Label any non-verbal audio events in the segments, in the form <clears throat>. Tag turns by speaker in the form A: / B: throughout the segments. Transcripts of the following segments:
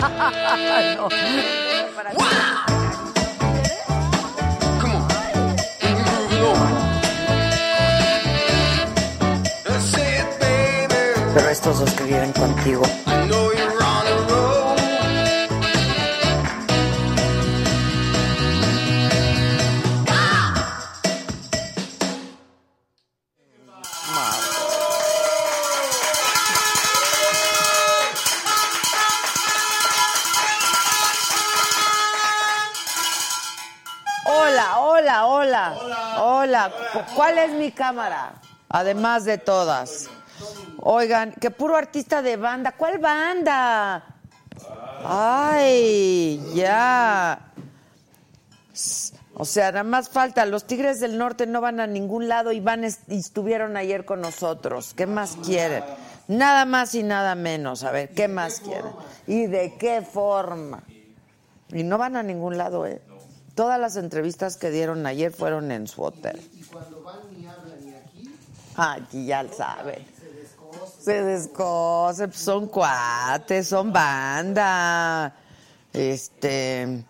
A: No.
B: Para
C: Come on. Mm-hmm. When you move it on. That's it, baby.
A: Pero estos dos que viven contigo.
C: I know you're on a roll.
B: Hola, hola, hola. Hola. Cu- ¿Cuál es mi cámara? Además de todas. Oigan, qué puro artista de banda. ¿Cuál banda? Ay, ya. S- O sea, nada más falta. Los Tigres del Norte no van a ningún lado y, van est- y estuvieron ayer con nosotros. ¿Qué más quieren? Nada más y nada menos. A ver, ¿qué más quieren? ¿Y de qué forma? Y no van a ningún lado, ¿eh? Todas las entrevistas que dieron ayer fueron en su hotel. Y, cuando van ni hablan ni aquí. Aquí ya saben. Se descosen. pues, son cuates, son banda. Este.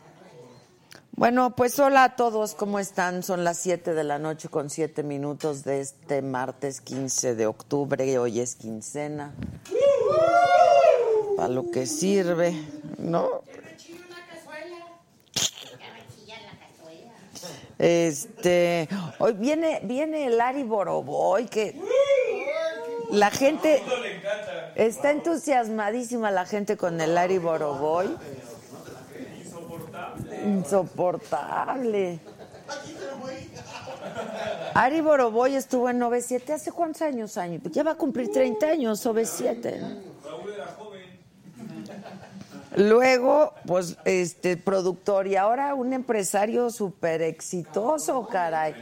B: Bueno, pues hola a todos, ¿cómo están? Son las 7 de la noche con 7 minutos de este martes 15 de octubre. Hoy es quincena. Para lo que sirve, ¿no? Este, hoy viene viene el Ari Boroboy que la gente está entusiasmadísima la gente con el Ari Boroboy. Insoportable. Ari Boroboy estuvo en 97 hace cuántos años años? Ya va a cumplir 30 años 97. ¿no? Luego, pues, este, productor y ahora un empresario súper exitoso, caray.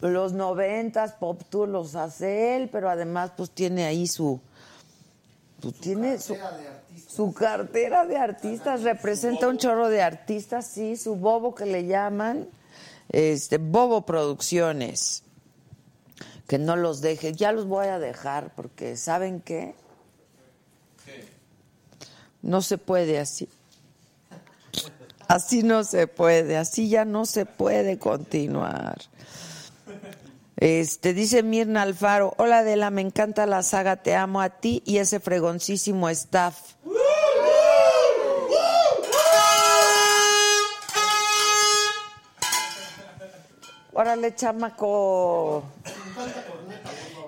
B: Los noventas, Pop Tour los hace él, pero además, pues, tiene ahí su... pues, tiene su, su cartera de artistas, representa un chorro de artistas, sí, su bobo que le llaman, este, Bobo Producciones. Que no los deje, ya los voy a dejar, porque ¿saben qué? No se puede así. Así no se puede, así ya no se puede continuar. Este, dice Mirna Alfaro, hola Adela, me encanta la saga, te amo a ti y ese fregoncísimo staff. Órale, chamaco.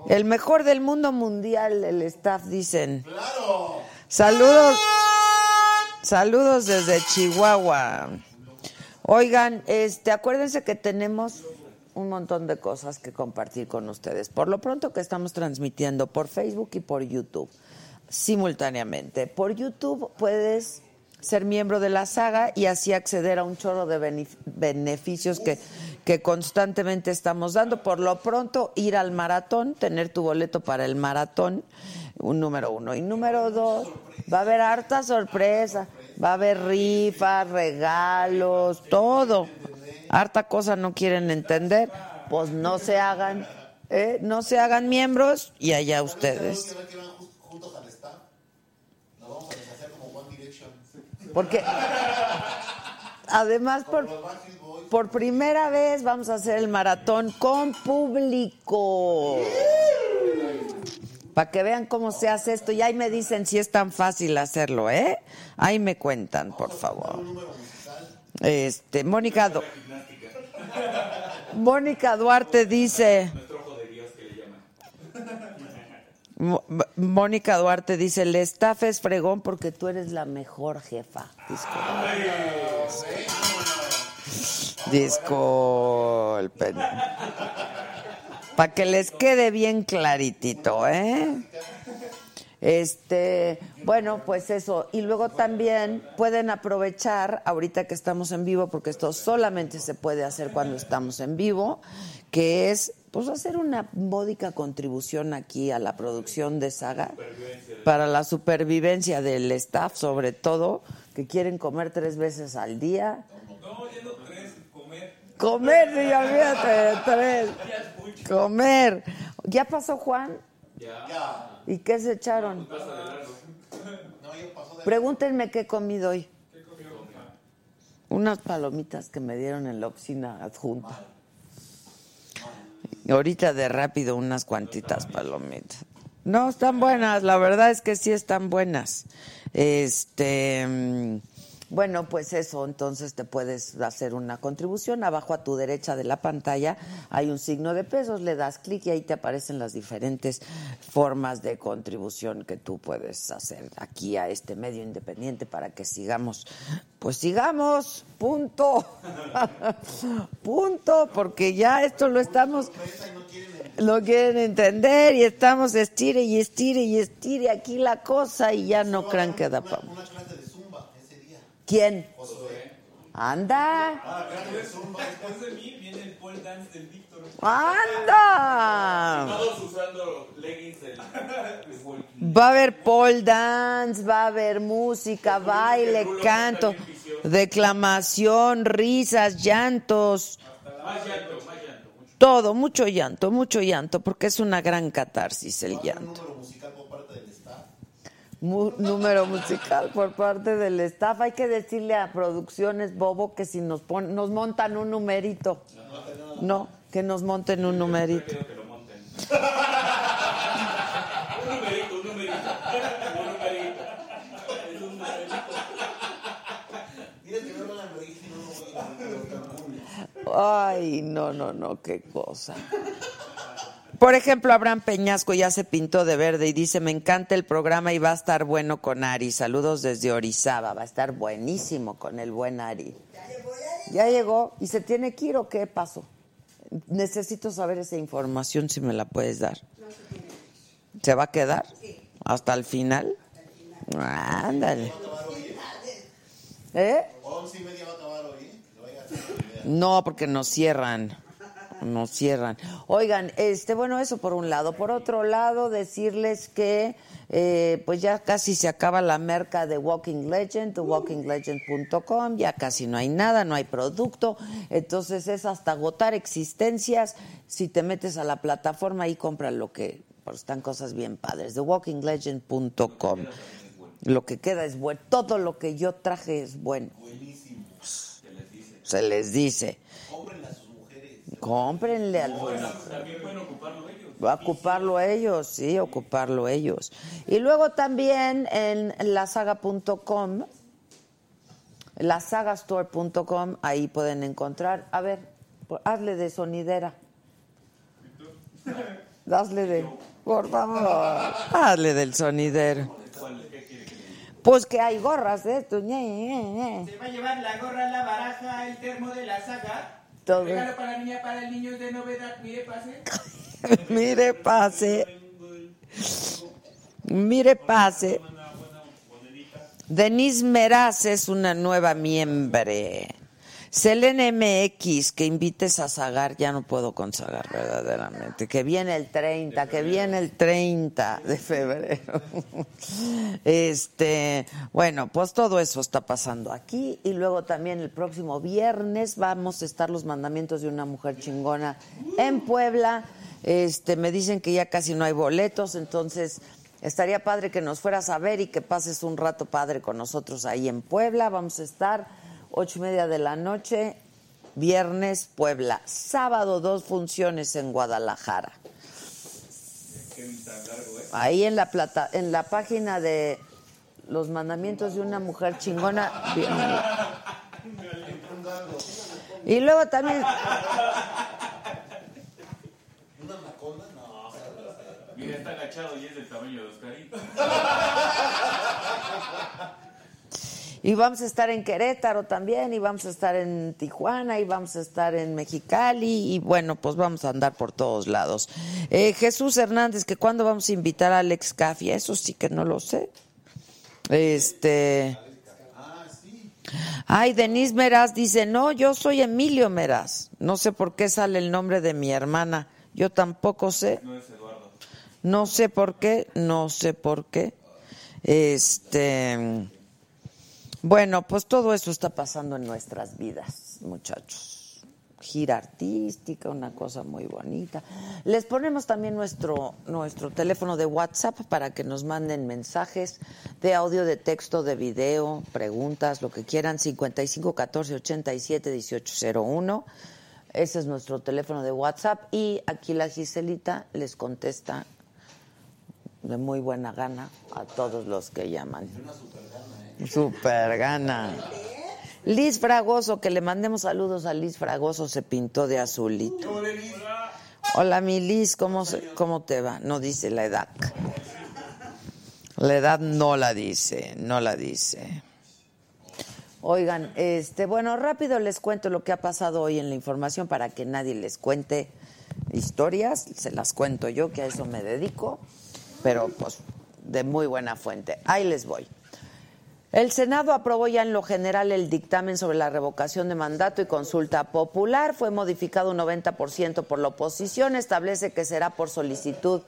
B: El mejor del mundo mundial, el staff, dicen. Saludos. Saludos desde Chihuahua. Oigan, este, acuérdense que tenemos un montón de cosas que compartir con ustedes. Por lo pronto que estamos transmitiendo por Facebook y por YouTube simultáneamente. Por YouTube puedes ser miembro de la saga y así acceder a un chorro de benef- beneficios que, que constantemente estamos dando. Por lo pronto, ir al maratón, tener tu boleto para el maratón, un número uno. Y número dos, va a haber harta sorpresa, va a haber rifas, regalos, todo. Harta cosa no quieren entender, pues no se hagan, ¿eh? no se hagan miembros y allá ustedes. Porque además por, por primera vez vamos a hacer el maratón con público. Para que vean cómo se hace esto y ahí me dicen si es tan fácil hacerlo, ¿eh? Ahí me cuentan, por favor. Este, Mónica Du- Mónica Duarte dice Mo- M- Mónica Duarte dice, el staff es fregón porque tú eres la mejor jefa. Disculpen. Disculpen. Para que les quede bien claritito, ¿eh? Este, bueno, pues eso. Y luego también pueden aprovechar, ahorita que estamos en vivo, porque esto solamente se puede hacer cuando estamos en vivo, que es pues hacer una módica contribución aquí a la producción de saga para la supervivencia del staff, sobre todo, que quieren comer tres veces al día. No, ya no tres, comer. Comer, sí, olvídate, tres. Comer. ¿Ya pasó Juan? ¿Y qué se echaron? Pregúntenme qué he comido hoy. Unas palomitas que me dieron en la oficina adjunta. Ahorita de rápido unas cuantitas palomitas. No, están buenas, la verdad es que sí están buenas. Este, mm, bueno, pues eso, entonces te puedes hacer una contribución. Abajo a tu derecha de la pantalla hay un signo de pesos, le das clic y ahí te aparecen las diferentes formas de contribución que tú puedes hacer aquí a este medio independiente para que sigamos. Pues sigamos, punto. <laughs> punto, porque ya esto lo estamos lo quieren entender y estamos estire y estire y estire aquí la cosa y ya no crean que da pa. ¿Quién? Anda.
D: Después de mí viene el pole dance del Víctor.
B: Anda.
D: Todos usando leggings <laughs> del de Walking.
B: Va a haber pole dance, va a haber música, baile, canto, declamación, risas, llantos.
D: Más llanto, más llanto. Mucho.
B: Todo, mucho llanto, mucho llanto, porque es una gran catarsis el llanto. Mu- número musical por parte del staff. Hay que decirle a Producciones Bobo que si nos pon- nos montan un numerito. No, que nos monten un numerito.
D: Quiero que lo monten. un numerito, un numerito. Un numerito. Es un numerito.
B: Ay, no, no, no, qué cosa. Por ejemplo, Abraham Peñasco ya se pintó de verde y dice, me encanta el programa y va a estar bueno con Ari. Saludos desde Orizaba, va a estar buenísimo con el buen Ari. Ya llegó y se tiene que ir o qué pasó. Necesito saber esa información si me la puedes dar. ¿Se va a quedar? ¿Hasta el final? Ándale. ¿Eh? No, porque nos cierran. Nos cierran. Oigan, este, bueno, eso por un lado. Por otro lado, decirles que eh, pues ya casi se acaba la merca de Walking Legend, de walkinglegend.com, ya casi no hay nada, no hay producto, entonces es hasta agotar existencias. Si te metes a la plataforma y compras lo que, pues están cosas bien padres, de walkinglegend.com. Lo que queda es bueno, todo lo que yo traje es bueno se les dice. Cómprenle a sus mujeres. Cómprenle al
D: También pueden ocuparlo ellos.
B: Va a ocuparlo ellos, sí, ocuparlo ellos. Y luego también en lasaga.com, lasagastore.com, ahí pueden encontrar. A ver, por- hazle de sonidera. Hazle de. Por favor, hazle del sonidero. Pues que hay gorras de esto. ñe, ñe, ñe.
E: Se va a llevar la gorra, la baraja, el termo de la saga.
B: Todo.
E: Regalo para la niña, para el niño es de novedad. Mire, pase.
B: Mire, pase. Mire, pase. Denise Meraz es una nueva miembre. Selene MX, que invites a Zagar, ya no puedo con Zagar verdaderamente. Que viene el 30, que viene el 30 de febrero. <laughs> Este, bueno, pues todo eso está pasando aquí. Y luego también el próximo viernes vamos a estar los mandamientos de una mujer chingona en Puebla. Este, me dicen que ya casi no hay boletos, entonces Estaría padre que nos fueras a ver y que pases un rato padre con nosotros ahí en Puebla. Vamos a estar ocho y media de la noche, viernes Puebla, sábado dos funciones en Guadalajara. Ahí en la plata, en la página de los mandamientos de una mujer chingona. Y luego también
D: Mira, está agachado y es del tamaño de Oscarito. <laughs>
B: Y vamos a estar en Querétaro también, y vamos a estar en Tijuana, y vamos a estar en Mexicali, y bueno, pues vamos a andar por todos lados. Eh, Jesús Hernández, que cuándo vamos a invitar a Alex Cafia, eso sí que no lo sé. Este. Ay, Denise Meraz dice, no, yo soy Emilio Meraz. No sé por qué sale el nombre de mi hermana. Yo tampoco sé.
D: No es Eduardo.
B: No sé por qué, no sé por qué. Este. Bueno, pues todo eso está pasando en nuestras vidas, muchachos. gira artística, una cosa muy bonita. Les ponemos también nuestro, nuestro teléfono de WhatsApp para que nos manden mensajes de audio, de texto, de video, preguntas, lo que quieran, 55 14 87 1801. Ese es nuestro teléfono de WhatsApp y aquí la Giselita les contesta de muy buena gana a todos los que llaman. Super gana. Liz Fragoso, que le mandemos saludos a Liz Fragoso, se pintó de azulito. Hola, mi Liz, ¿cómo, se- cómo te va? No dice la edad. La edad no la dice, no la dice. Oigan, este, bueno, rápido les cuento lo que ha pasado hoy en la información para que nadie les cuente historias, se las cuento yo que a eso me dedico, pero pues de muy buena fuente. Ahí les voy. El Senado aprobó ya en lo general el dictamen sobre la revocación de mandato y consulta popular. Fue modificado un 90% por la oposición. Establece que será por solicitud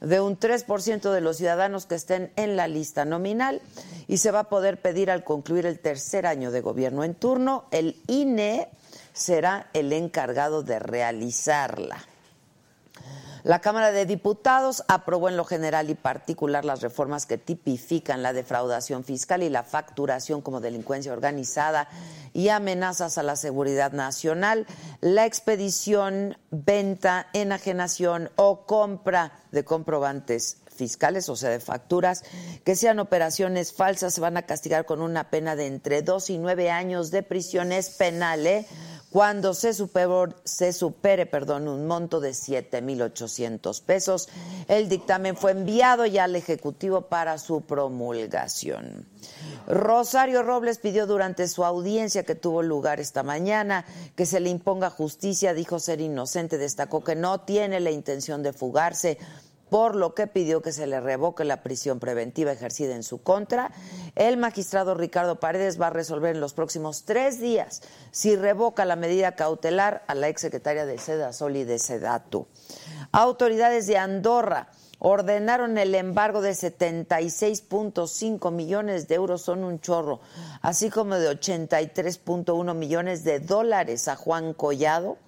B: de un 3% de los ciudadanos que estén en la lista nominal y se va a poder pedir al concluir el tercer año de gobierno en turno. El INE será el encargado de realizarla. La Cámara de Diputados aprobó en lo general y particular las reformas que tipifican la defraudación fiscal y la facturación como delincuencia organizada y amenazas a la seguridad nacional, la expedición, venta, enajenación o compra de comprobantes fiscales, o sea, de facturas, que sean operaciones falsas, se van a castigar con una pena de entre dos y nueve años de prisiones penales eh, cuando se supere, se supere perdón, un monto de 7.800 pesos. El dictamen fue enviado ya al Ejecutivo para su promulgación. Rosario Robles pidió durante su audiencia que tuvo lugar esta mañana que se le imponga justicia, dijo ser inocente, destacó que no tiene la intención de fugarse por lo que pidió que se le revoque la prisión preventiva ejercida en su contra. El magistrado Ricardo Paredes va a resolver en los próximos tres días si revoca la medida cautelar a la exsecretaria de Sedasol y de Sedatu. Autoridades de Andorra ordenaron el embargo de 76.5 millones de euros, son un chorro, así como de 83.1 millones de dólares a Juan Collado,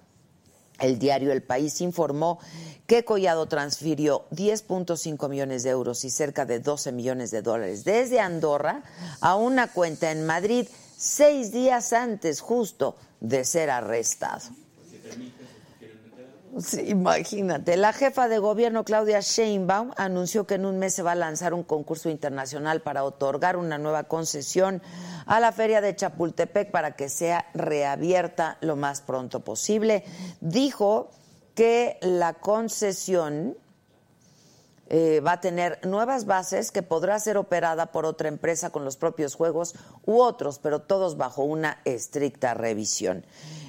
B: el diario El País informó que Collado transfirió 10.5 millones de euros y cerca de 12 millones de dólares desde Andorra a una cuenta en Madrid seis días antes justo de ser arrestado. Sí, imagínate. La jefa de gobierno, Claudia Sheinbaum, anunció que en un mes se va a lanzar un concurso internacional para otorgar una nueva concesión a la feria de Chapultepec para que sea reabierta lo más pronto posible. Dijo que la concesión eh, va a tener nuevas bases que podrá ser operada por otra empresa con los propios juegos u otros, pero todos bajo una estricta revisión.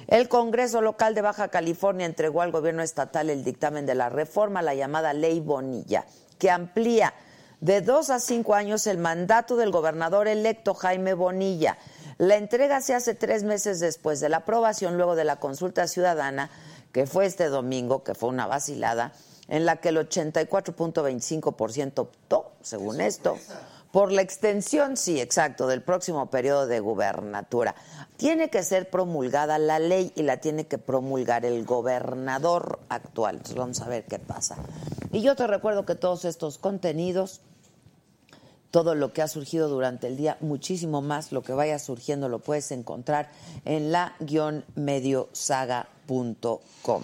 B: El Congreso local de Baja California entregó al gobierno estatal el dictamen de la reforma, la llamada Ley Bonilla, que amplía de dos a cinco años el mandato del gobernador electo Jaime Bonilla. La entrega se hace tres meses después de la aprobación, luego de la consulta ciudadana, que fue este domingo, que fue una vacilada, en la que el 84.25% optó, según esto, por la extensión, sí, exacto, del próximo periodo de gubernatura. Tiene que ser promulgada la ley y la tiene que promulgar el gobernador actual. Entonces vamos a ver qué pasa. Y yo te recuerdo que todos estos contenidos todo lo que ha surgido durante el día, muchísimo más, lo que vaya surgiendo lo puedes encontrar en la-mediosaga.com.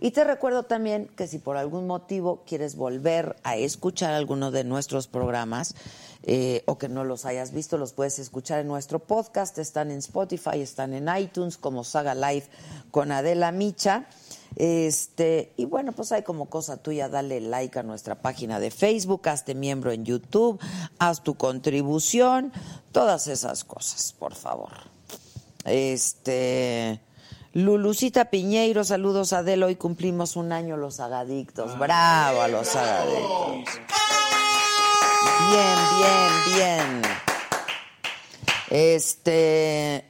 B: Y te recuerdo también que si por algún motivo quieres volver a escuchar alguno de nuestros programas eh, o que no los hayas visto, los puedes escuchar en nuestro podcast, están en Spotify, están en iTunes como Saga Live con Adela Micha. Este, y bueno, pues hay como cosa tuya, dale like a nuestra página de Facebook, hazte miembro en YouTube, haz tu contribución, todas esas cosas, por favor. Este, Lulucita Piñeiro, saludos a Adel, hoy cumplimos un año los agadictos, bravo a los agadictos. Bien, bien, bien. Este,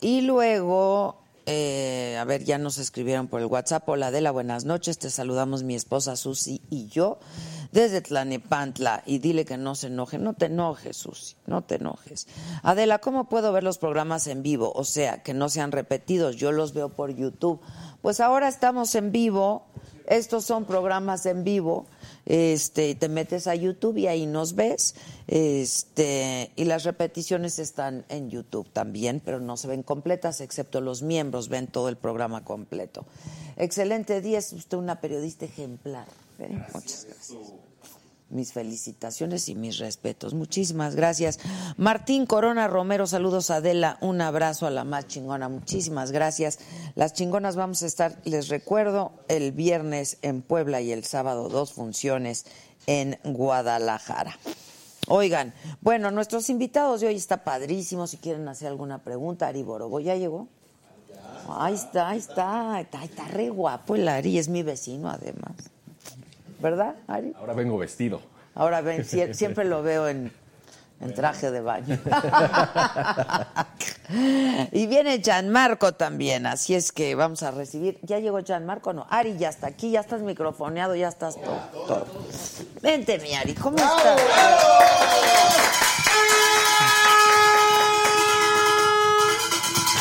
B: y luego, eh, a ver, ya nos escribieron por el WhatsApp. Hola, Adela, buenas noches. Te saludamos mi esposa Susi y yo desde Tlanepantla y dile que no se enoje. No te enojes, Susi, no te enojes. Adela, ¿cómo puedo ver los programas en vivo? O sea, que no sean repetidos, yo los veo por YouTube. Pues ahora estamos en vivo, estos son programas en vivo. Este, te metes a YouTube y ahí nos ves. Este, y las repeticiones están en YouTube también, pero no se ven completas, excepto los miembros ven todo el programa completo. Excelente día, es usted una periodista ejemplar. ¿eh? Muchas gracias. Mis felicitaciones y mis respetos. Muchísimas gracias. Martín Corona Romero, saludos a Adela, un abrazo a la más chingona. Muchísimas gracias. Las chingonas vamos a estar, les recuerdo, el viernes en Puebla y el sábado dos funciones en Guadalajara. Oigan, bueno, nuestros invitados de hoy está padrísimo. Si quieren hacer alguna pregunta, Ari Borobo, ¿ya llegó? Ahí está, ahí está. Está, está re guapo el Ari, es mi vecino además. ¿Verdad, Ari?
F: Ahora vengo vestido.
B: Ahora ven, sie- siempre lo veo en, en traje de baño. <laughs> y viene Gianmarco también, así es que vamos a recibir. ¿Ya llegó Gianmarco? No, Ari ya está aquí, ya estás microfoneado, ya estás todo. todo. Vente, mi Ari, ¿cómo estás?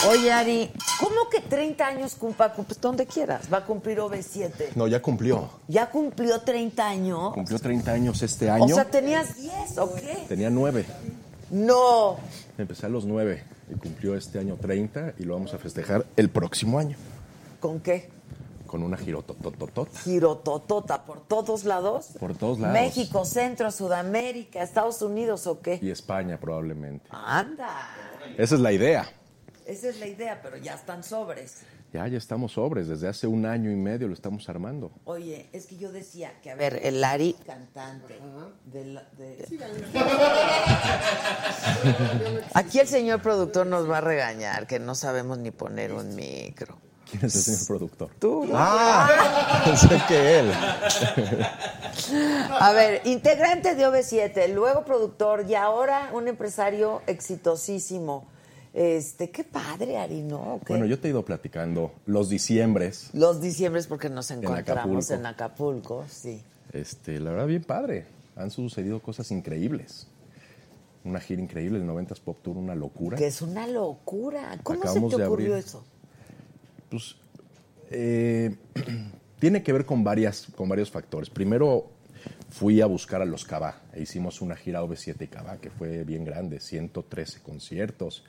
B: Oye, Ari, ¿cómo que 30 años cumpa? Pues donde quieras, va a cumplir OV7.
F: No, ya cumplió.
B: ¿Ya cumplió 30 años?
F: Cumplió 30 años este
B: O
F: año.
B: sea, tenías 10 o qué?
F: Tenía 9.
B: No.
F: Empecé a los 9 y cumplió este año 30 y lo vamos a festejar el próximo año
B: ¿Con qué?
F: con una girototototota.
B: Girototota por todos lados.
F: Por todos lados.
B: México, Centro, Sudamérica, Estados Unidos o qué?
F: Y España probablemente.
B: Anda.
F: Esa es la idea.
B: Esa es la idea, pero ya están sobres.
F: Ya, ya estamos sobres. Desde hace un año y medio lo estamos armando.
B: Oye, es que yo decía que, a ver, el Ari cantante. de la- de- Aquí el señor productor nos va a regañar, que no sabemos ni poner un micro.
F: ¿Quién es el señor productor?
B: Tú.
F: Ah, <laughs> pensé que él.
B: A ver, integrante de OV7, luego productor y ahora un empresario exitosísimo. Este, qué padre, Ari, ¿no? ¿Qué?
F: Bueno, yo te he ido platicando los diciembres.
B: Los diciembres porque nos encontramos
F: Acapulco.
B: en Acapulco, sí.
F: Este, la verdad, bien padre. Han sucedido cosas increíbles. Una gira increíble, el 90s Pop Tour, una locura.
B: Que es una locura. ¿Cómo
F: Acabamos
B: se te
F: de
B: ocurrió
F: abrir.
B: eso?
F: Pues, eh, <clears throat> tiene que ver con, varias, con varios factores. Primero, fui a buscar a los Cava e hicimos una gira OV7 y Cava, que fue bien grande, 113 conciertos,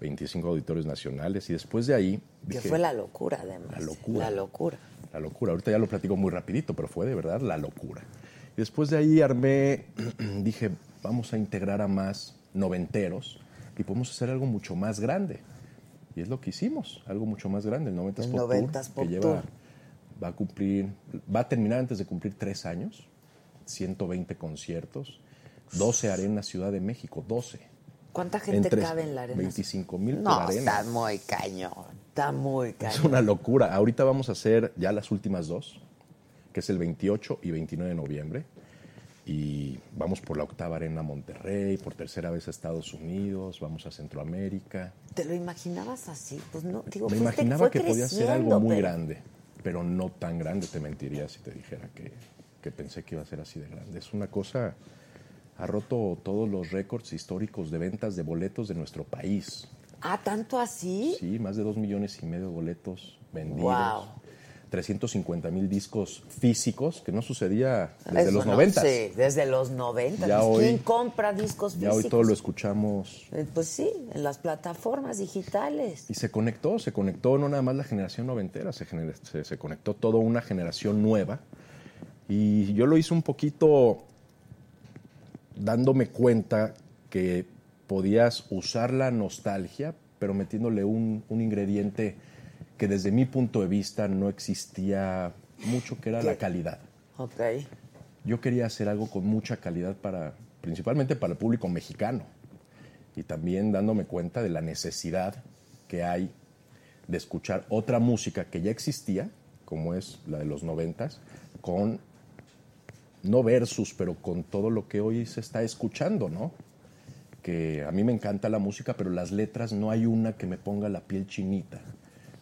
F: 25 auditorios nacionales. Y después de ahí...
B: Que
F: dije,
B: fue la locura, además.
F: La locura.
B: La locura.
F: La locura. Ahorita ya lo platico muy rapidito, pero fue de verdad la locura. Y después de ahí armé, <clears throat> dije, vamos a integrar a más noventeros y podemos hacer algo mucho más grande. Y es lo que hicimos, algo mucho más grande, el 90s
B: El
F: Pop
B: 90s
F: Tour,
B: Pop
F: que lleva,
B: Tour.
F: va a cumplir, va a terminar antes de cumplir tres años, 120 conciertos, 12 arenas Ciudad de México, 12.
B: ¿Cuánta gente
F: Entre
B: cabe en la arena?
F: 25,000
B: No,
F: por arena.
B: está muy cañón. Está muy
F: Es
B: cañón.
F: una locura. Ahorita vamos a hacer ya las últimas dos, que es el 28 y 29 de noviembre. Y vamos por la octava arena a Monterrey, por tercera vez a Estados Unidos, vamos a Centroamérica.
B: ¿Te lo imaginabas así? Pues no, digo,
F: Me
B: fuiste-
F: imaginaba
B: fue
F: que podía ser algo
B: creciendo,
F: muy
B: pero-
F: grande, pero no tan grande, te mentiría si te dijera que, que pensé que iba a ser así de grande. Es una cosa, ha roto todos los récords históricos de ventas de boletos de nuestro país.
B: Ah, tanto así.
F: Sí, más de 2 millones y medio de boletos vendidos.
B: Wow.
F: 350 mil discos físicos, que no sucedía desde
B: Eso
F: los
B: no,
F: 90.
B: Sí, desde los 90.
F: Ya
B: Pues, ¿Quién
F: hoy-
B: compra discos
F: Ya
B: físicos?
F: hoy todo lo escuchamos.
B: Eh, Pues sí, en las plataformas digitales.
F: Y se conectó, se conectó no nada más la generación noventera, se, gener- se, se conectó toda una generación nueva. Y yo lo hice un poquito dándome cuenta que podías usar la nostalgia, pero metiéndole un, un ingrediente que desde mi punto de vista no existía mucho, que era la calidad.
B: Ok.
F: Yo quería hacer algo con mucha calidad para, principalmente para el público mexicano y también dándome cuenta de la necesidad que hay de escuchar otra música que ya existía, como es la de los noventas, con no versus, pero con todo lo que hoy se está escuchando, ¿no? Que a mí me encanta la música, pero las letras no hay una que me ponga la piel chinita,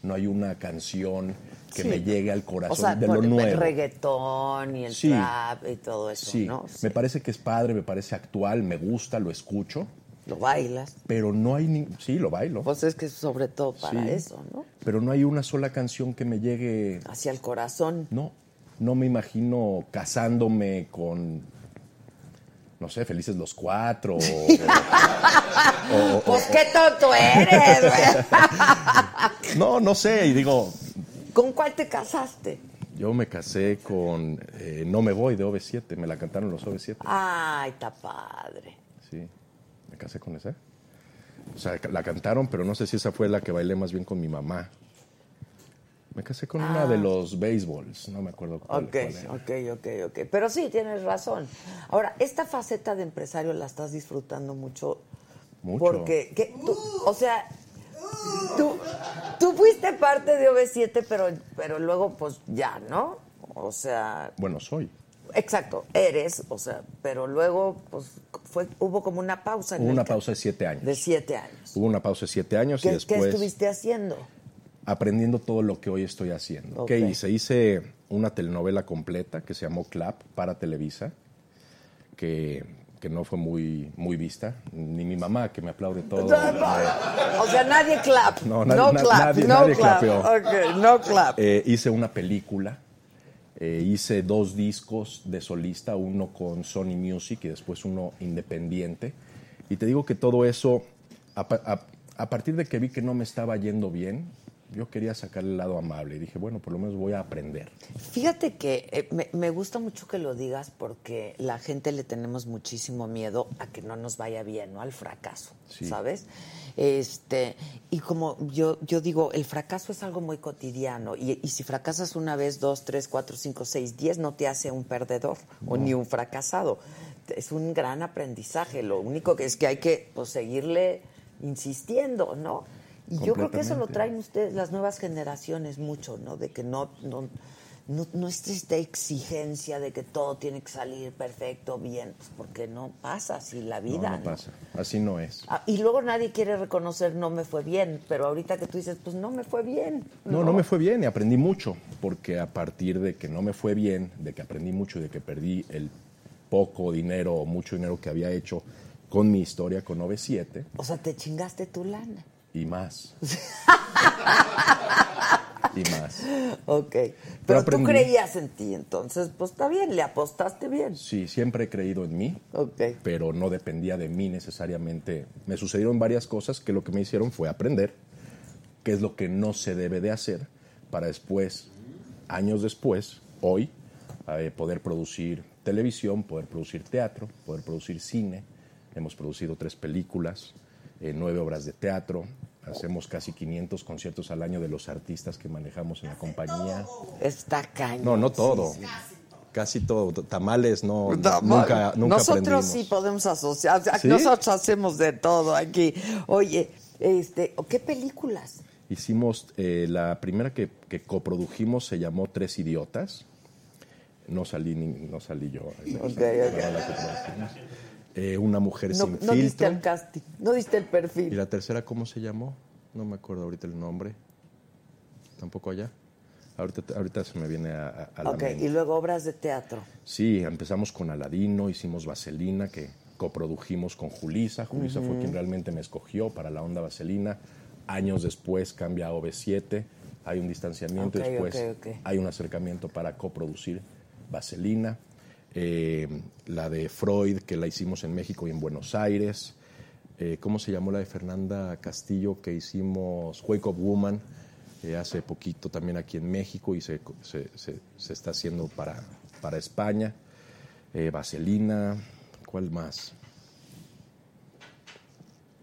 F: no hay una canción que
B: Sí.
F: me llegue al corazón
B: O sea,
F: de
B: por-
F: lo
B: el
F: nuevo.
B: reggaetón y el
F: Sí.
B: trap y todo eso,
F: Sí,
B: ¿no?
F: me parece que es padre, me parece actual, me gusta, lo escucho,
B: Lo bailas.
F: pero no hay ni... Sí, lo bailo,
B: Pues es que es sobre todo para
F: Sí.
B: eso, ¿no?
F: pero no hay una sola canción que me llegue...
B: Hacia el corazón.
F: No, no me imagino casándome con... No sé, felices los
B: <laughs>
F: cuatro. o- o- o-
B: Pues qué tonto eres, <laughs> güey.
F: no, no sé. Y digo,
B: ¿Con cuál te casaste?
F: yo me casé con eh, No me voy de OV7. Me la cantaron los OV7.
B: Ay, está padre.
F: Sí, me casé con esa. O sea, la cantaron, pero no sé si esa fue la que bailé más bien con mi mamá. Me casé con una de los béisbols, no me acuerdo cuál,
B: Ah. Ok,
F: cuál era.
B: ok, ok, ok. Pero sí, tienes razón. Ahora, esta faceta de empresario la estás disfrutando mucho.
F: Mucho.
B: Porque, que tú- o sea, tú, tú fuiste parte de OV7, pero, pero luego, pues ya, ¿no? O sea,
F: Bueno, soy.
B: exacto, eres, o sea, pero luego, pues fue, hubo como una pausa. en
F: Hubo
B: el
F: una
B: ca-
F: pausa de siete años.
B: De siete años.
F: Hubo una pausa de siete años
B: ¿Qué,
F: y
B: qué
F: después
B: estuviste haciendo?
F: aprendiendo todo lo que hoy estoy haciendo.
B: Ok.
F: ¿Qué hice? Hice una telenovela completa que se llamó Clap para Televisa, que, que no fue muy, muy vista. Ni mi mamá, que me aplaude todo.
B: O sea, nadie clap. No,
F: No, nadie- na-
B: clap.
F: nadie-
B: no
F: nadie
B: clap.
F: clapeó.
B: Ok, no clap.
F: Eh, hice una película, eh, hice dos discos de solista, uno con Sony Music y después uno independiente. Y te digo que todo eso, a, pa- a- a partir de que vi que no me estaba yendo bien, yo quería sacar el lado amable y dije, bueno, por lo menos voy a aprender.
B: Fíjate que eh, me, me gusta mucho que lo digas porque la gente le tenemos muchísimo miedo a que no nos vaya bien, ¿no? Al fracaso,
F: Sí.
B: ¿sabes? Este, y como yo, yo digo, el fracaso es algo muy cotidiano. Y, y si fracasas una vez, dos, tres, cuatro, cinco, seis, diez, no te hace un perdedor o ni un fracasado. Es un gran aprendizaje. Lo único que es que hay que pues, seguirle insistiendo, ¿no? Y yo creo que eso lo
F: Completamente.
B: traen ustedes, las nuevas generaciones, mucho, ¿no? De que no, no, no, no es esta exigencia de que todo tiene que salir perfecto, bien, pues porque no pasa así la
F: No,
B: vida.
F: no pasa, así no es.
B: Ah, y luego nadie quiere reconocer no me fue bien, pero ahorita que tú dices, pues no me fue bien.
F: No, no me fue bien y aprendí mucho, porque a partir de que no me fue bien, de que aprendí mucho y de que perdí el poco dinero o mucho dinero que había hecho con mi historia con OV7
B: O sea, te chingaste tu
F: <laughs>
B: lana.
F: y más. y más.
B: Ok. Pero, tú
F: aprendí.
B: creías en ti, entonces, pues está bien, le apostaste bien.
F: Sí, siempre he creído en mí,
B: Ok.
F: pero no dependía de mí necesariamente. Me sucedieron varias cosas que lo que me hicieron fue aprender qué es lo que no se debe de hacer para después, años después, hoy, eh, poder producir televisión, poder producir teatro, poder producir cine. Hemos producido tres películas, eh, nueve obras de teatro. Hacemos casi 500 conciertos al año de los artistas que manejamos en la compañía.
B: Está cañón.
F: No, no todo.
B: Sí, sí.
F: Casi todo. Tamales no,
B: Pues No,
F: nunca,
B: bueno,
F: nunca
B: nosotros
F: aprendimos.
B: sí podemos asociar, o sea,
F: ¿Sí?
B: nosotros hacemos de todo aquí. Oye, este, ¿qué películas?
F: Hicimos eh, la primera que, que coprodujimos se llamó Tres Idiotas. No salí ni, no salí yo.
B: Ok,
F: Pero la coprodujimos. Eh, una mujer
B: No,
F: sin
B: no diste
F: filtro.
B: el casting, no diste el
F: y
B: perfil.
F: la tercera cómo se llamó? No me acuerdo ahorita el nombre. Tampoco allá. Ahorita, ahorita se me viene a, a- a la
B: Ok,
F: mente.
B: y luego obras de teatro.
F: Sí, empezamos con Aladino, hicimos Vaselina, que coprodujimos con Julisa. Julisa fue quien realmente me escogió para la onda Vaselina. Años después cambia a OV7, hay un distanciamiento,
B: Ok,
F: después
B: ok, ok.
F: hay un acercamiento para coproducir Vaselina. Eh, la de Freud, que la hicimos en México y en Buenos Aires. Eh, ¿Cómo se llamó la de Fernanda Castillo que hicimos Wake Up Woman eh, hace poquito también aquí en México y se, se- se- se está haciendo para, para España? Eh, Vaselina, ¿cuál más?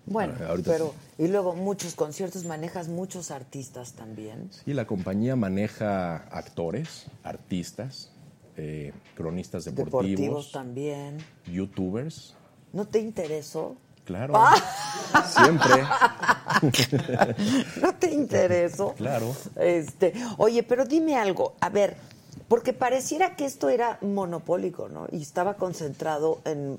B: Bueno,
F: Ah, ahorita
B: pero y luego muchos conciertos, manejas muchos artistas también.
F: Sí, la compañía maneja actores, artistas, eh, cronistas
B: Deportivos,
F: deportivos,
B: también.
F: youtubers.
B: ¿No te interesó?
F: Claro. Siempre.
B: ¿No te interesó?
F: <laughs> Claro.
B: Este, oye, pero dime algo, a ver, porque pareciera que esto era monopólico, ¿no? Y estaba concentrado en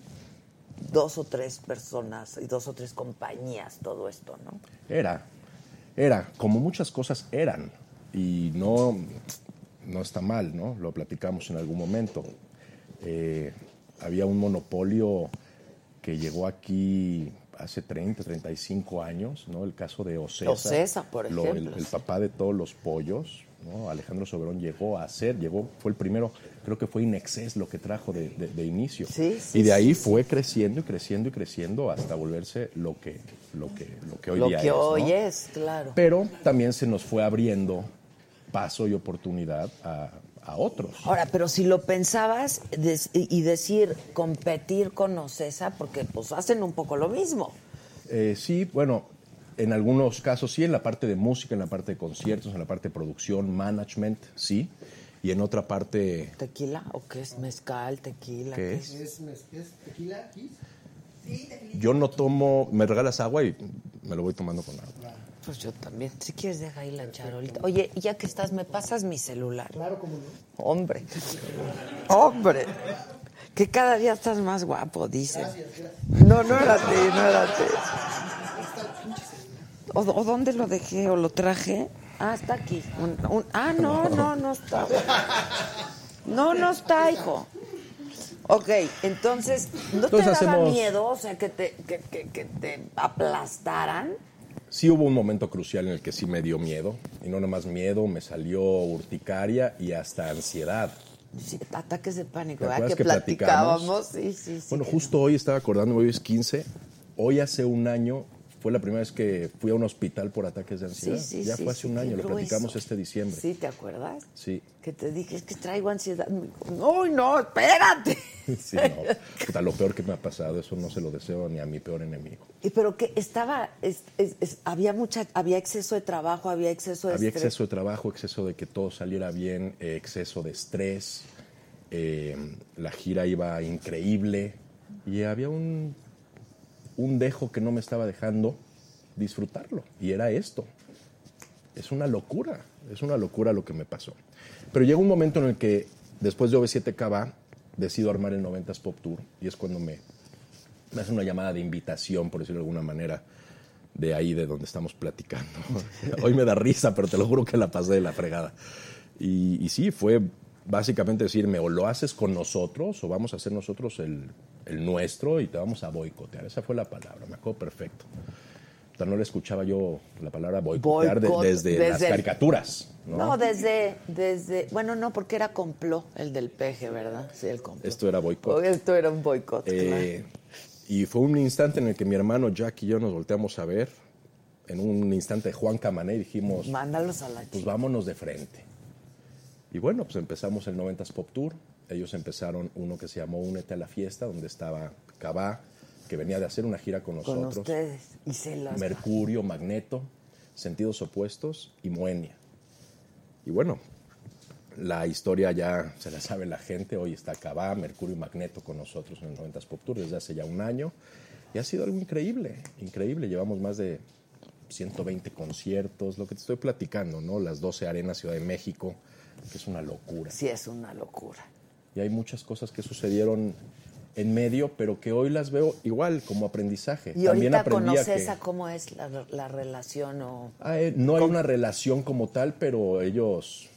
B: dos o tres personas y dos o tres compañías, todo esto, ¿no?
F: Era. Era. Como muchas cosas eran. Y no, no está mal, ¿no? Lo platicamos en algún momento. Eh, había un monopolio que llegó aquí hace 30, 35 años, ¿no? El caso de Ocesa.
B: Ocesa, por
F: Lo- el-
B: ejemplo,
F: el
B: sí.
F: papá de todos los pollos, ¿no? Alejandro Soberón llegó a ser, llegó, fue el primero, creo que fue Inexcess lo que trajo de, de- de inicio.
B: Sí, sí,
F: y de
B: sí,
F: ahí
B: sí.
F: fue creciendo y creciendo y creciendo hasta volverse lo que, lo que, lo que hoy
B: Lo
F: día
B: que
F: es. ¿no?
B: hoy es, claro.
F: Pero también se nos fue abriendo paso y oportunidad a, a otros.
B: Ahora, pero si lo pensabas des- y y decir competir con Ocesa, porque pues hacen un poco lo mismo.
F: Eh, sí, bueno, en algunos casos sí, en la parte de música, en la parte de conciertos, en la parte de producción, management, sí. Y en otra parte,
B: ¿Tequila? ¿O qué es? ¿Mezcal? ¿Tequila?
F: ¿Qué
B: es?
F: yo no tomo, me regalas agua y me lo voy tomando con agua.
B: Pues yo también. Si quieres, deja ahí la charolita. Oye, y ya que estás, ¿me pasas mi celular? Claro, como no. Hombre. Hombre. Que cada día estás más guapo, dicen. No, no era a ti, no era a ti. ¿O, o dónde lo dejé o lo traje? Ah, está aquí. Un- un- ah, no, no, no está. No, no está, hijo. Ok, entonces, ¿no te
F: Entonces
B: daba
F: hacemos-
B: miedo, o sea, que te, que- que- que te aplastaran?
F: Sí hubo un momento crucial en el que sí me dio miedo, y no nomás miedo, me salió urticaria y hasta ansiedad.
B: Sí, ataques de pánico,
F: ¿Te
B: ¿verdad?
F: acuerdas
B: Que
F: que platicamos?
B: platicábamos. Sí, sí, sí.
F: bueno,
B: que-
F: justo hoy estaba acordando, hoy es 15, hoy hace un año fue la primera vez que fui a un hospital por ataques de ansiedad.
B: Sí, sí,
F: ya
B: sí,
F: fue hace
B: sí,
F: un
B: qué
F: año, lo
B: grueso.
F: platicamos este diciembre.
B: Sí, ¿te acuerdas?
F: Sí.
B: Que te dije, es que traigo ansiedad. Me dijo, No, no, espérate.
F: <laughs>
B: <laughs>
F: Sí, no. Puta, lo peor que me ha pasado, eso no se lo deseo ni a mi peor enemigo.
B: Y Pero que estaba, es- es- es- había mucha, había exceso de trabajo, había exceso de
F: Había
B: estrés.
F: exceso de trabajo, exceso de que todo saliera bien, eh, exceso de estrés, eh, la gira iba increíble y había un, un dejo que no me estaba dejando disfrutarlo y era esto. Es una locura, es una locura lo que me pasó. Pero llega un momento en el que después de OV7 Cava decido armar el 90s Pop Tour y es cuando me, me hace una llamada de invitación, por decirlo de alguna manera, de ahí de donde estamos platicando. <laughs> Hoy me da risa, pero te lo juro que la pasé de la fregada. Y, y sí, fue básicamente decirme, o lo haces con nosotros, o vamos a hacer nosotros el, el nuestro y te vamos a boicotear. Esa fue la palabra, me acuerdo perfecto. O sea, No le escuchaba yo la palabra boicotear de-
B: Boicot,
F: desde, las
B: desde el-
F: caricaturas. ¿no?
B: No, desde, desde, bueno, no, porque era complot el del peje, ¿verdad? Sí, el complot.
F: Esto era boicot.
B: O Esto era un boicot, claro.
F: Eh, y fue un instante en el que mi hermano Jack y yo nos volteamos a ver. En un instante Juan Camané dijimos,
B: Mándalos a la
F: pues
B: chica.
F: vámonos de frente. Y bueno, pues empezamos el 90s Pop Tour. Ellos empezaron uno que se llamó Únete a la fiesta, donde estaba Cabá, que venía de hacer una gira con
B: Con
F: nosotros.
B: ustedes. Y se las...
F: Mercurio, Magneto, Sentidos Opuestos y Moenia. Y bueno, la historia ya se la sabe la gente. Hoy está Cabá, Mercurio y Magneto con nosotros en el 90s Pop Tour desde hace ya un año. Y ha sido algo increíble, increíble. Llevamos más de 120 conciertos, lo que te estoy platicando, ¿no? Las 12 arenas Ciudad de México, que es una locura.
B: Sí, es una locura.
F: Y hay muchas cosas que sucedieron en medio, pero que hoy las veo igual como aprendizaje.
B: Y
F: También
B: ahorita
F: aprendí a
B: conoces
F: que-
B: a cómo es la, la relación o...
F: Ah, eh, no hay una relación como tal, pero ellos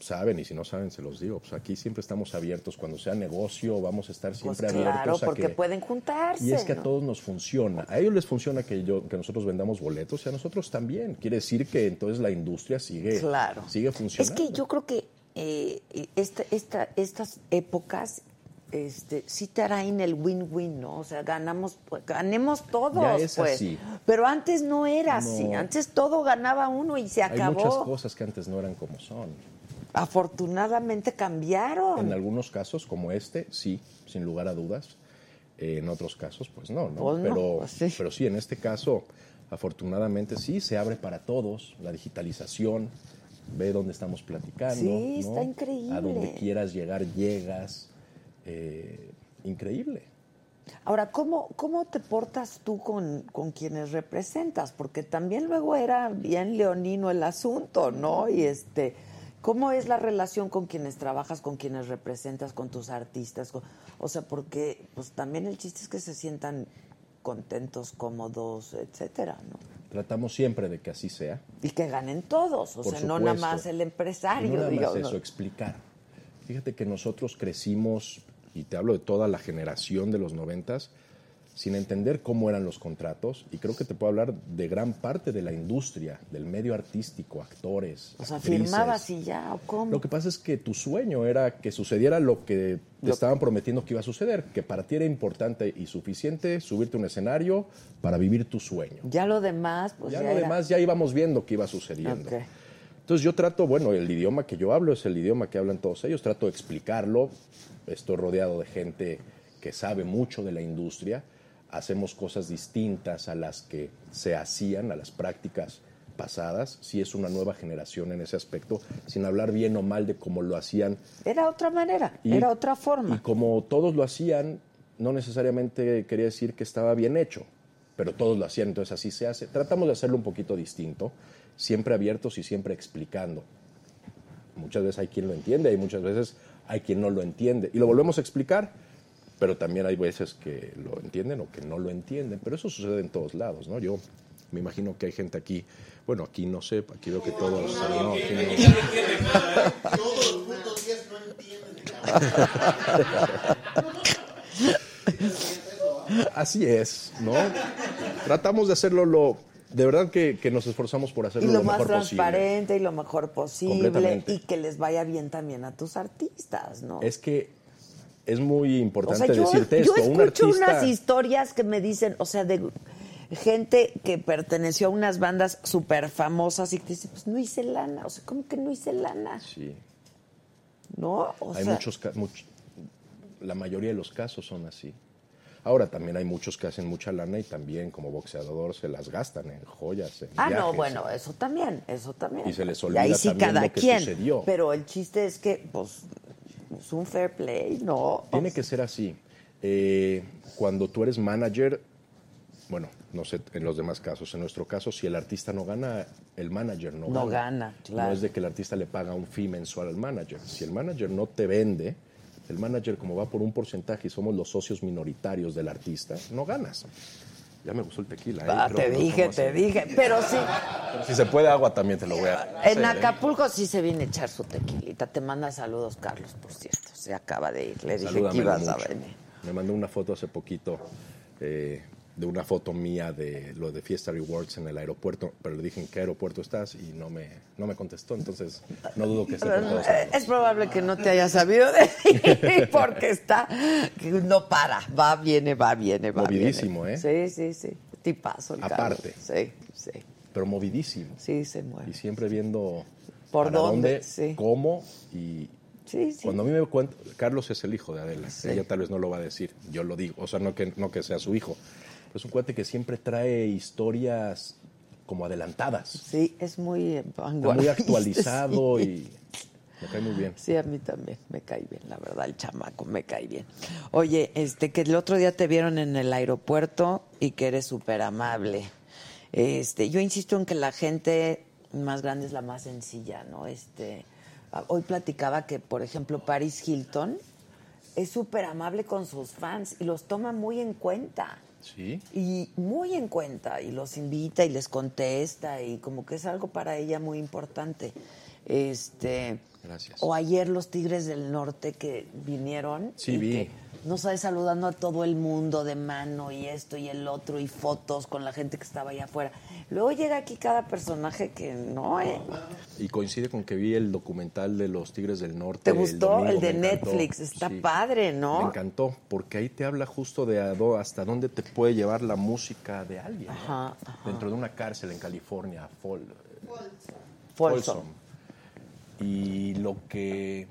F: saben y si no saben se los digo. Pues aquí siempre estamos abiertos. Cuando sea negocio vamos a estar
B: Pues
F: siempre
B: claro,
F: abiertos a
B: porque
F: que-
B: pueden juntarse.
F: y es que a
B: ¿no?
F: todos nos funciona. A ellos les funciona que, yo, que nosotros vendamos boletos y a nosotros también. Quiere decir que entonces la industria sigue,
B: Claro.
F: sigue funcionando.
B: Es que yo creo que eh, esta- esta- estas épocas este, sí traen el win-win, ¿no? O sea, ganamos, pues, ganemos todos,
F: Ya es
B: pues.
F: así.
B: Pero antes no era así.
F: No.
B: Antes todo ganaba uno y se
F: Hay muchas
B: acabó.
F: cosas que antes no eran como son.
B: Afortunadamente cambiaron.
F: En algunos casos, como este, sí, sin lugar a dudas. Eh, en otros casos, pues no, ¿no?
B: Pues no,
F: pero,
B: pues sí.
F: pero sí, en este caso, afortunadamente sí, se abre para todos la digitalización. Ve dónde estamos platicando.
B: Sí,
F: ¿no?
B: está increíble.
F: A donde quieras llegar, llegas. Eh, increíble.
B: Ahora, ¿cómo, ¿cómo te portas tú con, con quienes representas? Porque también luego era bien leonino el asunto, ¿no? Y este, ¿cómo es la relación con quienes trabajas, con quienes representas, con tus artistas? Con- o sea, porque pues también el chiste es que se sientan contentos, cómodos, etcétera, ¿no?
F: Tratamos siempre de que así sea.
B: Y que ganen todos, o
F: Por
B: sea, no nada
F: supuesto.
B: más el
F: Y
B: empresario.
F: no nada más
B: digo,
F: eso,
B: ¿no?
F: explicar. Fíjate que nosotros crecimos, y te hablo de toda la generación de los noventas, sin entender cómo eran los contratos, y creo que te puedo hablar de gran parte de la industria, del medio artístico, actores.
B: O sea,
F: actrices.
B: firmabas y ya, ¿o cómo?
F: Lo que pasa es que tu sueño era que sucediera lo que te estaban prometiendo que iba a suceder, que para ti era importante y suficiente subirte a un escenario para vivir tu sueño.
B: Ya lo demás, pues
F: ya
B: ya,
F: lo
B: era.
F: demás ya íbamos viendo que iba sucediendo.
B: Ok.
F: Entonces yo trato, bueno, el idioma que yo hablo es el idioma que hablan todos ellos, trato de explicarlo, estoy rodeado de gente que sabe mucho de la industria, hacemos cosas distintas a las que se hacían, a las prácticas pasadas, si es una nueva generación en ese aspecto, sin hablar bien o mal de cómo lo hacían
B: Era otra manera,
F: y-
B: era otra
F: Y
B: forma.
F: como todos lo hacían, no necesariamente quería decir que estaba bien hecho, pero todos lo hacían, entonces así se hace. Tratamos de hacerlo un poquito distinto, siempre abiertos y siempre explicando. Muchas veces hay quien lo entiende y muchas veces hay quien no lo entiende. Y lo volvemos a explicar, pero también hay veces que lo entienden o que no lo entienden. Pero eso sucede en todos lados, ¿no? Yo me imagino que hay gente aquí, bueno, aquí no sé, aquí veo que todos... no, aquí no. Así es, ¿no? Tratamos de hacerlo lo... De verdad que, que nos esforzamos por
B: Y
F: hacerlo
B: lo,
F: lo,
B: más
F: mejor posible.
B: transparente y lo mejor posible.
F: Completamente.
B: Y que les vaya bien también a tus artistas, ¿no?
F: Es que es muy
B: o
F: importante
B: sea, yo,
F: decirte
B: yo
F: esto. un
B: escucho
F: artista-
B: unas historias que me dicen, o sea, de gente que perteneció a unas bandas súper famosas y que dice, pues no hice lana. O sea, ¿cómo que no hice lana?
F: Sí,
B: ¿No? O
F: hay
B: sea,
F: muchos ca- much- la mayoría de los casos son así. Ahora también hay muchos que hacen mucha lana y también como boxeador se las gastan en joyas, en
B: Ah, no,
F: viajes.
B: bueno, eso también, eso también.
F: Y se les
B: Y ahí
F: olvida
B: sí
F: también
B: cada
F: lo que
B: quien.
F: sucedió.
B: Pero el chiste es que, pues, es un fair play, ¿no?
F: Tiene que ser así. Eh, cuando tú eres manager, bueno, no sé en los demás casos, en nuestro caso, si el artista no gana, el manager no,
B: No
F: gana.
B: gana, claro.
F: No es de que el artista le paga un fee mensual al manager. Si el manager no te vende, el manager como va por un porcentaje y somos los socios minoritarios del artista, no ganas. Ya me gustó el tequila. ¿eh?
B: Ah, te
F: Roberto,
B: dije,
F: ¿cómo
B: te
F: hace?
B: dije. Pero sí,
F: Si se puede agua también te lo voy a... hacer,
B: en
F: ¿eh?
B: Acapulco sí se viene a echar su tequilita. Te manda saludos, Carlos, por cierto. Se acaba de ir. Le dije que
F: Salúdamelo
B: ibas a
F: mucho.
B: venir.
F: Me mandó una foto hace poquito eh, de una foto mía de lo de Fiesta Rewards en el aeropuerto, pero le dije en qué aeropuerto estás y no me, no me contestó, entonces no dudo que esté por todos
B: Eh,
F: lados.
B: Es probable que no te haya sabido decir <laughs> porque está, que no para, va, viene, va, viene, va. viene.
F: Movidísimo, ¿eh?
B: Sí, sí, sí. Tipazo, el Carlos.
F: Aparte.
B: Sí, sí.
F: Pero movidísimo
B: Sí, se
F: y
B: mueve.
F: siempre viendo
B: ¿Por
F: para
B: dónde?
F: dónde,
B: Sí.
F: cómo y...
B: Sí, sí.
F: Cuando a mí me cuenta, Carlos es el hijo de Adela,
B: Sí.
F: ella tal vez no lo va a decir, yo lo digo, o sea, no que, no que sea su hijo, pero es un cuate que siempre trae historias como adelantadas.
B: Sí, es muy eh,
F: Está muy
B: <laughs> vanguardista,
F: actualizado
B: sí.
F: y me cae muy bien.
B: Sí, a mí también me cae bien, la verdad, el chamaco me cae bien. Oye, este que el otro día te vieron en el aeropuerto y que eres súper amable. Este, yo insisto en que la gente más grande es la más sencilla, ¿no? Este, a- hoy platicaba que, por ejemplo, Paris Hilton es súper amable con sus fans y los toma muy en cuenta.
F: Sí.
B: y muy en cuenta y los invita y les contesta y como que es algo para ella muy importante. Este,
F: Gracias.
B: O ayer los Tigres del Norte que vinieron
F: Sí,
B: y
F: vi.
B: que no sabes saludando a todo el mundo de mano y esto y el otro y fotos con la gente que estaba allá afuera. Luego llega aquí cada personaje que no, ¿eh?
F: Y coincide con que vi el documental de los Tigres del Norte.
B: ¿Te gustó? El de
F: me encantó.
B: Netflix, está padre, ¿no?
F: Me encantó, porque ahí te habla justo de a dó- hasta dónde te puede llevar la música de alguien. ¿no?
B: Ajá, ajá.
F: Dentro de una cárcel en California, Fol-
B: Folsom.
F: Folsom. Y lo que.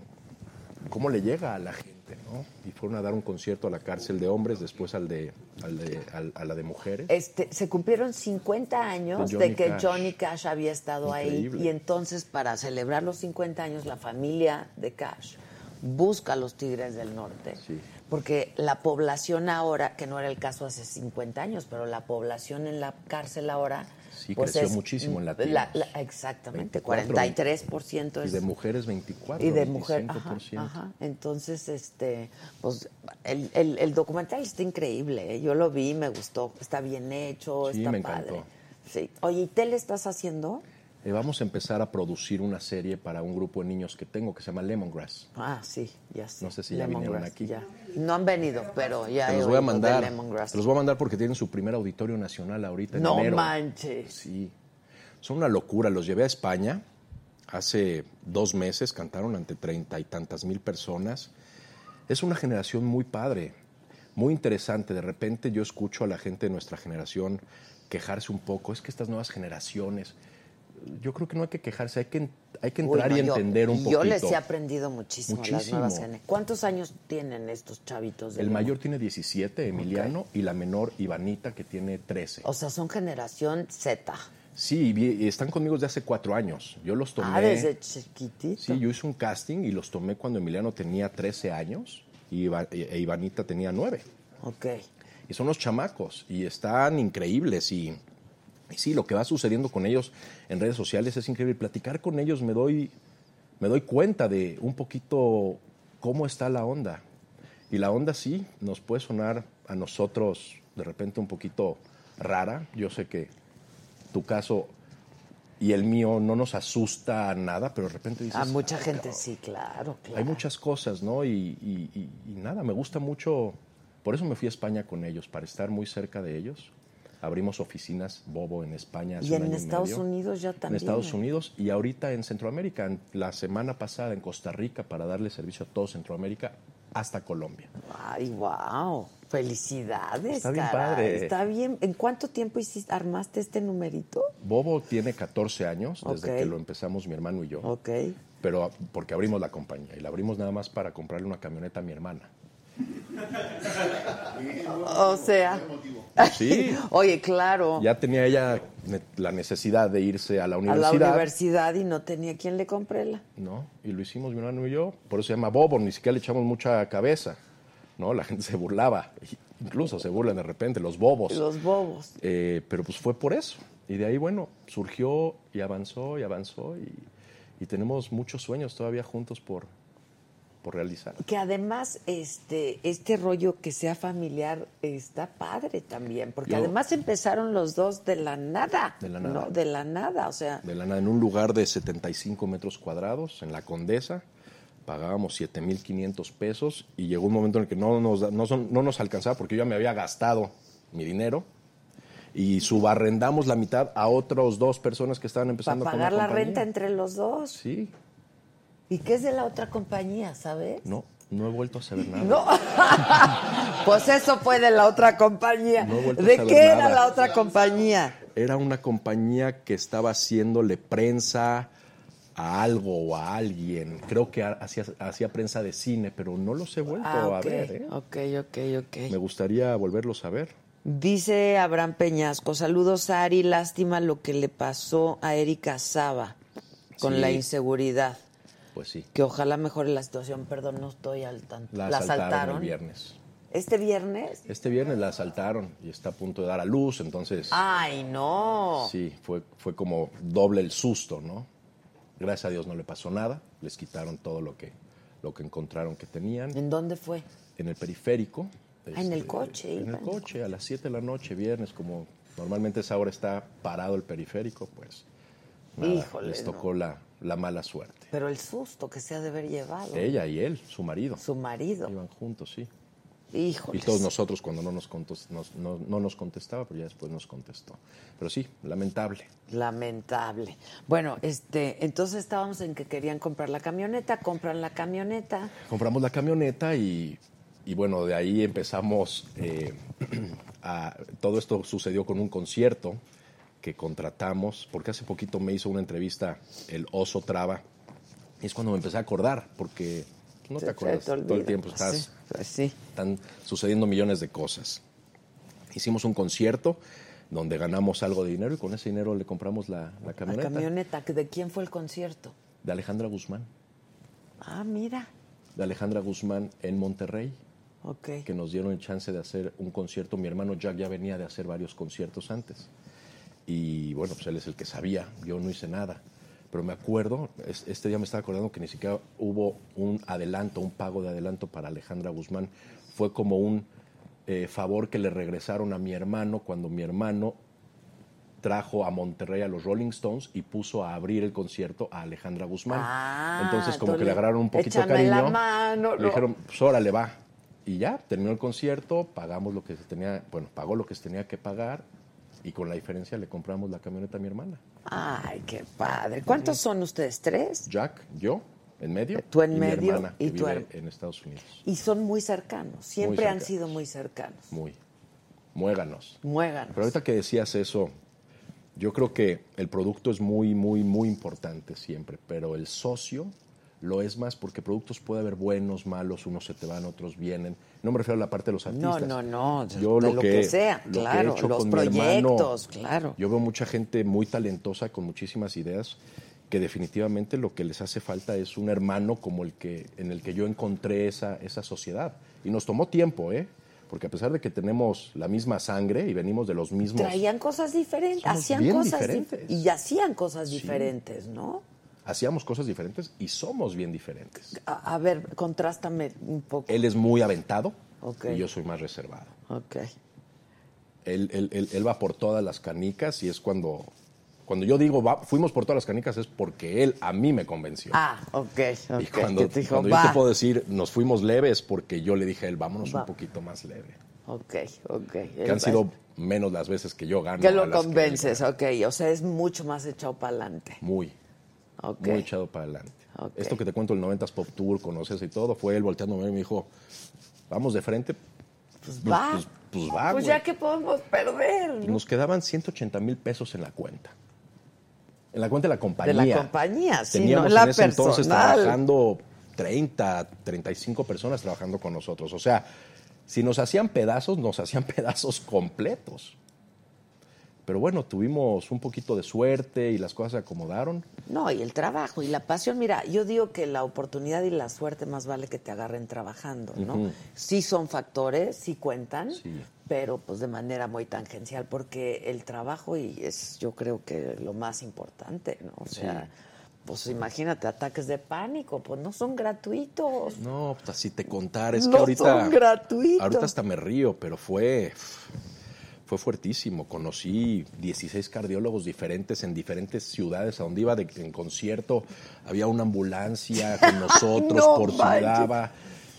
F: ¿Cómo le llega a la gente, no? Y fueron a dar un concierto a la cárcel de hombres, después al de, al de- al- a la de mujeres.
B: Este, se cumplieron 50 años
F: De
B: de,
F: Johnny
B: que
F: Cash.
B: Johnny Cash había estado
F: Increíble.
B: ahí y entonces para celebrar los 50 años la familia de Cash busca a los Tigres del Norte.
F: Sí.
B: Porque la población ahora, que no era el caso hace 50 años, pero la población en la cárcel ahora pues
F: Sí, creció muchísimo en latinos.
B: la- la- exactamente,
F: 24,
B: 43% es
F: Y de mujeres 24.
B: y de mujer,
F: 25%.
B: ajá, ajá. Entonces, este, pues, el, el- el documental está increíble. ¿eh? Yo lo vi, me gustó, está bien hecho,
F: Sí,
B: está
F: me
B: padre.
F: encantó.
B: Sí. Oye, ¿y tele estás haciendo?
F: Eh, vamos a empezar a producir una serie para un grupo de niños que tengo que se llama Lemongrass.
B: Ah, sí, ya sé.
F: No sé si ya vinieron
B: Lemongrass,
F: aquí.
B: ya. No han venido, pero ya
F: Te
B: he
F: los voy a
B: oído de
F: mandar.
B: Lemongrass.
F: Te los voy a mandar porque tienen su primer auditorio nacional ahorita en
B: No
F: enero.
B: manches.
F: Sí. Son una locura. Los llevé a España hace dos meses, cantaron ante treinta y tantas mil personas. Es una generación muy padre, muy interesante. De repente yo escucho a la gente de nuestra generación quejarse un poco. Es que estas nuevas generaciones. Yo creo que no hay que quejarse, hay que, hay que
B: Uy,
F: entrar
B: no,
F: y
B: yo-
F: entender un
B: Yo
F: poquito.
B: les he aprendido muchísimo, a las
F: Muchísimo.
B: nuevas generaciones. ¿Cuántos años tienen estos chavitos? de
F: El
B: Lemon?
F: mayor tiene 17, Emiliano, y la menor, Ivanita, que tiene 13.
B: O sea, son generación Z.
F: Sí, vi- están conmigo desde hace cuatro años. Yo los tomé.
B: Ah, desde chiquitito.
F: Sí, yo hice un casting y los tomé cuando Emiliano tenía 13 años y Iva- e Ivanita tenía 9.
B: Ok.
F: Y son los chamacos y están increíbles y, y sí, lo que va sucediendo con ellos en redes sociales es increíble. Platicar con ellos me doy, me doy cuenta de un poquito cómo está la onda. Y la onda sí nos puede sonar a nosotros de repente un poquito rara. Yo sé que tu caso y el mío no nos asusta nada, pero de repente dices...
B: A mucha
F: "Ay,
B: gente
F: cabrón".
B: sí, claro, claro.
F: Hay muchas cosas, ¿no? Y, y- y- y nada, me gusta mucho. Por eso me fui a España con ellos, para estar muy cerca de ellos. Abrimos oficinas Bobo en España. hace
B: Y
F: un
B: en
F: año
B: Estados
F: medio.
B: Unidos ya también. ¿eh?
F: En Estados Unidos y ahorita en Centroamérica. En- La semana pasada en Costa Rica para darle servicio a todo Centroamérica hasta Colombia.
B: Ay, wow. Felicidades.
F: Está bien
B: caray.
F: padre.
B: Está bien. ¿En cuánto tiempo hiciste, armaste este numerito?
F: Bobo tiene 14 años desde
B: Ok.
F: que lo empezamos mi hermano y yo.
B: Ok.
F: Pero ah, porque abrimos la compañía y la abrimos nada más para comprarle una camioneta a mi
B: <laughs>
F: hermana.
B: O sea.
F: Sí.
B: Oye, claro.
F: Ya tenía ella ne- la necesidad de irse a la
B: a la
F: universidad.
B: universidad y no tenía quien le compre la.
F: ¿no? Y lo hicimos mi hermano y yo, por eso se llama Bobo, ni siquiera le echamos mucha cabeza, ¿no? La gente se burlaba, incluso se burlan de repente, los bobos.
B: Los bobos.
F: Eh, pero pues fue por eso. Y de ahí, bueno, surgió y avanzó y avanzó y, y tenemos muchos sueños todavía juntos por, por realizar.
B: Que además este, este rollo que sea familiar está padre también, porque
F: Yo-
B: además empezaron los dos de la nada.
F: De la nada.
B: ¿no? De la nada, o sea,
F: De la nada, en un lugar de 75 metros cuadrados, en la Condesa, pagábamos 7.500 pesos y llegó un momento en el que no nos, da- no, son- no nos alcanzaba porque yo ya me había gastado mi dinero y subarrendamos la mitad a otros dos personas que estaban
B: para
F: empezando con
B: pagar la
F: compañía.
B: renta entre los dos.
F: Sí,
B: ¿Y qué es de la otra compañía, sabes?
F: no, no he vuelto a saber nada.
B: No. <laughs> pues eso fue de la otra compañía.
F: No he vuelto a
B: ¿De
F: saber
B: qué era
F: nada.
B: la otra compañía?
F: Era una compañía que estaba haciéndole prensa a algo o a alguien. Creo que ha- hacía, hacía prensa de cine, pero no los he vuelto
B: Ah,
F: a
B: ok,
F: ver. ¿eh?
B: ok, ok, ok.
F: Me gustaría volverlos a ver.
B: Dice Abraham Peñasco, saludos Ari, lástima lo que le pasó a Erika Saba con
F: Sí.
B: la inseguridad,
F: Pues sí.
B: que ojalá mejore la situación, perdón, no estoy al tanto.
F: La,
B: ¿La
F: asaltaron,
B: asaltaron?
F: el viernes.
B: ¿Este viernes?
F: Este viernes la asaltaron y está a punto de dar a luz, entonces
B: Ay, Ah, no.
F: sí, fue, fue como doble el susto, ¿no? Gracias a Dios no le pasó nada, les quitaron todo lo que, lo que encontraron que tenían
B: ¿En dónde fue?
F: en el periférico. este,
B: Ah, en el coche,
F: En
B: iban.
F: el coche, a las 7 de la noche, viernes, como normalmente a esa hora está parado el periférico, pues nada,
B: Híjole,
F: les
B: no.
F: tocó la, la mala suerte.
B: Pero el susto que se ha de haber llevado.
F: Ella y él, su marido,
B: Su marido.
F: iban juntos, sí. Y
B: Híjole.
F: todos nosotros cuando no nos, contos- nos- no, no nos contestaba, pero ya después nos contestó. Pero sí, lamentable.
B: Lamentable. Bueno, este, entonces estábamos en que querían comprar la camioneta, compran la camioneta.
F: Compramos la camioneta y, y bueno, de ahí empezamos. eh, <clears throat> a- todo esto sucedió con un concierto que contratamos, porque hace poquito me hizo una entrevista el Oso Traba. Y es cuando me empecé a acordar, porque no
B: Se-
F: te,
B: se
F: acuerdas.
B: te
F: todo el
B: olvida.
F: tiempo
B: Pues
F: estás
B: sí, pues sí.
F: están sucediendo millones de cosas. Hicimos un concierto donde ganamos algo de dinero y con ese dinero le compramos la, la
B: La
F: camioneta
B: camioneta, que ¿de quién fue el concierto?
F: de Alejandra Guzmán.
B: Ah, mira.
F: De Alejandra Guzmán en Monterrey,
B: Ok.
F: que nos dieron el chance de hacer un concierto. Mi hermano Jack ya venía de hacer varios conciertos antes. Y bueno, pues él es el que sabía, yo no hice nada. Pero me acuerdo, es- este día me estaba acordando que ni siquiera hubo un adelanto, un pago de adelanto para Alejandra Guzmán. Fue como un eh, favor que le regresaron a mi hermano cuando mi hermano trajo a Monterrey a los Rolling Stones y puso a abrir el concierto a Alejandra Guzmán.
B: Ah,
F: Entonces como que le
B: entonces,
F: agarraron un poquito de
B: échame
F: cariño.
B: la mano,
F: le
B: no.
F: dijeron, pues órale, va. Y ya, terminó el concierto, pagamos lo que se tenía, bueno, pagó lo que se tenía que pagar y con la diferencia le compramos la camioneta a mi hermana.
B: Ay, qué padre. ¿Cuántos son ustedes? ¿Tres?
F: Jack, yo, en medio.
B: Tú en
F: y Mi
B: medio
F: hermana,
B: y
F: que
B: tú
F: vive
B: en-
F: en Estados Unidos.
B: Y son muy cercanos. Siempre han
F: cercanos.
B: sido muy cercanos.
F: Muy. Muéganos.
B: Muéganos.
F: Pero ahorita que decías eso, yo creo que el producto es muy, muy, muy importante siempre, pero el socio lo es más porque productos puede haber buenos, malos, unos se te van, otros vienen. No me refiero a la parte de los artistas.
B: no, no, de-
F: Yo
B: de
F: lo,
B: lo
F: que,
B: que sea,
F: lo que he
B: claro,
F: hecho
B: los
F: con mi hermano,
B: proyectos, claro.
F: Yo veo mucha gente muy talentosa con muchísimas ideas que definitivamente lo que les hace falta es un hermano como el que en el que yo encontré esa esa sociedad y nos tomó tiempo, ¿eh? Porque a pesar de que tenemos la misma sangre y venimos de los mismos
B: Traían cosas diferentes,
F: Somos
B: hacían
F: bien
B: cosas
F: diferentes.
B: diferentes. Y hacían cosas diferentes, ¿no?
F: hacíamos cosas diferentes y somos bien diferentes.
B: A, a ver, contrástame un poco.
F: Él es muy aventado
B: Ok.
F: y yo soy más reservado.
B: Ok.
F: Él, él- él- él va por todas las canicas y es cuando, cuando yo digo va- fuimos por todas las canicas es porque él a mí me convenció.
B: Ah, ok. ok,
F: y cuando,
B: que te dijo,
F: cuando
B: va.
F: yo te puedo decir nos fuimos leves porque yo le dije a él vámonos
B: Va.
F: un poquito más leve.
B: Ok, ok.
F: Que han sido menos las veces que yo gano.
B: Que
F: a
B: lo
F: las él
B: convences,
F: gana.
B: ok. O sea, es mucho más echado para adelante.
F: Muy,
B: Ok.
F: muy echado para adelante.
B: Ok.
F: Esto que te cuento, el 90s Pop Tour, conoces y todo, fue él volteándome y me dijo, vamos de frente,
B: Pues
F: Pues-
B: va.
F: pues- pues va,
B: Pues
F: güey.
B: ya que podemos perder, ¿no?
F: Nos quedaban 180 mil pesos en la cuenta. En la cuenta de la
B: De
F: compañía.
B: la compañía, sí,
F: Teníamos
B: no la
F: en ese entonces
B: personal.
F: trabajando 30, 35 personas trabajando con nosotros. O sea, si nos hacían pedazos, nos hacían <laughs> pedazos completos. Pero bueno, tuvimos un poquito de suerte y las cosas se acomodaron.
B: No, y el trabajo y la pasión. Mira, yo digo que la oportunidad y la suerte más vale que te agarren trabajando, ¿no? Sí son factores, sí cuentan,
F: Sí.
B: pero pues de manera muy tangencial, porque el trabajo y es yo creo que lo más importante, ¿no? O sea, pues imagínate, ataques de pánico, pues no son gratuitos.
F: No, pues si te contar, es
B: No
F: que ahorita.
B: son gratuitos.
F: Ahorita hasta me río, pero fue. Fue fuertísimo. Conocí 16 cardiólogos diferentes en diferentes ciudades a donde iba de- en concierto. Había una ambulancia
B: <laughs>
F: con nosotros
B: No
F: por si
B: manches.
F: daba.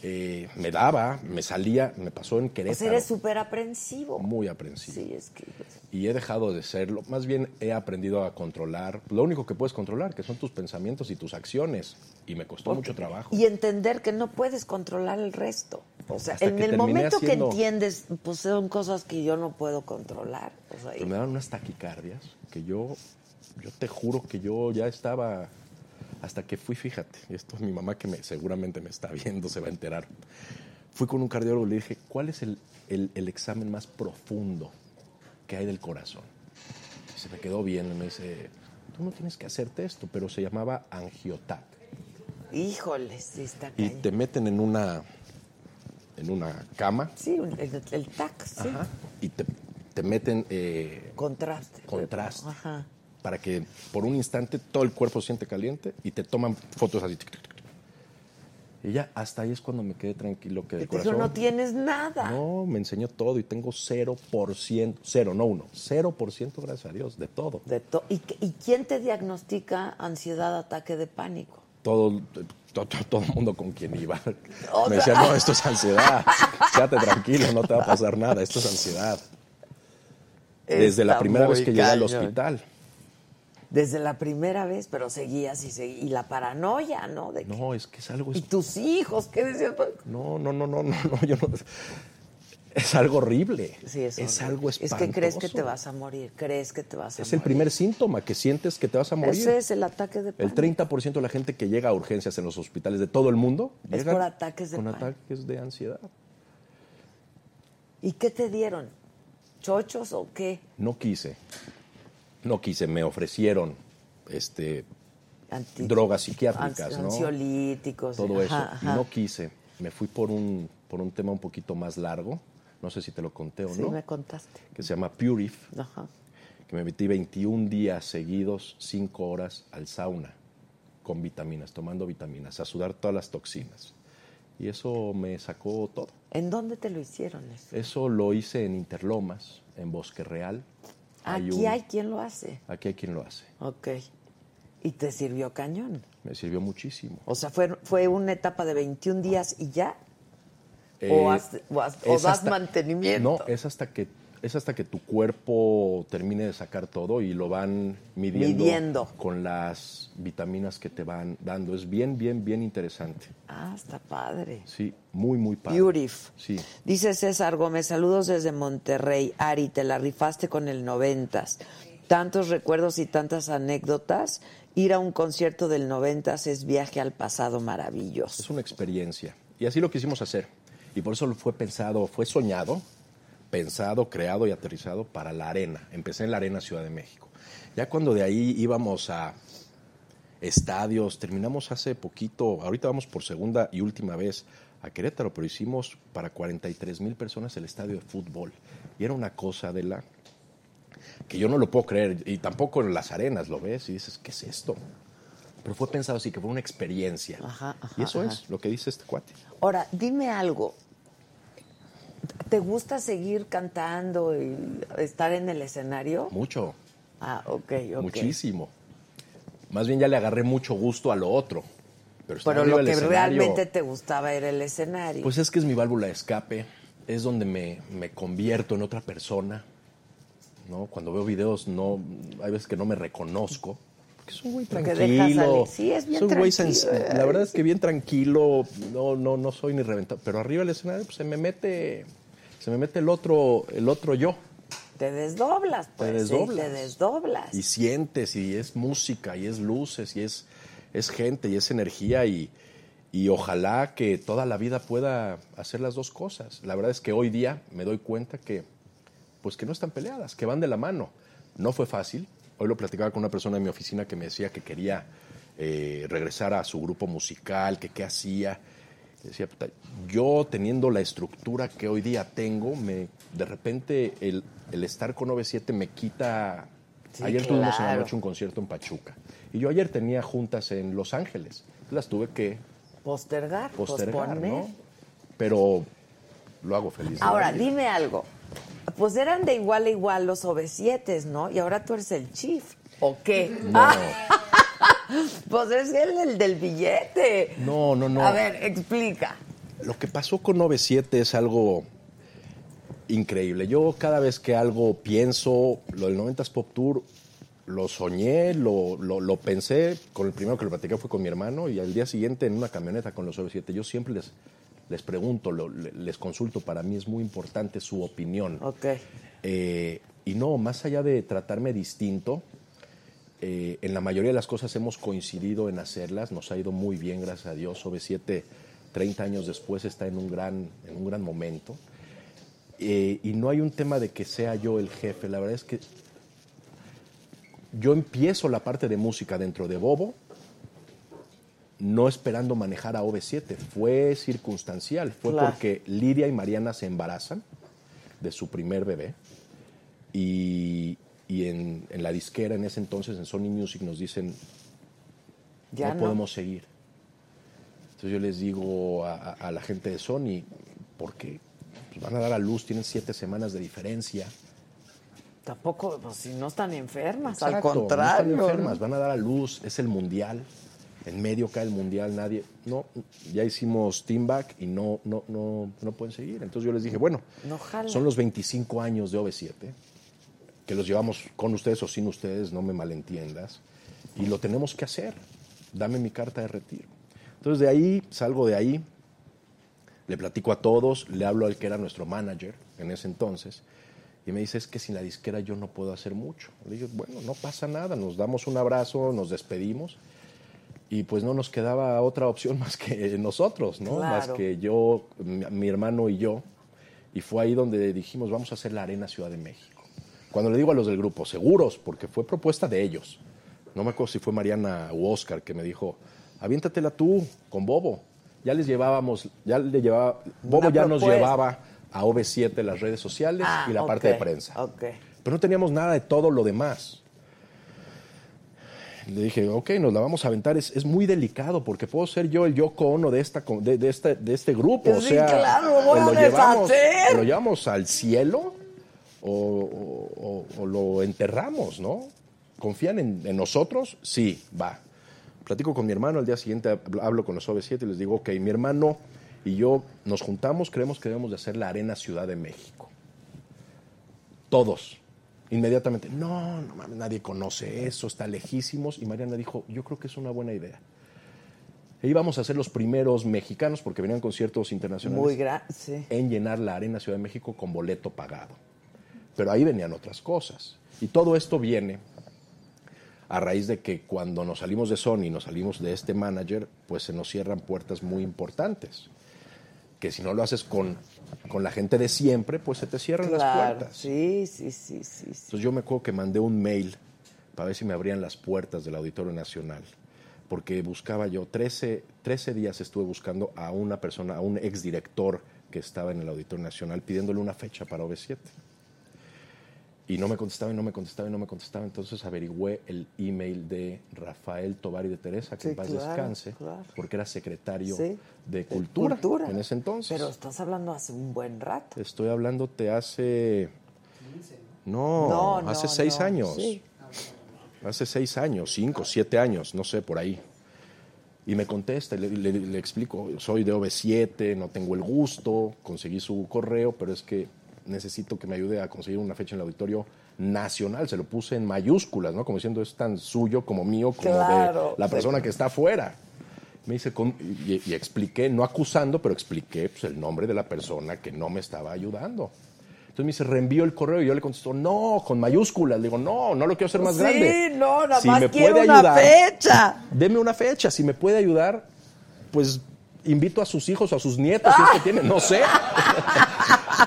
F: eh, me daba, me salía, me pasó en
B: Pues
F: Querétaro.
B: eres súper aprensivo.
F: muy aprensivo.
B: Sí, es que... pues,
F: Y he dejado de serlo. Más bien he aprendido a controlar lo único que puedes controlar, que son tus pensamientos y tus acciones. Y me costó mucho trabajo.
B: Y entender que no puedes controlar el resto. O sea,
F: Hasta
B: en
F: que
B: el
F: terminé
B: momento
F: haciendo-
B: que entiendes, pues son cosas que yo no puedo controlar. O sea,
F: Pero me daban unas taquicardias que yo, yo te juro que yo ya estaba, hasta que fui, fíjate, y esto es mi mamá que me, seguramente me está viendo, se va a enterar. Fui con un cardiólogo y le dije, ¿cuál es el, el- el examen más profundo que hay del corazón? Y se me quedó bien, y me dice, tú no tienes que hacerte esto, pero se llamaba angiotac.
B: híjole, sí está
F: Y
B: cañón.
F: te meten en una, en una cama
B: Sí, un- el, el tac, sí.
F: ajá, y te, te meten... eh,
B: Contraste.
F: contraste.
B: Ajá.
F: Para que por un instante todo el cuerpo se siente caliente y te toman fotos así. tic, tic, tic, tic. Y ya hasta ahí es cuando me quedé tranquilo que
B: Que
F: el
B: te dijo,
F: corazón.
B: no tienes nada.
F: No, me enseñó todo y tengo 0%, cero, no uno, 0% gracias a Dios, de todo.
B: De to- ¿Y, qué- ¿Y quién te diagnostica ansiedad, ataque de pánico?
F: Todo, to- to- todo el mundo con quien iba.
B: O
F: Me decía, no, esto es ansiedad. Quédate tranquilo, no te va a pasar nada, esto es ansiedad. Desde la
B: Está
F: primera
B: muy
F: vez que llegué al
B: cañón.
F: hospital.
B: Desde la primera vez, pero seguías y seguías. Y la paranoia, ¿no? De que-
F: No, pues es que es algo
B: y tus hijos, ¿qué decías?
F: No, no, no, no, no, no, yo no. Es algo horrible.
B: Sí, es, horrible.
F: algo
B: Es
F: espantoso.
B: que crees que te vas a morir, crees que te vas a
F: Es el
B: morir.
F: primer síntoma que sientes que te vas a morir.
B: Ese es el ataque de
F: El
B: pánico.
F: 30% de la gente que llega a urgencias en los hospitales de todo el mundo
B: Es
F: llegan
B: por ataques de
F: con
B: pánico.
F: ataques de ansiedad.
B: ¿Y qué te dieron? ¿Chochos o qué?
F: No quise. No quise, me ofrecieron este
B: Anti-
F: drogas psiquiátricas,
B: ans-
F: ¿no?
B: Ansiolíticos.
F: Todo eso.
B: Ajá, ajá.
F: No quise. Me fui por un por un tema un poquito más largo. No sé si te lo conté o
B: Sí,
F: no.
B: me contaste.
F: Que se llama Purif.
B: Ajá.
F: que me metí 21 días seguidos, 5 horas al sauna, con vitaminas, tomando vitaminas, a sudar todas las toxinas. Y eso me sacó todo.
B: ¿En dónde te lo hicieron eso?
F: Eso lo hice en Interlomas, en Bosque Real,
B: Aquí
F: un-
B: hay quien lo hace.
F: Aquí hay quien lo hace.
B: Ok. Y te sirvió cañón.
F: Me sirvió muchísimo.
B: O sea, fue, fue una etapa de 21 días y ya.
F: Eh,
B: o, has- o has- o
F: es
B: das
F: hasta-
B: mantenimiento.
F: No, es hasta que es hasta que tu cuerpo termine de sacar todo y lo van midiendo,
B: Midiendo.
F: con las vitaminas que te van dando. Es bien, bien, bien interesante.
B: Ah, está padre.
F: Sí, muy, muy padre.
B: Beautif.
F: Sí.
B: Dice César Gómez, saludos desde Monterrey. Ari, te la rifaste con el noventas. Tantos recuerdos y tantas anécdotas. Ir a un concierto del noventas es viaje al pasado
F: Es
B: maravilloso.
F: una experiencia. Y así lo quisimos hacer. Y por eso fue pensado, fue soñado, pensado, creado y aterrizado para la arena. Empecé en la arena Ciudad de México. Ya cuando de ahí íbamos a estadios, terminamos hace poquito, ahorita vamos por segunda y última vez a Querétaro, pero hicimos para 43 mil personas el estadio de fútbol. Y era una cosa de la que yo no lo puedo creer, y tampoco en las arenas lo ves y dices, ¿qué es esto? Pero fue pensado así, que fue una experiencia.
B: Ajá, ajá,
F: y eso
B: ajá.
F: es lo que dice este cuate.
B: Ahora, dime algo. ¿Te gusta seguir cantando y estar en el escenario?
F: Mucho,
B: Ah, ok, ok.
F: muchísimo. Más bien ya le agarré mucho gusto a lo otro. Pero, estar
B: Pero
F: arriba
B: lo
F: del
B: que
F: escenario-
B: realmente te gustaba era el escenario.
F: Pues es que es mi válvula de escape, es donde me, me convierto en otra persona. ¿no? Cuando veo videos, no, hay veces que no me reconozco. Porque es un güey
B: Porque
F: tranquilo.
B: dejas al- sí, es bien
F: un güey
B: tranquilo, eh.
F: senc-
B: ¿verdad?
F: La verdad es que bien tranquilo, no, no, no soy ni reventado. Pero arriba del escenario pues, se me mete, se me mete el otro, el otro yo.
B: te desdoblas, pues. sí,
F: desdoblas.
B: te desdoblas.
F: Y sientes, y es música, y es luces, y es, es gente, y es energía, y, y ojalá que toda la vida pueda hacer las dos cosas. La verdad es que hoy día me doy cuenta que, pues que no están peleadas, que van de la mano. No fue fácil. Hoy lo platicaba con una persona de mi oficina que me decía que quería eh, regresar a su grupo musical, que qué hacía. Y Decía, "Puta, yo teniendo la estructura que hoy día tengo, me, de repente el, el estar con OV7 me quita...
B: Sí,
F: ayer tuvimos en la
B: claro.
F: noche un concierto en Pachuca. Y yo ayer tenía juntas en Los Ángeles. Las tuve que
B: postergar,
F: postergar,
B: posponer.
F: ¿no? Pero lo hago feliz. de la
B: Ahora,
F: vida.
B: dime algo. Pues eran de igual a igual los OV7, ¿no? Y ahora tú eres el chief. ¿O qué? Ah,
F: No.
B: <laughs> pues es el, el del billete.
F: No, no, no.
B: A ver, explica.
F: Lo que pasó con 97 es algo increíble. Yo cada vez que algo pienso, lo del 90s Pop Tour, lo soñé, lo, lo- lo pensé. Con el primero que lo platiqué fue con mi hermano y al día siguiente en una camioneta con los 97. Yo siempre les, les pregunto, lo- le- les consulto. Para mí es muy importante su opinión.
B: Ok.
F: Eh, y no, más allá de tratarme distinto, eh, en la mayoría de las cosas hemos coincidido en hacerlas, nos ha ido muy bien, gracias a Dios. OV7, 30 años después, está en un gran, en un gran momento. Eh, y no hay un tema de que sea yo el jefe, la verdad es que yo empiezo la parte de música dentro de Bobo, no esperando manejar a OV7, fue circunstancial, fue
B: Claro.
F: porque Lidia y Mariana se embarazan de su primer bebé. Y, y en, en la disquera, en ese entonces, en Sony Music, nos dicen,
B: Ya
F: no,
B: no.
F: podemos seguir. Entonces yo les digo a, a- a la gente de Sony, ¿por qué? Pues van a dar a luz, tienen siete semanas de diferencia.
B: Tampoco, pues si no están enfermas, al
F: Exacto, no están
B: contrario.
F: enfermas, van a dar a luz, es el mundial. En medio cae el mundial, nadie. No, ya hicimos team back y no, no, no, no pueden seguir. Entonces yo les dije, bueno,
B: No jala.
F: son los 25 años de OV7, que los llevamos con ustedes o sin ustedes, no me malentiendas, y lo tenemos que hacer. Dame mi carta de retiro. Entonces de ahí, salgo de ahí, le platico a todos, le hablo al que era nuestro manager en ese entonces, y me dice, es que sin la disquera yo no puedo hacer mucho. Le digo, bueno, no pasa nada, nos damos un abrazo, nos despedimos, y pues no nos quedaba otra opción <laughs> más que nosotros, ¿no? Más
B: Claro.
F: que yo, mi, mi hermano y yo, y fue ahí donde dijimos, vamos a hacer la Arena Ciudad de México. Cuando le digo a los del grupo, seguros, porque fue propuesta de ellos. No me acuerdo si fue Mariana u Oscar que me dijo, aviéntatela tú con Bobo. Ya les llevábamos, ya le llevaba, Bobo ya nos
B: propuesta.
F: llevaba a OV7 las redes sociales
B: Ah,
F: y la parte de
B: ok,
F: prensa.
B: Ok.
F: Pero no teníamos nada de todo lo demás. Le dije, ok, nos la vamos a aventar. Es, es muy delicado porque puedo ser yo el Yoko Ono de, esta, co- de, de este, de este grupo. O
B: Sí,
F: sea,
B: claro, voy
F: o
B: a
F: lo llevamos-
B: deshacer.
F: o lo llevamos al cielo o, o- o- o lo enterramos, ¿no? ¿Confían en, en nosotros? Sí, va. Platico con mi hermano, al día siguiente hablo- hablo con los OV7 y les digo, ok, mi hermano y yo nos juntamos, creemos que debemos de hacer la Arena Ciudad de México. Todos. Inmediatamente, no, no mames, nadie conoce eso, está lejísimos. Y Mariana dijo, yo creo que es una buena idea. E íbamos a ser los primeros mexicanos, porque venían conciertos internacionales
B: Muy grande, sí.
F: en llenar la Arena Ciudad de México con boleto pagado. Pero ahí venían otras cosas. Y todo esto viene a raíz de que cuando nos salimos de Sony, nos salimos de este manager, pues se nos cierran puertas muy importantes. Que si no lo haces con, con la gente de siempre, pues se te cierran las
B: Claro,
F: puertas.
B: sí, sí, sí, sí. sí.
F: Entonces yo me acuerdo que mandé un mail para ver si me abrían las puertas del Auditorio Nacional, porque buscaba yo, 13, 13 días estuve buscando a una persona, a un exdirector que estaba en el Auditorio Nacional, pidiéndole una fecha para OV7. Y no me contestaba, y no me contestaba, y no me contestaba. Entonces averigüé el email de Rafael Tobar y de Teresa, que
B: Sí,
F: en paz
B: claro,
F: descanse,
B: claro.
F: porque era secretario
B: Sí.
F: de cultura,
B: Cultura.
F: en ese entonces.
B: Pero estás hablando hace un buen rato.
F: Estoy hablando te hace... No,
B: No, no,
F: hace seis
B: no,
F: años.
B: sí.
F: Hace seis años, cinco, siete años, no sé, por ahí. Y me contesta, y le, le- le explico, soy de OV7, no tengo el gusto, conseguí su correo, pero es que necesito que me ayude a conseguir una fecha en el auditorio nacional. Se lo puse en mayúsculas, ¿no? Como diciendo, es tan suyo como mío, como
B: Claro.
F: de la persona que está afuera. Me dice, con- y, y expliqué, no acusando, pero expliqué pues, el nombre de la persona que no me estaba ayudando. Entonces me dice, reenvío el correo y yo le contesto, no, con mayúsculas. Le digo, no, no lo quiero hacer más
B: sí,
F: grande.
B: no, nada
F: Si
B: más
F: me
B: quiero
F: puede
B: una
F: ayudar,
B: fecha.
F: Deme una fecha, si me puede ayudar, pues invito a sus hijos o a sus nietos, si es que tienen, no sé. <laughs>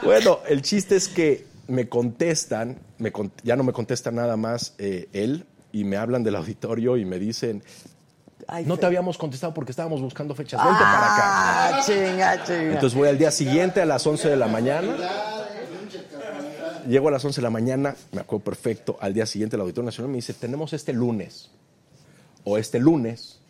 F: bueno, el chiste es que me contestan, me con- ya no me contesta nada más eh, él, y me hablan del auditorio y me dicen,
B: Ay,
F: no te
B: fe-
F: habíamos contestado porque estábamos buscando fechas, vente para acá.
B: Ah, chinga, chinga.
F: Entonces voy al día siguiente a las 11 de la mañana. Llego a las 11 de la mañana, me acuerdo perfecto, al día siguiente el Auditorio Nacional me dice, tenemos este lunes, o este lunes,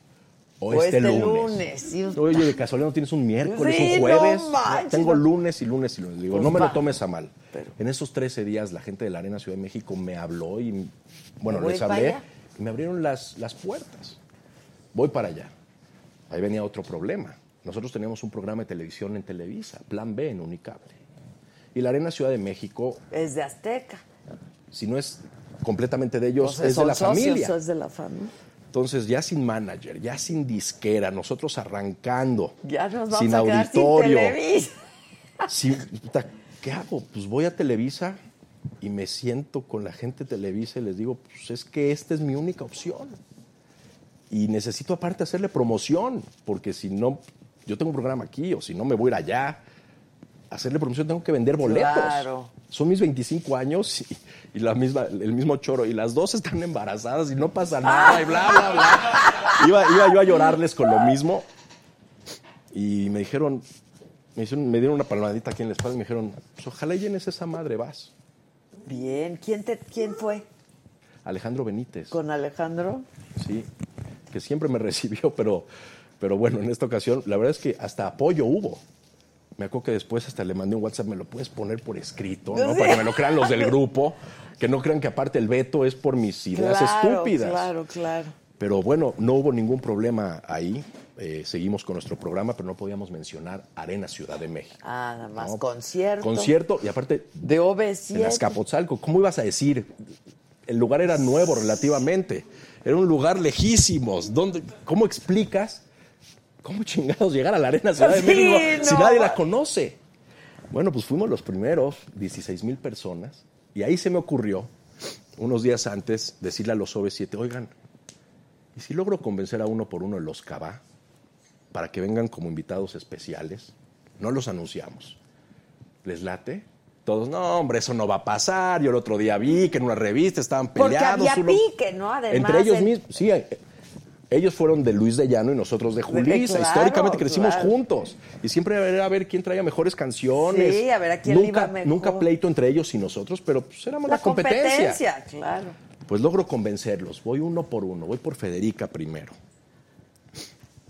F: o,
B: O
F: este,
B: este
F: lunes.
B: lunes, sí.
F: Oye, de casualidad no tienes un miércoles,
B: Sí, no
F: un jueves.
B: manches,
F: Tengo
B: no.
F: lunes y lunes y lunes. Digo,
B: Pues
F: no me
B: va.
F: lo tomes a mal.
B: Pero-
F: En esos 13 días la gente de la Arena Ciudad de México me habló y, bueno,
B: Voy
F: les
B: para
F: hablé
B: allá.
F: y me abrieron las, las puertas. Voy para allá. Ahí venía otro problema. Nosotros teníamos un programa de televisión en Televisa, Plan B en Unicable. Y la Arena Ciudad de México,
B: Es de Azteca.
F: si no es completamente de ellos,
B: Entonces,
F: es de
B: son
F: la
B: socios,
F: familia.
B: Es de la familia.
F: Entonces, ya sin manager, ya sin disquera, nosotros arrancando,
B: Ya nos vamos
F: sin
B: a quedar sin
F: auditorio,
B: Televisa.
F: Sí, puta, ¿qué hago? Pues voy a Televisa y me siento con la gente de Televisa y les digo, pues es que esta es mi única opción. Y necesito aparte hacerle promoción, porque si no, yo tengo un programa aquí, o si no me voy a ir allá, hacerle promoción tengo que vender boletos.
B: Claro.
F: Son mis 25 años y, y la misma, el mismo choro, y las dos están embarazadas y no pasa nada, y bla, bla, bla. Iba, iba yo a llorarles con lo mismo y me dijeron, me, hicieron- me dieron una palmadita aquí en la espalda y me dijeron, pues ojalá y llenes esa madre, vas.
B: Bien, ¿quién, te, quién fue?
F: Alejandro Benítez,
B: ¿Con Alejandro?
F: sí, que siempre me <laughs> recibió, pero, pero bueno, en esta ocasión, la verdad es que hasta apoyo hubo. Me acuerdo que después hasta le mandé un WhatsApp, me lo puedes poner por escrito, ¿no? Para que me lo crean
B: <laughs>
F: los del grupo, que no crean que aparte el veto es por mis ideas
B: claro,
F: estúpidas.
B: Claro, claro.
F: Pero bueno, no hubo ningún problema ahí. Eh, seguimos con nuestro programa, pero no podíamos mencionar Arena Ciudad de México.
B: Ah, nada más
F: No,
B: concierto.
F: Concierto y aparte
B: De
F: en
B: OB7.
F: Azcapotzalco. ¿Cómo ibas a decir? El lugar era nuevo relativamente. Era un lugar lejísimos. ¿Dónde, ¿Cómo explicas cómo chingados llegar a la Arena Ciudad
B: <laughs>
F: de
B: Sí,
F: México si
B: no.
F: nadie la conoce? Bueno, pues fuimos los primeros, 16 mil personas, y ahí se me ocurrió, unos días antes, decirle a los OV7, oigan, ¿y si logro convencer a uno por uno de los Cabá para que vengan como invitados especiales? No los anunciamos. ¿Les late? Todos, no, hombre, eso no va a pasar. Yo el otro día vi que en una revista estaban
B: Porque
F: peleados.
B: había
F: unos-
B: pique, ¿no? Además,
F: Entre ellos
B: el-
F: mismos, sí. eh, Ellos fueron de Luis de Llano y nosotros de Julisa.
B: claro,
F: Históricamente crecimos
B: claro.
F: juntos. Y siempre era a ver quién traía mejores canciones.
B: Sí, a ver a quién le
F: nunca,
B: iba mejor.
F: Nunca pleito entre ellos y nosotros, pero pues era más la, competencia.
B: claro.
F: Pues logro convencerlos. Voy uno por uno. Voy por Federica primero.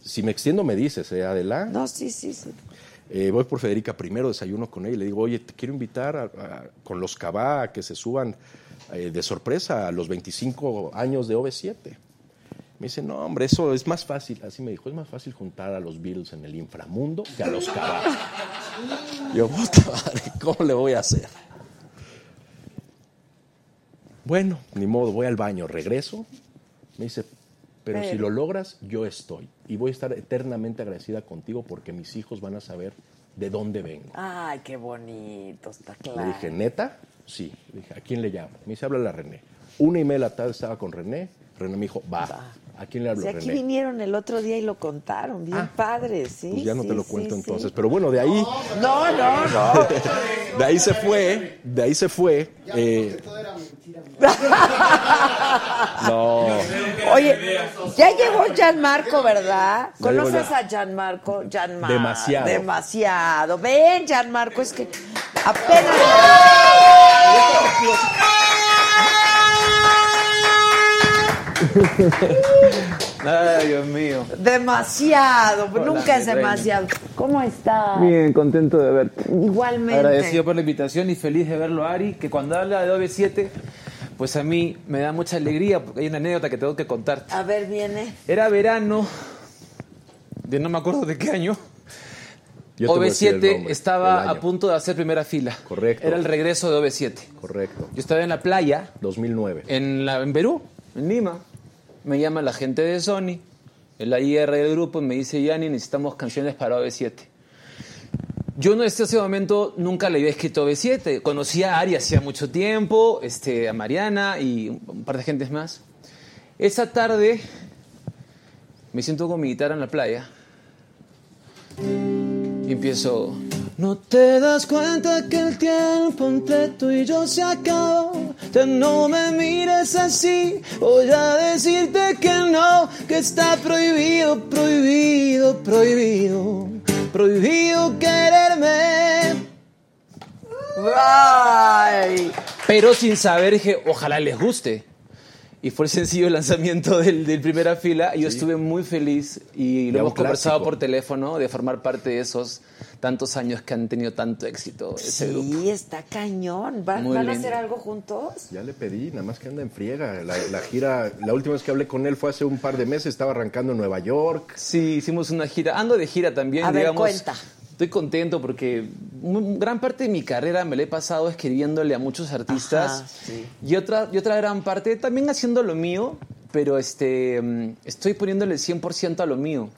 F: Si me extiendo, me dices, ¿eh, Adela?
B: No, sí, sí, sí.
F: Eh, voy por Federica primero, desayuno con ella y le digo, oye, te quiero invitar a- a- con los Cabá a que se suban eh, de sorpresa a los 25 años de OV7. Me dice, no, hombre, eso es más fácil. Así me dijo, es más fácil juntar a los Beatles en el inframundo que a los Cabá. Yo, puta madre, ¿cómo le voy a hacer? Bueno, ni modo, voy al baño, regreso. Me dice, pero, si lo logras, yo estoy. Y voy a estar eternamente agradecida contigo porque mis hijos van a saber de dónde vengo.
B: Ay, qué bonito, está
F: Le
B: claro.
F: dije, ¿neta? Sí. Le dije, ¿a quién le llamo? Me dice, háblale a René. Una y media de la tarde estaba con René. René me dijo, va. ¿A quién le hablo,
B: Sí, aquí
F: René? Ah.
B: vinieron el otro día y lo contaron, bien padre, sí.
F: Pues ya no
B: sí,
F: te lo
B: sí,
F: cuento
B: sí.
F: entonces. Pero bueno, de ahí...
B: No, no, no.
F: <laughs> de ahí se fue, de ahí se fue. eh, no,
B: Oye, ya llegó Gianmarco, ¿verdad?
F: Ya llegó
B: ¿Conoces
F: ya.
B: a Gianmarco? Gianmarco.
F: Demasiado.
B: Demasiado. Ven, Gianmarco, es que apenas.
G: Ay, Dios mío.
B: Demasiado,
G: Hola,
B: nunca
G: mi
B: es
G: reina.
B: demasiado. ¿Cómo estás?
G: Bien, contento de verte.
B: Igualmente.
G: Agradecido por la invitación y feliz de verlo, Ari, que cuando habla de OV7, pues a mí me da mucha alegría porque hay una anécdota que tengo que contarte.
B: A ver, viene.
G: Era verano de no me acuerdo de qué año.
F: yo te voy a decir el
G: OV7
F: nombre, el
G: estaba
F: año.
G: a punto de hacer primera fila.
F: Correcto.
G: Era el regreso de OV7.
F: Correcto.
G: Yo estaba en la playa,
F: 2009.
G: en, la, en Perú, en Lima. Me llama la gente de Sony, el IR del grupo, y me dice, Yanni, necesitamos canciones para OV7. Yo no, hasta ese momento nunca le había escrito OV7. Conocía a Ari hacía mucho tiempo, este, a Mariana y un- un par de gentes más. Esa tarde me siento con mi guitarra en la playa y empiezo... No te das cuenta que el tiempo entre tú y yo se acabó. Ya no me mires así. Voy a decirte que no, que está prohibido, prohibido, prohibido. Prohibido quererme.
B: ¡Ay!
G: Pero sin saber dije, ojalá les guste. Y fue el sencillo lanzamiento del, del primera fila. Y yo estuve muy feliz y
F: Ya
G: lo
F: un
G: hemos conversado
F: clásico.
G: por teléfono de formar parte de esos tantos años que han tenido tanto éxito. Ese grupo.
B: Sí, está cañón. ¿Van,
G: Muy
B: van a
G: lindo.
B: hacer algo juntos?
F: Ya le pedí, nada más que anda en friega. La, la gira, la última vez que hablé con él fue hace un par de meses, estaba arrancando en Nueva York.
G: Sí, hicimos una gira. Ando de gira también,
B: A ver,
G: digamos.
B: cuenta.
G: Estoy contento porque mu- gran parte de mi carrera me la he pasado escribiéndole a muchos artistas.
B: Ajá, sí.
G: y, otra, y otra gran parte también haciendo lo mío, pero este, mm, estoy poniéndole el 100% a lo mío.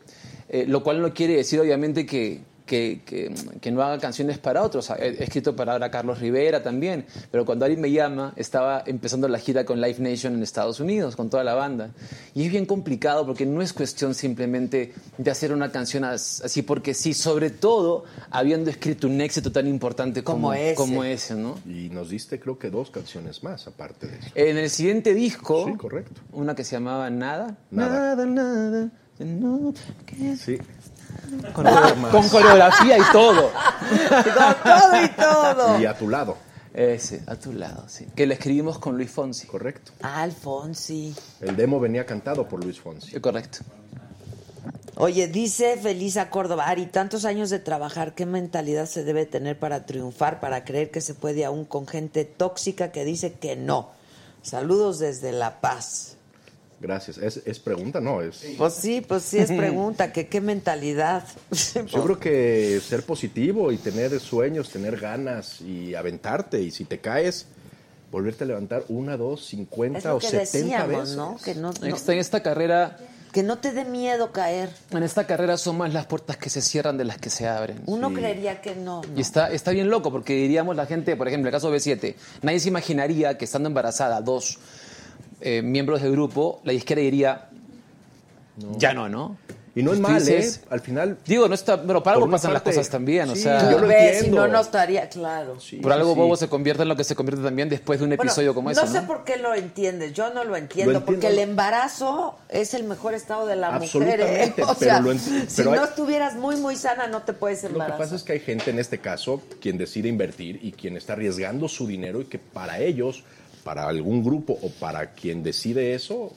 G: Eh, lo cual no quiere decir, obviamente, que, que, que, mm, que no haga canciones para otros. He, he escrito para ahora Carlos Rivera también. Pero cuando alguien me llama, estaba empezando la gira con Live Nation en Estados Unidos, con toda la banda. Y es bien complicado porque no es cuestión simplemente de hacer una canción as- así porque sí, sobre todo habiendo escrito un éxito tan importante como,
B: Como ese.
G: como ese, ¿no?
F: Y nos diste, creo que dos canciones más, aparte de eso.
G: En el siguiente disco,
F: Sí, correcto.
G: una que se llamaba Nada.
F: Nada.
G: nada, nada, no, que-
F: Sí.
G: con, con coreografía y todo.
B: Con todo y todo.
F: <laughs> Y a tu lado,
G: <laughs> Ese, a tu lado, sí. Que la escribimos con Luis Fonsi.
F: correcto.
B: Ah, Alfonsi.
F: El demo venía cantado por Luis Fonsi.
G: Sí, correcto.
B: Oye, dice Felisa Córdoba, Ari, tantos años de trabajar, ¿qué mentalidad se debe tener para triunfar, para creer que se puede aún con gente tóxica que dice que no? Saludos desde La Paz.
F: Gracias. ¿Es, es pregunta? No, es...
B: Pues sí, pues
F: <laughs>
B: sí es pregunta, que qué mentalidad.
F: Yo creo que ser positivo y tener sueños, tener ganas y aventarte. Y si te caes, volverte a levantar una,
B: <laughs>
F: dos,
B: es
F: cincuenta
B: lo
F: o
B: que
F: setenta
B: decíamos,
F: veces.
B: ¿no? Que no, no-
G: Esta- en esta carrera,
B: que no te dé miedo caer.
G: en esta carrera son más las puertas que se cierran de las que se abren.
B: Uno creería que no.
G: Y
B: no.
G: está, está bien loco, porque diríamos la gente, por ejemplo, el caso B7, nadie se imaginaría que estando embarazada dos eh, miembros del grupo, la izquierda diría, ya no, ¿no?
F: Y no es
G: Y tú
F: mal,
G: dices-
F: ¿eh? Al final...
G: Digo, no está, pero para
F: Por
G: algo
F: una
G: pasan las
F: parte,
G: cosas también, o
F: sí,
G: sea,
F: yo lo
B: Ve, si no,
F: entiendo.
B: no estaría claro.
F: Sí,
G: por algo
F: sí,
G: bobo
F: sí.
G: se convierte en lo que se convierte también después de un
B: Bueno,
G: episodio como
B: no
G: ese,
B: sé por qué lo entiendes, yo no lo entiendo,
F: Lo entiendo.
B: porque el embarazo es el mejor estado de la mujer. ¿eh? <laughs>
F: Absolutamente,
B: O
F: pero
B: sea,
F: lo enti-
B: si
F: pero hay-
B: no estuvieras muy, muy sana, no te puedes
F: Lo que pasa
B: embarazar.
F: es que hay gente en este caso quien decide invertir y quien está arriesgando su dinero y que para ellos, para algún grupo o para quien decide eso,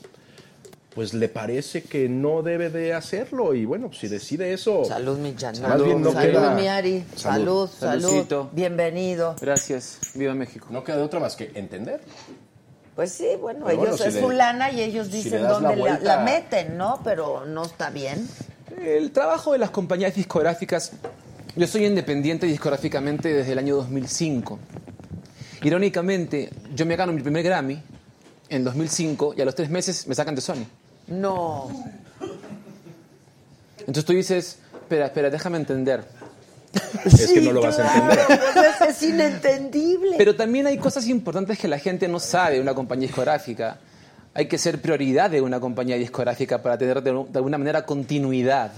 F: pues le parece que no debe de hacerlo. Y bueno, si decide eso,
B: Salud, mi Chanel.
F: Más bien no
B: salud,
F: queda-
B: mi Ari. Salud,
F: Salud.
B: salud.
G: Saludcito.
B: Bienvenido.
G: Gracias. Viva México.
F: no queda de otra más que entender.
B: Pues sí, bueno,
F: Pero
B: ellos
F: bueno, si
B: es
F: le-
B: su lana y ellos
F: si le
B: dicen
F: das la
B: dónde la,
F: vuelta-
B: la meten, ¿no? Pero no está bien.
G: El trabajo de las compañías discográficas, yo soy independiente discográficamente desde el año 2005. Irónicamente, yo me gano mi primer Grammy en 2005 y a los tres meses me sacan de Sony.
B: No.
G: Entonces tú dices, espera, espera, déjame entender.
F: Es que no lo vas a entender.
B: Pues eso es inentendible.
G: Pero también hay cosas importantes que la gente no sabe de una compañía discográfica. Hay que ser prioridad de una compañía discográfica para tener de, de alguna manera continuidad.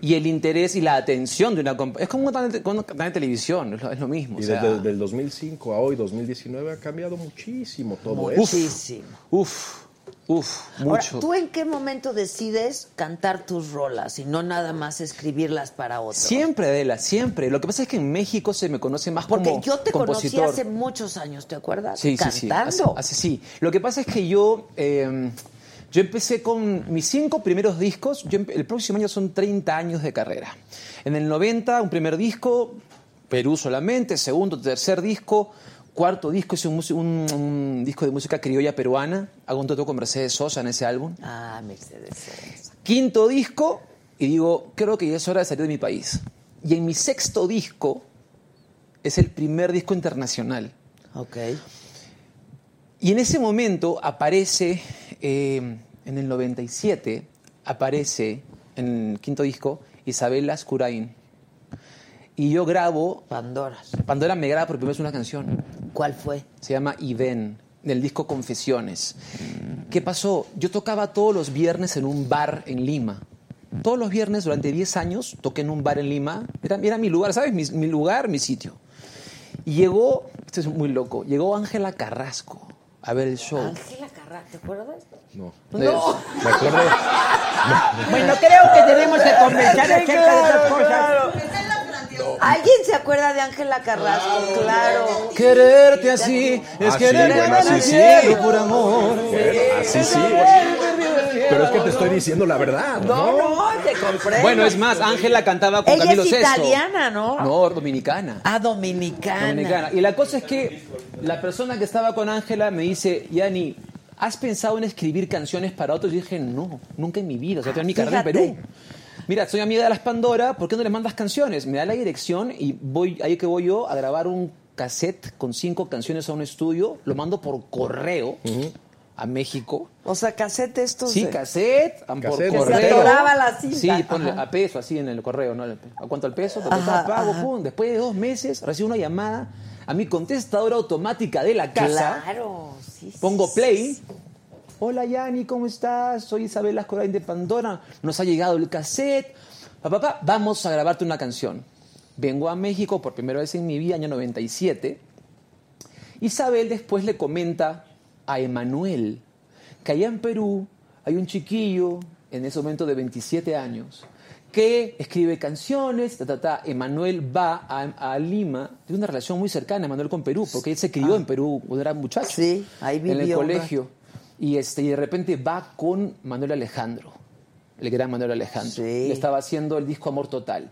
G: Y el interés y la atención de una compañía. Es como un canal de- como un canal de televisión, es lo, es lo mismo. o
F: Y
G: sea,
F: desde el 2005 a hoy, 2019, ha cambiado muchísimo todo eso.
B: Muchísimo.
G: Uf, uf,
B: Ahora,
G: mucho.
B: ¿tú en qué momento decides cantar tus rolas y no nada más escribirlas para otros?
G: Siempre, Adela, siempre. Lo que pasa es que en México se me conoce más
B: Porque
G: como
B: yo te
G: compositor.
B: conocí hace muchos años, ¿te acuerdas?
G: Sí, sí, sí.
B: Cantando.
G: Hace- hace- sí. Lo que pasa es que yo, eh, yo empecé con mis cinco primeros discos. Yo empe- el próximo año son 30 años de carrera. En el 90, un primer disco, Perú solamente. Segundo, tercer disco. Cuarto disco, es un, mus- un- un disco de música criolla peruana. Hago un toto con Mercedes Sosa en ese álbum.
B: Ah, Mercedes. Sosa.
G: Quinto disco, y digo, creo que ya es hora de salir de mi país. Y en mi sexto disco, es el primer disco internacional.
B: Ok.
G: Y en ese momento aparece, eh, en el 97, aparece en el quinto disco Isabela Scurain. Y yo grabo,
B: Pandoras.
G: Pandora me graba por primera vez una canción
B: ¿Cuál fue?
G: se llama Iden, del disco Confesiones. ¿Qué pasó? Yo tocaba todos los viernes en un bar en Lima. Todos los viernes durante 10 años toqué en un bar en Lima. Era, era mi lugar, ¿sabes? Mi, mi lugar, mi sitio. Y llegó, esto es muy loco, llegó Ángela Carrasco a ver el show.
B: Ángela Carrá, ¿te acuerdas?
F: No.
E: Pues
G: No.
F: Me acuerdo,
E: Bueno, creo que tenemos que conversar acerca de esas cosas.
G: Oh.
B: ¿Alguien se acuerda de Ángela Carrasco? Claro.
G: Quererte así es
F: Ah, sí,
G: quererte
F: bueno,
G: en
F: así
G: el
F: sí.
G: cielo por amor.
F: así sí. Pero es que te estoy diciendo la verdad.
B: No,
F: No,
B: no, te compré.
G: Bueno, es más, Ángela cantaba con
B: Ella
G: Camilo
B: es
G: Sesto.
B: italiana, ¿no?
G: No, dominicana.
B: Ah, dominicana.
G: Dominicana. Y la cosa es que la persona que estaba con Ángela me dice, Yani, ¿has pensado en escribir canciones para otros? Y dije, no, nunca en mi vida. O sea, tengo mi carrera en
B: Fíjate.
G: Perú. Mira, soy amiga de las Pandora, ¿por qué no les mandas canciones? Me da la dirección y voy, ahí que voy yo a grabar un cassette con cinco canciones a un estudio, lo mando por correo a México.
B: O sea, casete estos.
G: Sí,
B: de-
G: cassette, am-
F: Cassette,
G: por
F: Que se
G: correo.
B: atoraba la cinta.
G: Sí, ponle
B: Ajá.
G: a peso, así en el correo, ¿no? ¿A cuánto al peso? Ta, ta, ta,
B: Ajá,
G: pago,
B: ajá.
G: pum. Después de dos meses recibo una llamada a mi contestadora automática de la casa.
B: Claro, sí. sí,
G: Pongo
B: sí,
G: play.
B: sí.
G: Hola Yani, ¿cómo estás? Soy Isabel Ascorain de Pandora. Nos ha llegado el cassette. Papá, papá, vamos a grabarte una canción. Vengo a México por primera vez en mi vida, año 97. Isabel después le comenta a Emanuel que allá en Perú hay un chiquillo en ese momento de 27 años que escribe canciones, ta, ta, ta. Emanuel va a, a Lima, tiene una relación muy cercana Emanuel con Perú, porque él se crió en Perú cuando era muchacho,
B: Ah. Sí, ahí
G: en el
B: vivió un
G: colegio, y, este, y de repente va con Manuel Alejandro, el gran Manuel Alejandro,
B: Sí.
G: le estaba haciendo el disco Amor Total.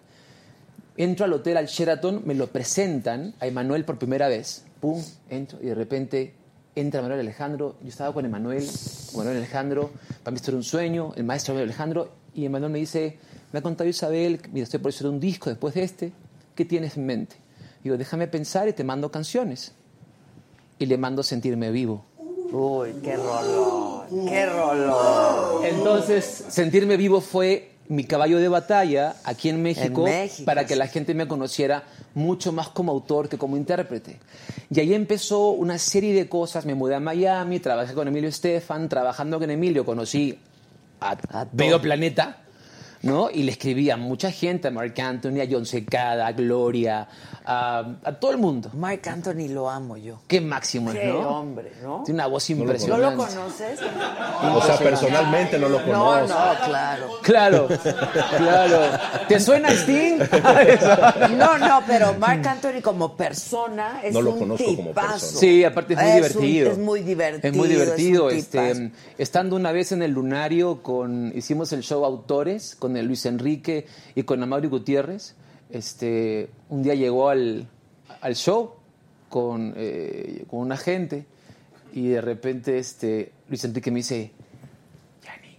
G: Entro al hotel, al Sheraton, me lo presentan a Emanuel por primera vez. Pum, entro y de repente entra Manuel Alejandro. Yo estaba con Emanuel, con Manuel Alejandro. Para mí esto era un sueño, el maestro Manuel Alejandro. Y Emanuel me dice, me ha contado Isabel, mira, estoy por hacer un disco después de este. ¿Qué tienes en mente? Digo, déjame pensar y te mando canciones. Y le mando Sentirme Vivo.
B: Uy, qué rolón, qué rolón.
G: Entonces, sentirme vivo fue mi caballo de batalla aquí en México,
B: En México,
G: para que
B: sí.
G: la gente me conociera mucho más como autor que como intérprete. Y ahí empezó una serie de cosas. Me mudé a Miami, trabajé con Emilio Estefan, trabajando con Emilio conocí a,
B: A
G: Medio Planeta. ¿no? Y le escribía a mucha gente, a Mark Anthony, a John Secada, a Gloria, a, a todo el mundo.
B: Mike Anthony lo amo yo.
G: Qué máximo es,
B: Qué
G: ¿no?
B: hombre, ¿no?
G: Tiene una voz
B: ¿No
G: impresionante.
B: lo conoces?
F: O sea, personalmente no lo
B: No,
F: conozco.
B: no, claro.
G: Claro, claro. ¿Te suena Sting?
B: No, no, pero Mark Anthony como persona es
F: No lo
B: un
F: conozco como
B: tipazo.
F: persona.
G: <laughs> Sí, aparte es muy
B: Es un-
G: divertido.
B: es muy divertido,
G: Es muy divertido.
B: es un tipazo.
G: este, estando una vez en el Lunario, con, hicimos el show Autores con el Luis Enrique y con Amaury Gutiérrez. Este, un día llegó al, al show con, eh, con un agente y de repente este, Luis Enrique me dice, Yanni,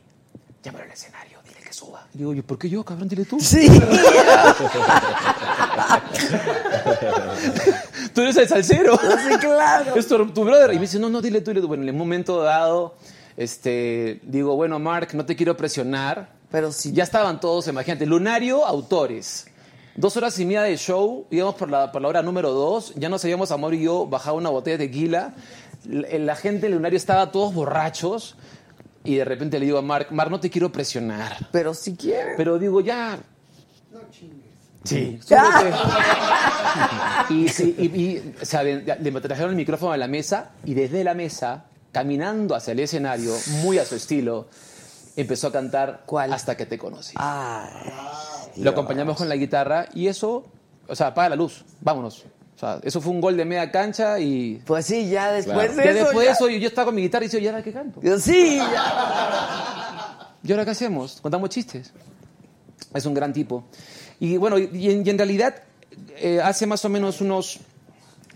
G: llámalo al escenario, dile que suba. Y digo, yo, ¿por qué yo, cabrón? Dile tú.
B: Sí.
G: <laughs>
B: <laughs>
G: Tú eres el salsero.
B: Sí, claro.
G: es tu, tu brother. Y me dice, no, no, dile tú, dile tú. Bueno, en un momento dado, este, digo, bueno, Mark, no te quiero presionar.
B: Pero si
G: Ya estaban todos, imagínate, Lunario, autores. Dos horas y media de show, íbamos por la, por la hora número dos, ya nos habíamos, Amor y yo, bajado una botella de tequila. La, la gente del Lunario estaba todos borrachos. Y de repente le digo a Mark, Mark, no te quiero presionar.
B: Pero si quiere.
G: Pero digo, ya. No chingues. Sí.
B: Ya. <laughs>
G: súbete. y, sí, y- y, o sea, le le trajeron el micrófono a la mesa y desde la mesa, caminando hacia el escenario, muy a su estilo, empezó a cantar
B: ¿Cuál? Ah,
G: Hasta que te conocí.
B: Ay,
G: Lo acompañamos con la guitarra y eso, o sea, apaga la luz, vámonos. O sea, eso fue un gol de media cancha y...
B: Pues sí, ya después
G: Ya
B: de eso.
G: después de
B: ya-
G: eso, yo yo estaba con mi guitarra y decía, ¿y ahora qué canto?
B: Yo, sí, ya.
G: ¿Y ahora qué hacemos? Contamos chistes. Es un gran tipo. Y bueno, y, y en, y en realidad, eh, hace más o menos unos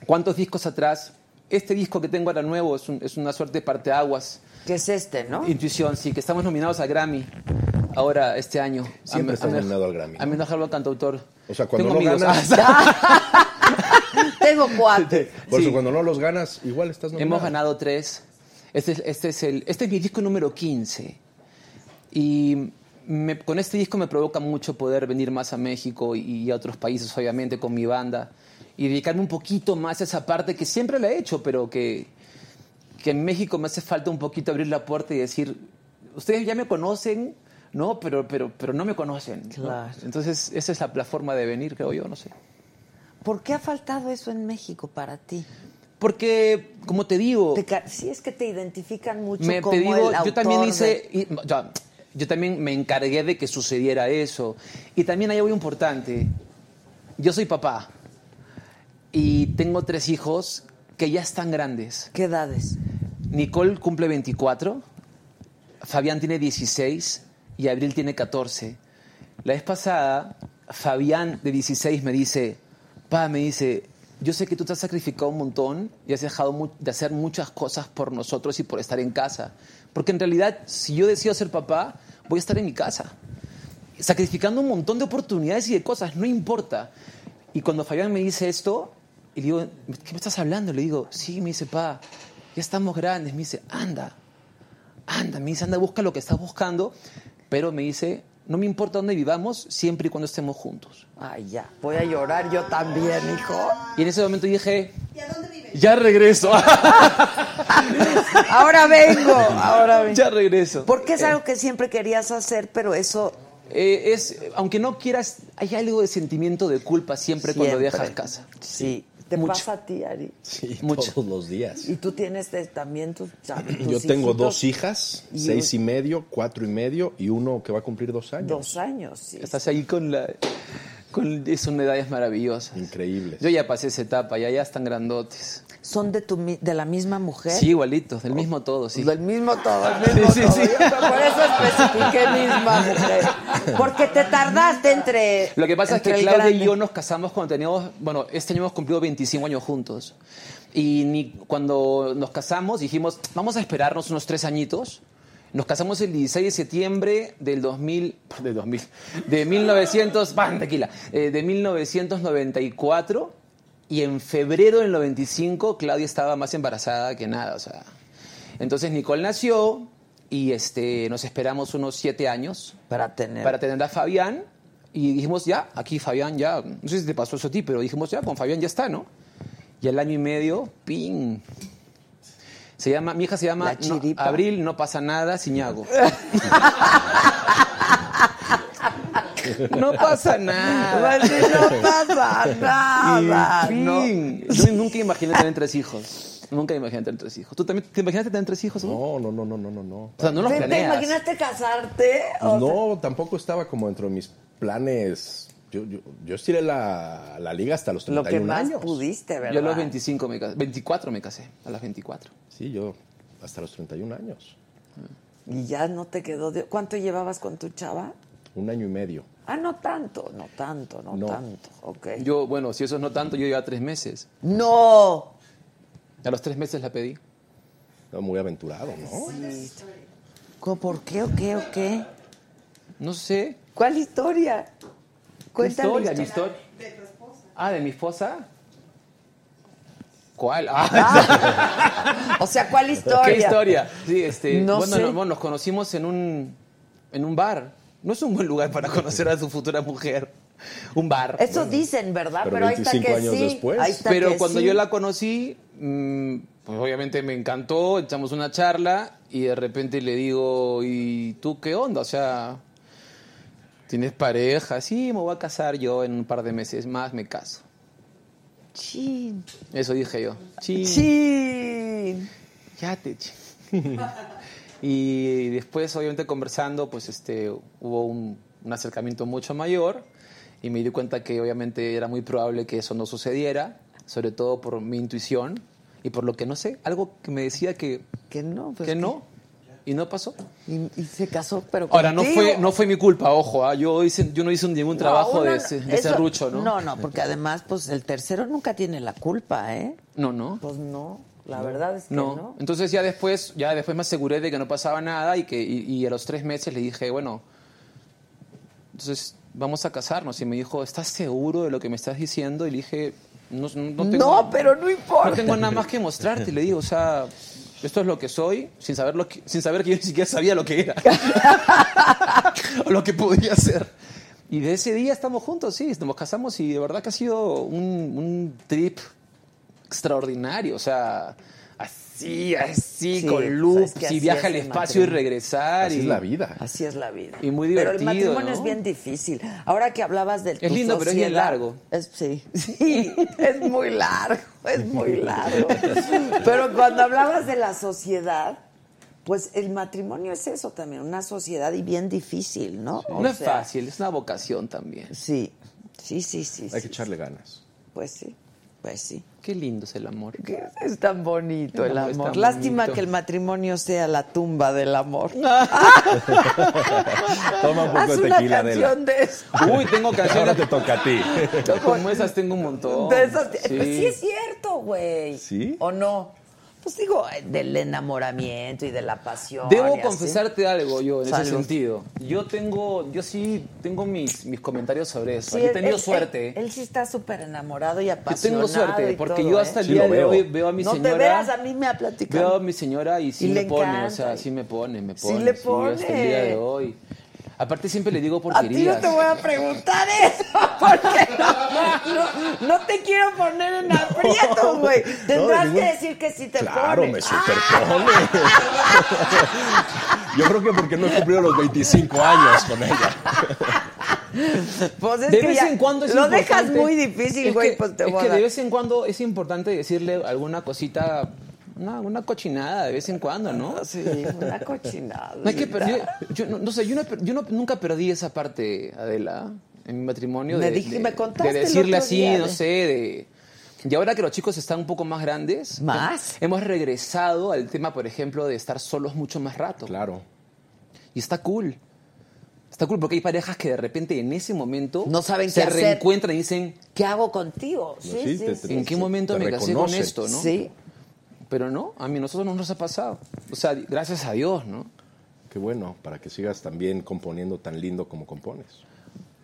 G: cuantos discos atrás, este disco que tengo ahora nuevo es, un- es una suerte de parteaguas.
B: Que es este, ¿no?
G: Intuición, sí, que estamos nominados a Grammy ahora este año.
F: Siempre
G: A- a-
F: estás
G: a-
F: nominado al Grammy,
G: A
F: ¿no?
G: menos al cantautor.
F: O sea, cuando
G: Tengo
F: no
G: amigos.
F: ganas-
G: <laughs>
B: Tengo cuatro.
F: Por
G: Sí.
F: eso, cuando no los ganas, igual estás nominado.
G: Hemos ganado tres. Este es, este es el, este es mi disco número 15. Y me- con este disco me provoca mucho poder venir más a México y, a otros países, obviamente, con mi banda. Y dedicarme un poquito más a esa parte que siempre la he hecho, pero que, que en México me hace falta un poquito abrir la puerta y decir, ustedes ya me conocen, ¿no? Pero, pero, pero no me conocen. ¿no?".
B: Claro.
G: Entonces, esa es la, la forma de venir, creo yo, no sé.
B: ¿Por qué ha faltado eso en México para ti?
G: Porque, como te digo...
B: Te ca- sí, es que te identifican mucho
G: me
B: como
G: te
B: el
G: digo,
B: autor
G: yo también
B: de-
G: hice, y- yo, yo también me encargué de que sucediera eso. Y también hay algo importante. Yo soy papá y tengo tres hijos que ya están grandes.
B: ¿Qué edades?
G: Nicole cumple 24, Fabián tiene 16 y Abril tiene 14. La vez pasada, Fabián de 16 me dice, pa, me dice, yo sé que tú te has sacrificado un montón y has dejado mu- de hacer muchas cosas por nosotros y por estar en casa. Porque en realidad, si yo decido ser papá, voy a estar en mi casa sacrificando un montón de oportunidades y de cosas, no importa. Y cuando Fabián me dice esto, y le digo, ¿qué me estás hablando? Le digo, sí, me dice, pa, ya estamos grandes. Me dice, anda, anda, me dice, anda, busca lo que estás buscando. Pero me dice, no me importa dónde vivamos, siempre y cuando estemos juntos.
B: Ay, ya. Voy a llorar yo también, hijo.
G: Y en ese momento dije, ya regreso,
B: Ahora vengo, <laughs> ahora vengo.
G: ya regreso.
B: Porque es algo que siempre querías hacer, pero eso
G: Eh, es, aunque no quieras, hay algo de sentimiento de culpa siempre, cuando
B: Siempre.
G: dejas casa.
B: sí. Te
G: Mucho.
B: pasa a ti, Ari.
F: Sí,
G: Mucho.
F: todos los días.
B: Y tú tienes de- también tus, cha- tus
F: Yo tengo
B: hijitos.
F: dos hijas,
B: Y
F: seis y
B: un-
F: medio, cuatro y medio y uno que va a cumplir dos años.
B: Dos años, sí.
G: Estás ahí con la. Con, son edades maravillosas.
F: Increíbles.
G: Yo ya pasé esa etapa, ya, ya están grandotes.
B: ¿Son de, tu, mi- de la misma mujer?
G: Sí, igualitos, del mismo todo, sí.
B: Del mismo todo, el mismo
G: <laughs> Sí, sí,
B: todo.
G: sí.
B: Yo creo- por eso especifiqué misma mujer. Porque te tardaste entre.
G: Lo que pasa es
B: entre
G: que
B: el
G: Claudia y
B: grande.
G: yo nos casamos cuando teníamos, bueno, este año hemos cumplido 25 años juntos. Y ni- cuando nos casamos dijimos, vamos a esperarnos unos tres añitos. Nos casamos el 16 de septiembre del 2000, <laughs> de 2000, de <laughs> 1900, ¡bam! tequila, eh, de 1994. Y en febrero del 95 Claudia estaba más embarazada que nada, o sea. Entonces Nicole nació y este, nos esperamos unos siete años
B: Para tener.
G: para tener a Fabián y dijimos ya, aquí Fabián ya, no sé si te pasó eso a ti, pero dijimos ya, con Fabián ya está, ¿no? Y al año y medio, ¡ping! Se llama, mi hija se llama
B: La
G: no,
B: chiripa. <laughs>
G: Abril, no pasa nada, Ciñago. No pasa nada.
B: Pues, sí,
G: <laughs>
B: no pasa nada.
G: En
B: ¿no?
G: fin, Yo nunca imaginé tener tres hijos. Nunca imaginé tener tres hijos. ¿Tú también te imaginaste tener tres hijos? güey?
F: No, no, no, no, no, no, no.
G: O sea, no los
B: ¿Te, te
G: planeas.
B: imaginaste casarte? O
F: Pues no, tampoco estaba como dentro de mis planes. Yo, yo, yo estiré la, la liga hasta los
B: sea, lo que
F: 31
B: más
F: años.
B: pudiste, ¿verdad?
G: Yo a los 25 me casé. 24 me casé. A las 24.
F: Sí, yo hasta los 31 años.
B: Y ya no te quedó. de- ¿Cuánto llevabas con tu chava?
F: Un año y medio.
B: Ah, no tanto, no tanto, no,
F: No.
B: tanto. Ok.
G: Yo, bueno, si eso es no tanto, yo llevaba tres meses.
B: No.
G: A los tres meses la pedí.
F: No, muy aventurado, ¿no?
B: ¿Cómo, ¿Por qué o qué o qué?
G: No sé.
B: ¿Cuál historia?
G: ¿Mi
B: Cuéntame.
G: historia, mi historia. De tu esposa. Ah, de mi esposa. ¿Cuál? <laughs> Ah,
B: O sea, ¿cuál historia?
G: <laughs> ¿Qué historia? Sí, este,
B: No
G: bueno,
B: sé.
G: no- bueno, nos conocimos en un, en un bar. No es un buen lugar para conocer a su futura mujer. Un bar.
B: Eso dicen, ¿verdad? Pero,
F: pero
B: ahí está
F: 25
B: que
F: años
B: sí.
F: después.
B: ahí está
G: Pero
B: que
G: cuando
B: sí.
G: yo la conocí, mm, pues obviamente me encantó, echamos una charla y de repente le digo, ¿y tú qué onda? O sea, ¿tienes pareja? Sí, me voy a casar yo en un par de meses más, me caso.
B: Chin.
G: Eso dije yo. Chin.
B: Chin.
G: Ya te eché. <laughs> y después, obviamente, conversando, pues este, hubo un, un acercamiento mucho mayor y me di cuenta que obviamente era muy probable que eso no sucediera, sobre todo por mi intuición y por lo que no sé, algo que me decía que,
B: Que no. pues,
G: que no y no pasó.
B: Y, y se casó, pero
G: Ahora, no
B: contigo.
G: fue, no fue mi culpa, ojo, ah, yo, hice- yo no hice ningún
B: No,
G: trabajo
B: uno
G: de,
B: no-
G: ese- de
B: eso-
G: serrucho, ¿no?
B: No, no, porque además, pues, el tercero nunca tiene la culpa, ¿eh?
G: No, no.
B: Pues no, la verdad es que
G: No.
B: no.
G: Entonces ya después, ya después me aseguré de que no pasaba nada y que y, y a los tres meses le dije, bueno, entonces vamos a casarnos. Y me dijo, ¿estás seguro de lo que me estás diciendo? Y le dije, no, no
B: No,
G: tengo,
B: pero no importa.
G: no tengo nada más que mostrarte. Y le digo, o sea, esto es lo que soy, sin saber, lo que, sin saber que yo ni siquiera sabía lo que era. o lo que podía ser. Y de ese día estamos juntos, sí, nos casamos y de verdad que ha sido un, un trip extraordinario, o sea, así,
B: Sí,
G: así,
B: pues,
G: con loops,
B: es que así
G: y viaja
B: es
G: al
B: el
G: espacio y
B: matrimonio.
G: regresar.
F: Así
G: y
F: es la vida.
B: Así es la vida.
G: Y muy
B: Pero el
G: divertido,
B: matrimonio
G: ¿no?
B: es bien difícil. Ahora que hablabas del
G: Es lindo, pero es bien largo.
B: Es, sí, <laughs> sí, es muy largo, es
G: <laughs>
B: muy largo. Pero cuando hablabas de la sociedad, pues el matrimonio es eso también, una sociedad y bien difícil, ¿no? O
G: No es
B: sea,
G: fácil, es una vocación también.
B: Sí, sí, sí, sí.
F: Hay
B: sí,
F: que echarle
B: <laughs>
F: ganas.
B: Pues sí, pues sí.
G: Qué lindo es el amor.
B: Que Es tan bonito el
G: El amor es
B: amor.
G: tan
B: Lástima
G: bonito.
B: que el matrimonio sea la tumba del amor.
F: Toma un poco
B: Haz
F: de
B: una
F: tequila, Adela.
B: canción de eso.
G: Uy, tengo
F: Ahora
G: canciones
F: te toca a ti.
G: como esas, tengo un montón.
B: De esas- pues sí.
G: Oh, Sí.
B: es cierto, güey.
F: ¿Sí?
B: ¿O no? Pues digo, eh, del enamoramiento y de la pasión. y
G: Debo
B: así.
G: confesarte algo yo en
B: Salud.
G: ese sentido. Yo tengo, yo sí tengo mis, mis comentarios sobre
B: Sí,
G: eso. Yo he
B: él-
G: tenido
B: él-
G: suerte.
B: Él, él sí está súper enamorado y
G: yo
B: apasionado.
G: tengo suerte
B: y
G: porque
B: todo,
G: yo hasta
B: ¿eh?
G: el
F: Sí,
G: día
F: lo
G: de
F: veo.
G: hoy veo a mi
B: No
G: señora.
B: te veas, a mí me ha platicado.
G: Veo a mi señora y sí
B: Y
G: me
B: le
G: pone,
B: encanta.
G: o sea, sí me pone, me
B: Sí
G: pone.
B: le
G: yo hasta el día
B: pone.
G: de hoy. Aparte siempre le digo
B: A ti
G: porquerías.
B: no te voy a preguntar eso, <laughs> porque no, no, no te quiero poner en aprieto, güey. Tendrás
F: ningún-
B: que decir que sí te
F: Claro,
B: pone. Ah,
F: me
B: <laughs>
F: superpone. Yo creo que porque no he cumplido los 25 años con ella.
B: Pues es
G: de
B: que
G: vez
B: ya
G: en cuando es
B: Lo
G: importante-
B: dejas muy
G: es
B: difícil, güey,
G: que-
B: pues te
G: es
B: voy a
G: que
B: dar.
G: de vez en cuando es importante decirle alguna cosita, una, una cochinada de vez en cuando, ¿no?
B: Sí, una cochinada.
G: No, es que perdí-
B: ah.
G: yo, no, no sé, yo, no, he per- yo no- nunca perdí esa parte, Adela, en mi matrimonio.
B: Me
G: de,
B: dij-
G: de-
B: me contaste
G: de
B: el
G: decirle
B: otro
G: así,
B: día,
G: no
B: de-
G: sé, de... Y ahora que los chicos están un poco más grandes,
B: ¿Más?
G: hemos regresado al tema, por ejemplo, de estar solos mucho más rato.
F: Claro.
G: Y está cool. Está cool porque hay parejas que de repente en ese momento
B: No saben
G: se
B: qué hacer.
G: reencuentran y dicen,
B: ¿Qué hago contigo? Sí, sí,
F: sí, te-
B: sí,
F: te-
G: ¿en qué
B: sí.
G: momento
F: Te
G: me casé con
F: reconocen.
G: esto? ¿no?
B: Sí.
G: Pero no, a mí nosotros no nos ha pasado. O sea, gracias a Dios, ¿no?
F: Qué bueno, para que sigas también componiendo tan lindo como compones.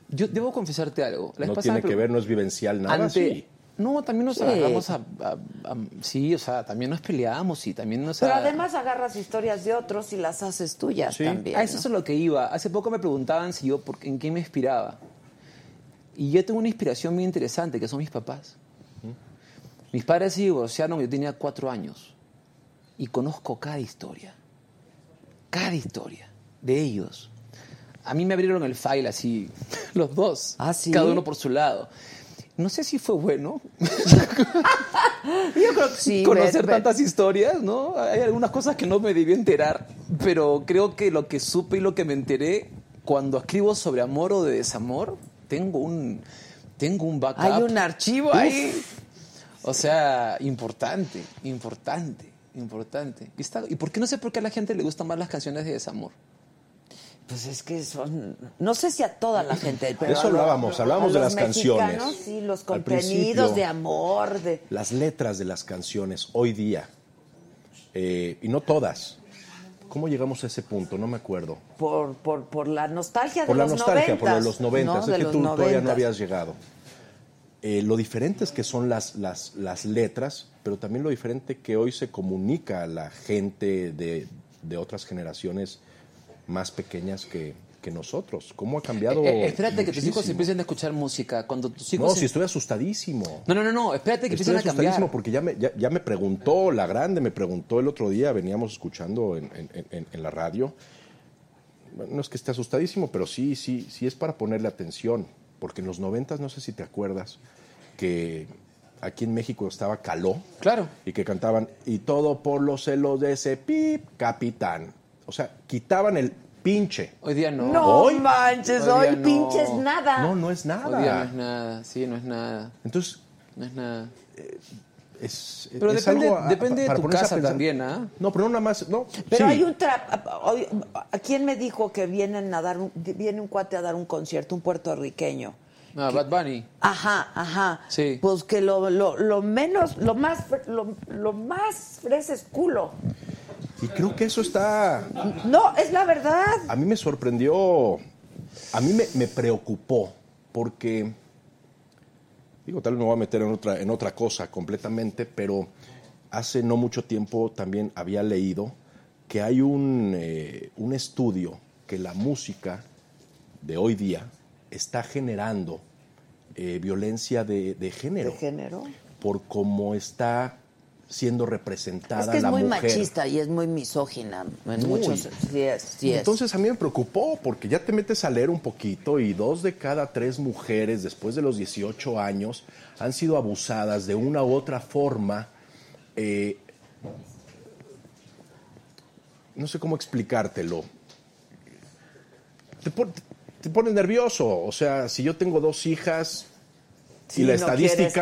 G: Yo debo confesarte algo. La vez
F: No tiene
G: pasada me
F: que
G: pre-
F: ver, no es vivencial nada.
G: Ante-
F: sí.
G: No, también nos
B: Sí.
G: agarramos a, a- a- Sí, o sea, también nos peleamos y también nos...
B: Pero
G: a-
B: además agarras historias de otros y las haces tuyas también.
G: a Ah, eso es a lo que iba. Hace poco me preguntaban si yo por- en qué me inspiraba. Y yo tengo una inspiración muy interesante, que son mis papás. Mis padres se divorciaron, yo tenía cuatro años. Y conozco cada historia. Cada historia de ellos. a mí me abrieron el file así, <laughs> los dos,
B: ¿Ah, sí?
G: cada uno por su lado. No sé si fue
B: <laughs>
G: bueno <laughs>
B: Yo creo que sí.
G: conocer
B: ve- ve-
G: tantas historias, ¿no? Hay algunas cosas que no me debí enterar, pero creo que lo que supe y lo que me enteré cuando escribo sobre amor o de desamor, tengo un tengo un backup.
B: Hay un archivo
G: Uf.
B: ahí.
G: O sea, importante, importante, importante. ¿Y, está- ¿Y por qué no sé por qué a la gente le gustan más las canciones de desamor?
B: Pues es que son. No sé si a toda la gente. Pero
F: De eso
B: a lo-
F: hablábamos, hablábamos
B: a
F: de
B: los
F: las canciones.
B: mexicanos, Sí, los
F: Al
B: contenidos
F: principio.
B: de amor, de.
F: Las letras de las canciones hoy día, eh, y no todas. ¿Cómo llegamos a ese punto? No me acuerdo.
B: Por, por, por la nostalgia
F: Por
B: de
F: la
B: los
F: nostalgia, por lo de los
B: noventas,
F: noventas.
B: ¿no? De
F: es que
B: los
F: tú todavía no
B: noventas.
F: habías llegado. Eh, lo diferentes que son las, las, las letras, pero también lo diferente que hoy se comunica a la gente de, de otras generaciones más pequeñas que, que nosotros. ¿Cómo ha cambiado?
G: Eh, eh, espérate que tus hijos
F: muchísimo?
G: empiecen a escuchar música. Cuando tus hijos
F: No,
G: se-
F: si estoy pues. asustadísimo.
G: no, no, no, no, espérate que
F: Estoy
G: empiecen a
F: asustadísimo
G: cambiar.
F: porque ya me, ya, ya me preguntó, la grande me preguntó el otro día, veníamos escuchando en, en- en- en la radio. Bueno, No es que esté asustadísimo, pero sí, sí, sí es para ponerle atención. Porque en los noventas, no sé si te acuerdas, que aquí en México estaba Caló.
G: Claro.
F: Y que cantaban, y todo por los celos de ese pip, capitán. O sea, quitaban el pinche.
G: Hoy día no.
B: No
F: Hoy-
B: manches,
G: Hoy
B: hoy,
G: día no.
B: pinches nada.
F: No, no es
G: Hoy día no es
F: nada.
G: nada, sí, no es nada,
F: Entonces,
G: no es nada.
F: es,
G: Pero
F: es
G: depende-
F: algo a-
G: depende de
F: para
G: tu
F: ponerse a
G: casa
F: pensar.
G: también, ¿ah?
F: No, pero no nada más, no.
B: Pero
F: sí.
B: hay un trap. hoy- ¿A quién me dijo que vienen a dar un- viene un cuate a dar un concierto, un puertorriqueño?
G: No, Bad Bunny.
B: Ajá, ajá.
G: Sí.
B: Pues que lo, lo, lo menos, lo más, fre- lo, lo más fresa es culo.
F: Y creo que eso está.
B: No, es la verdad.
F: A mí me sorprendió. A mí me, me preocupó. Porque. Digo, tal vez me voy a meter en otra, en otra cosa completamente, pero hace no mucho tiempo también había leído que hay un, eh, un estudio que la música de hoy día está generando eh, violencia de, de género.
B: De género.
F: por cómo está siendo representada
B: Es que es
F: la
B: muy
F: mujer.
B: machista y es muy misógina. En
F: Muy.
B: muchos. Sí es, sí es.
F: Entonces a mí me preocupó porque ya te metes a leer un poquito y dos de cada tres mujeres después de los 18 años han sido abusadas de una u otra forma. eh, no sé cómo explicártelo. Te, pon- te pone nervioso. O sea, si yo tengo dos hijas
B: Sí,
F: y la
B: no
F: estadística
B: quieres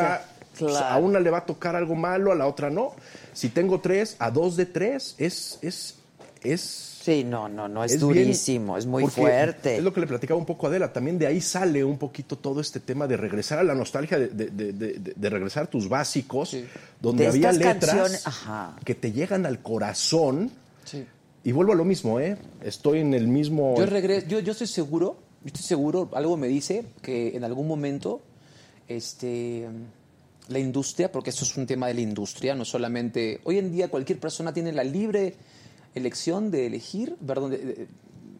B: que-
F: pues, a
B: claro.
F: una le va a tocar algo malo, a la otra no. Si tengo tres, a dos de tres es... es, es
B: Sí, no, no, no, es,
F: es bien-
B: durísimo, es muy
F: porque
B: fuerte.
F: Es lo que le platicaba un poco a Adela. También de ahí sale un poquito todo este tema de regresar a la nostalgia, de, de- de- de- de regresar a tus básicos, donde
B: De
F: había
B: estas
F: letras
B: canciones, ajá.
F: que te llegan al corazón.
G: Sí.
F: Y vuelvo a lo mismo, ¿eh? Estoy en el mismo.
G: Yo regreso, yo, yo estoy seguro, yo estoy seguro, algo me dice que en algún momento este, la industria, porque eso es un tema de la industria, no solamente. Hoy en día cualquier persona tiene la libre elección de elegir, perdón, de, de-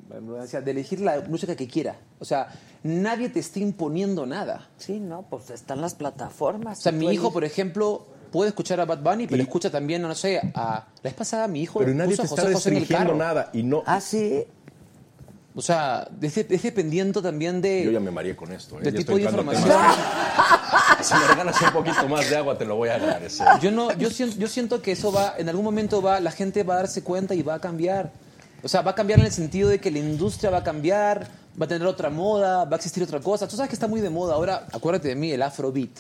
G: de- de elegir la música que quiera. O sea, nadie te está imponiendo nada.
B: Sí, no, pues están las plataformas.
G: O sea,
B: Tú
G: mi
B: ahí-
G: hijo, por ejemplo, puede escuchar a Bad Bunny, pero
F: pues, Y-
G: escucha también, no sé, a. La vez pasada mi hijo
F: pero nadie te
G: puso a
F: está
G: José José en el
F: restringiendo
G: carro.
F: nada. Y no.
B: Ah, sí.
G: O sea, es, de- es dependiendo también de.
F: Yo ya me mareé con esto, ¿eh?
G: De
F: Ya
G: tipo
F: estoy
G: de
F: entrando a
G: información.
F: temas. Si me regalas un poquito más de agua, te lo voy a agradecer.
G: Yo no, yo siento, yo siento que eso va, en algún momento va, la gente va a darse cuenta y va a cambiar. O sea, va a cambiar en el sentido de que la industria va a cambiar, va a tener otra moda, va a existir otra cosa. Tú sabes que está muy de moda ahora, acuérdate de mí, el afrobeat.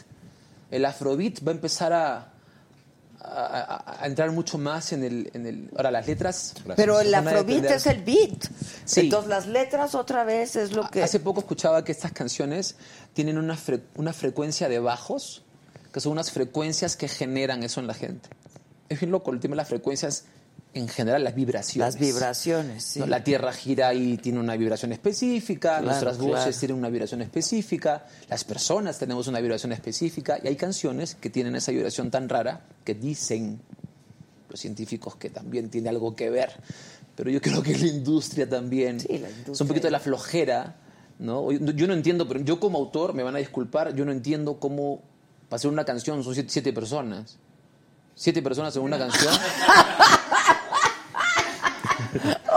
G: El afrobeat va a empezar a, a- a- a entrar mucho más en el, en el... Ahora, las letras...
B: Pero el
G: van a
B: afrobeat
G: depender-
B: es el beat.
G: Sí. Ah,
B: Entonces las letras otra vez es lo que...
G: Hace poco escuchaba que estas canciones tienen una, fre- una frecuencia de bajos, que son unas frecuencias que generan eso en la gente. Es bien loco el tema de las frecuencias, en general las vibraciones.
B: Las vibraciones, sí.
G: ¿no? La Tierra gira y tiene una vibración específica,
B: Claro,
G: nuestras
B: claro.
G: voces tienen una vibración específica, las personas tenemos una vibración específica y hay canciones que tienen esa vibración tan rara que dicen los científicos que también tiene algo que ver, pero yo creo que la industria también
B: Sí, la industria.
G: es un poquito de la flojera, ¿no? Yo yo no entiendo, pero yo como autor, me van a disculpar, yo no entiendo cómo para hacer una canción son siete, siete personas.
B: <laughs>
G: Siete personas en una canción.
B: <laughs>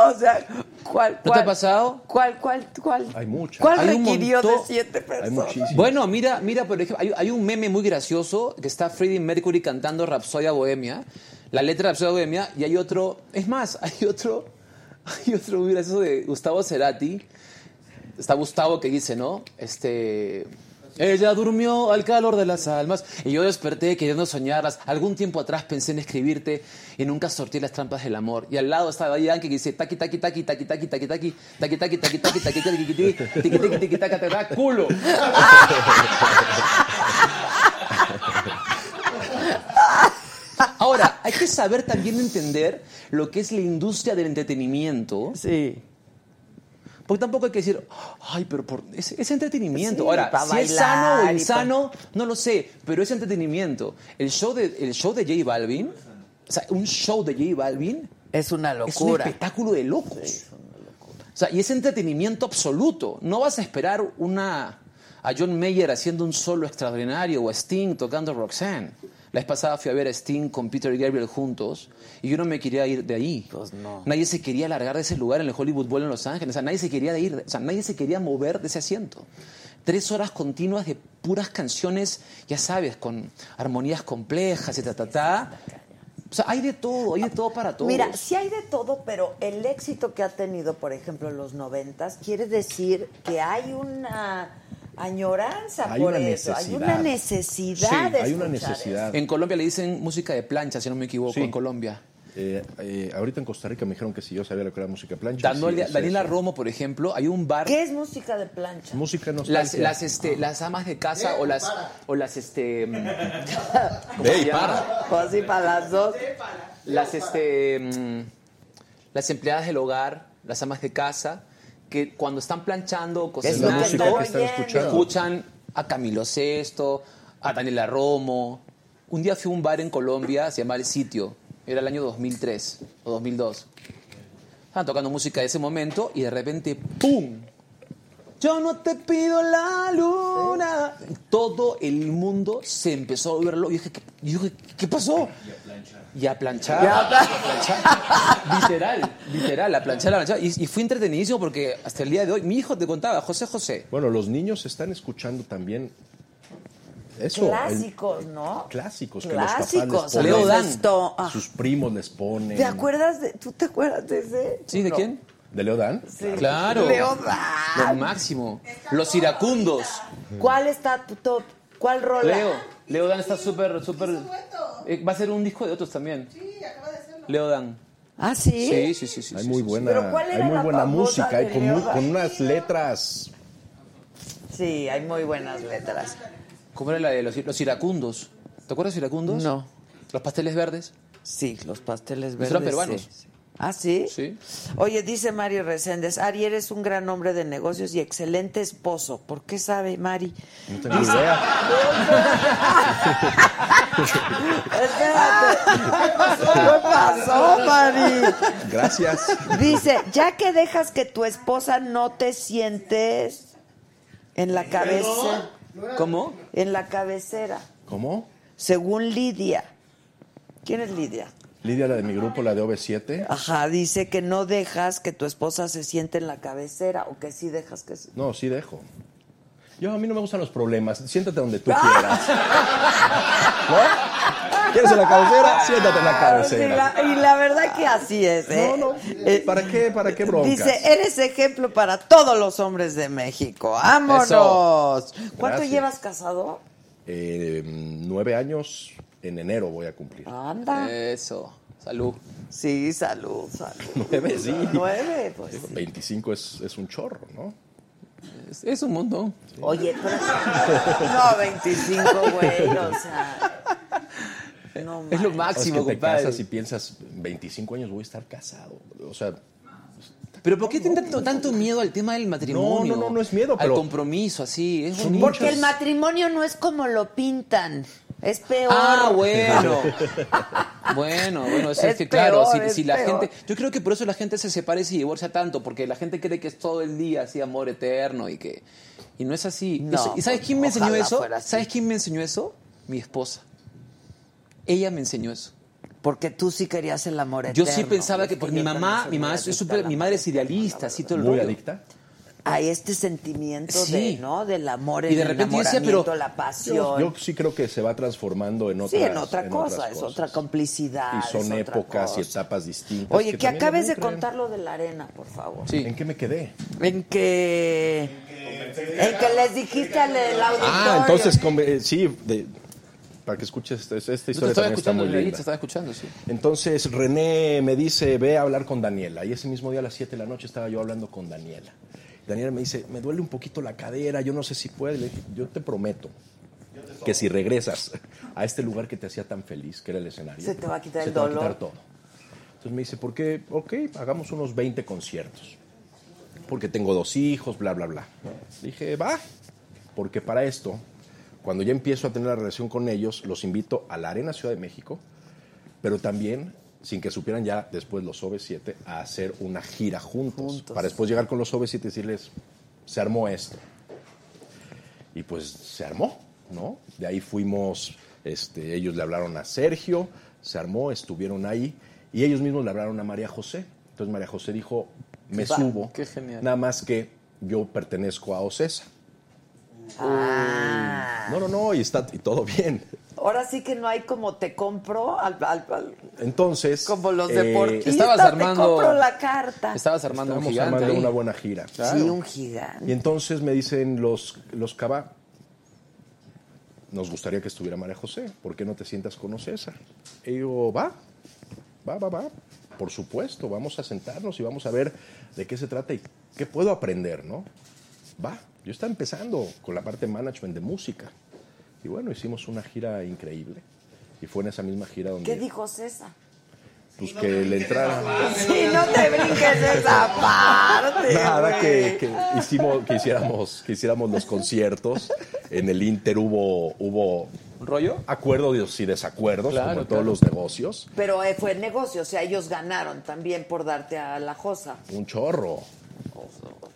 B: O sea, ¿Cuál,
G: te
B: cuál-
G: ha pasado?
B: ¿Cuál, cuál, cuál?
F: Hay muchas.
B: ¿Cuál
G: Hay un
B: requirió de
G: montón-
B: siete personas?
F: Hay muchísimas.
G: Bueno, mira, mira, por ejemplo, hay, hay un meme muy gracioso que está Freddie Mercury cantando Rapsodia Bohemia, la letra de Rapsodia Bohemia, y hay otro, es más, hay otro, hay otro muy gracioso de Gustavo Cerati. Está Gustavo que dice, ¿no? Este. Ella durmió al calor de las almas y yo desperté queriendo soñarlas. Algún tiempo atrás pensé en escribirte y nunca sortí las trampas del amor. Y al lado estaba Ian que dice taqui taqui taqui taqui taqui taqui taqui taqui taqui taqui taqui taqui taqui taqui taqui taqui taqui taca, taca, culo. Ahora, <laughs> hay que saber también entender lo que es la industria del entretenimiento.
B: Sí.
G: Porque tampoco hay que decir, ay, pero por, es, es entretenimiento.
B: Sí,
G: Ahora,
B: pa'
G: si es
B: bailar y
G: sano o
B: pa-
G: insano, no lo sé, pero es entretenimiento. El show de, el show de J Balvin, o sea, un show de J Balvin
B: Es una
G: es un
B: locura.
G: espectáculo de locos. O sea, y es entretenimiento absoluto. No vas a esperar una a John Mayer haciendo un solo extraordinario o a Sting tocando Roxanne. La vez pasada fui a ver a Sting con Peter Gabriel juntos y yo no me quería ir de ahí.
B: Pues no.
G: Nadie se quería largar de ese lugar en el Hollywood Bowl en Los Ángeles. O sea, nadie se quería ir, o sea, nadie se quería mover de ese asiento. Tres horas continuas de puras canciones, ya sabes, con armonías complejas y ta, ta, ta. O sea, hay de todo, hay de todo para todos.
B: Mira, sí hay de todo, pero el éxito que ha tenido, por ejemplo, los noventas, quiere decir que hay una añoranza
F: Hay
B: por
F: una
B: eso. Hay una
F: necesidad.
B: necesidad
F: Sí,
B: de
F: hay una
B: escuchar
F: necesidad.
G: En Colombia le dicen música de plancha, si no me equivoco,
F: Sí.
G: en Colombia.
F: Eh, eh, ahorita en Costa Rica me dijeron que si yo sabía lo que era música plancha.
G: Daniel-
F: sí, es
G: Daniela
F: eso.
G: Romo, por ejemplo, hay un bar.
B: eso. ¿Qué es música de plancha?
F: Música no
G: Las, las, este, las amas de casa o las, o las, este, mm, <laughs> ¿cómo se llama?
B: O Pues así para las dos.
G: las, este, mm, las empleadas del hogar, las amas de casa, que cuando están planchando o
B: Es
F: la
B: lo que
G: cocinando,
F: música
B: estoy
F: que
B: oyendo.
F: están escuchando.
G: escuchan a Camilo Sesto, a Daniela Romo. Un día fui a un bar en Colombia, se llamaba El Sitio. Era el año 2003 o 2002. Estaban tocando música de ese momento y de repente, ¡pum! Yo no te pido la luna. Todo el mundo se empezó a volver loco. Yo dije, ¿qué, yo dije, ¿qué pasó? Y a planchar. Y a planchar. literal, literal, a planchar, a planchar. Y, y fue entretenidísimo porque hasta el día de hoy, mi hijo te contaba, José José,
F: Bueno, los niños están escuchando también eso. el-
B: Clásicos, ¿no?
F: clásicos que los
B: Clásicos.
F: papás les
G: Leo
F: ponen,
G: Dan.
B: Esto, ah.
F: sus primos les ponen.
B: ¿Te acuerdas de, ¿Tú te acuerdas de ese?
G: ¿Sí? ¿De
B: No.
G: quién?
F: ¿De Leo Dan?
B: Sí.
G: Claro.
B: Leodan.
G: Lo máximo. Los iracundos.
B: ¿Cuál está tu top? ¿Cuál rola?
G: Leo. Leo Dan está súper, súper. Eh, Va a ser un disco de otros también. Sí, acaba de hacerlo. Leo Dan.
B: ¿Ah, sí?
G: Sí, sí, sí. sí,
F: Hay
G: sí,
F: muy
G: sí.
F: buena,
B: ¿Pero cuál
F: hay
B: era
F: muy
B: la
F: buena
B: famosa
F: música y
B: de
F: con, muy-
B: Leo Dan?
F: con unas letras.
B: Sí, hay muy buenas letras.
G: ¿Cómo era la de los, los iracundos? ¿Te acuerdas de los iracundos?
B: No.
G: ¿Los pasteles verdes?
B: Sí, los pasteles verdes.
G: Eran peruanos.
B: sí. ¿Ah, sí?
G: Sí.
B: Oye, dice Mario Reséndez, Ari, eres un gran hombre de negocios y excelente esposo. ¿Por qué sabe, Mari?
F: No tengo idea.
B: Espérate. ¿Qué pasó, Mari?
F: Gracias.
B: Dice, ya que dejas que tu esposa no te sientes en la cabeza,
G: ¿Cómo?
B: en la cabecera,
F: ¿Cómo?
B: según Lidia. ¿Quién es Lidia?
F: Lidia, la de mi grupo, la de OV7.
B: Ajá, dice que no dejas que tu esposa se siente en la cabecera o que sí dejas que se...
F: No, sí dejo. Yo a mí no me gustan los problemas. Siéntate donde tú
B: <laughs>
F: quieras. ¿No? ¿Quieres en la cabecera? Siéntate en Ah, la cabecera.
B: Ah, Sí, la- y la verdad que así es, ¿eh?
F: No, no.
B: Eh,
F: ¿Para qué, para qué broncas?
B: Dice, eh, eres ejemplo para todos los hombres de México. ¡Vámonos! ¿Cuánto
F: Gracias.
B: llevas casado?
F: Eh, nueve años en enero voy a cumplir.
B: Anda.
G: Eh. Eso. Salud.
B: Sí, salud,
G: <laughs>
B: salud.
F: Nueve, sí.
B: Nueve, pues. sí.
F: 25 es, es un chorro, ¿no?
G: Es, es un montón.
B: Oye, pero... <laughs> No, 25, güey, o sea... No,
G: <laughs> Es lo
B: manches.
F: Sabes
G: máximo,
F: que te
G: compadre.
F: casas y piensas, 25 años voy a estar casado. O sea,
G: Pero ¿por qué tienen tanto, tanto miedo al tema del matrimonio?
F: No, no, no, no es miedo,
G: al
F: pero-
G: compromiso, así. Es
F: Son
G: bonito.
B: Porque el matrimonio no es como lo pintan. Es peor.
G: Ah, bueno. <laughs> bueno, bueno, eso es,
B: Es
G: que claro,
B: peor,
G: si,
B: es
G: si la
B: peor.
G: gente, yo creo que por eso la gente se separa y se divorcia tanto, porque la gente cree que es todo el día así amor eterno y que y no es así.
B: No,
G: Eso- ¿Y sabes quién me enseñó
B: ojalá
G: eso?
B: fuera así.
G: ¿Sabes quién me enseñó eso? Mi esposa. Ella me enseñó eso.
B: Porque tú sí querías el amor
G: Yo
B: eterno.
G: sí pensaba
B: Es
G: que, pues
B: yo
G: mi
B: también
G: mamá,
B: soy
G: mi
B: muy
G: mamá es
B: adicta al
G: súper, mi
B: amor
G: madre es
B: eterno, la
G: idealista, así todo el
F: Muy
G: rollo.
F: adicta.
B: a este sentimiento de,
G: Sí.
B: ¿no? Del amor,
G: Y de
B: el
G: repente yo decía,
B: enamoramiento,
G: pero
B: la pasión.
F: Yo, yo sí creo que se va transformando en otra
B: sí, en otra cosa, es otra complicidad.
F: Y son
B: es otra
F: épocas y
B: cosa.
F: etapas distintas.
B: Oye, que,
F: también
B: acabes
F: no
B: de
F: creen.
B: contar lo de la arena, por favor.
G: Sí.
F: ¿En qué me quedé?
B: En que... En que les dijiste al al auditorio.
F: Ah, entonces, con- eh, sí, de- para que escuches, este, esta- esta
G: Yo te
F: historia
G: estaba
F: también está
G: escuchando,
F: muy
G: Lili, te
F: linda.
G: estaba escuchando, sí.
F: Entonces René me dice, ve a hablar con Daniela. Y ese mismo día a las 7 de la noche estaba yo hablando con Daniela. Daniela me dice, me duele un poquito la cadera, yo no sé si puede. Le dije, yo te prometo que si regresas a este lugar que te hacía tan feliz, que era el escenario,
B: Se te va a quitar
F: se
B: el
F: te va a
B: dolor.
F: quitar todo. Entonces me dice, ¿por qué? Ok, hagamos unos 20 conciertos. Porque tengo dos hijos, bla, bla, bla. Dije, va. Porque para esto, cuando ya empiezo a tener la relación con ellos, los invito a la Arena Ciudad de México, pero también, sin que supieran ya después los OV7, a hacer una gira juntos.
B: Juntos.
F: Para después llegar con los OV7 y decirles, se armó esto. Y pues se armó, ¿no? De ahí fuimos, este, ellos le hablaron a Sergio, se armó, estuvieron ahí, y ellos mismos le hablaron a María José. Entonces María José dijo, me
G: Va,
F: subo.
G: qué genial.
F: Nada más que yo pertenezco a OCESA.
B: Ah.
F: No, no, no, y está y todo bien.
B: Ahora sí que no hay como te compro, al, al- al-
F: Entonces.
B: como los
F: eh,
B: deportistas.
G: estabas
B: Te
G: armando-
B: compro la carta.
G: Estabas armando un
F: estábamos
G: gigante
F: armando
G: ahí.
F: una buena gira.
B: Sí, un gigante.
F: Y entonces me dicen los, los Cava, nos gustaría que estuviera María José, ¿por qué no te sientas con Ocesa? Y digo, va, va, va, va, por supuesto, vamos a sentarnos y vamos a ver de qué se trata y qué puedo aprender, ¿no? Va, yo estaba empezando con la parte de management de música. Y bueno, hicimos una gira increíble. Y fue en esa misma gira donde...
B: ¿Qué dijo César?
F: Pues que le entrara...
B: Sí, no te brinques esa parte.
F: <laughs> Nada,
B: güey.
F: que, que hicimos, que, hiciéramos, que hiciéramos los conciertos. En el Inter hubo, hubo
G: ¿Un rollo?
F: acuerdos y desacuerdos,
G: Claro,
F: como en
G: claro.
F: todos los negocios.
B: Pero eh, fue negocio, o sea, ellos ganaron también por darte a la josa.
F: Un chorro.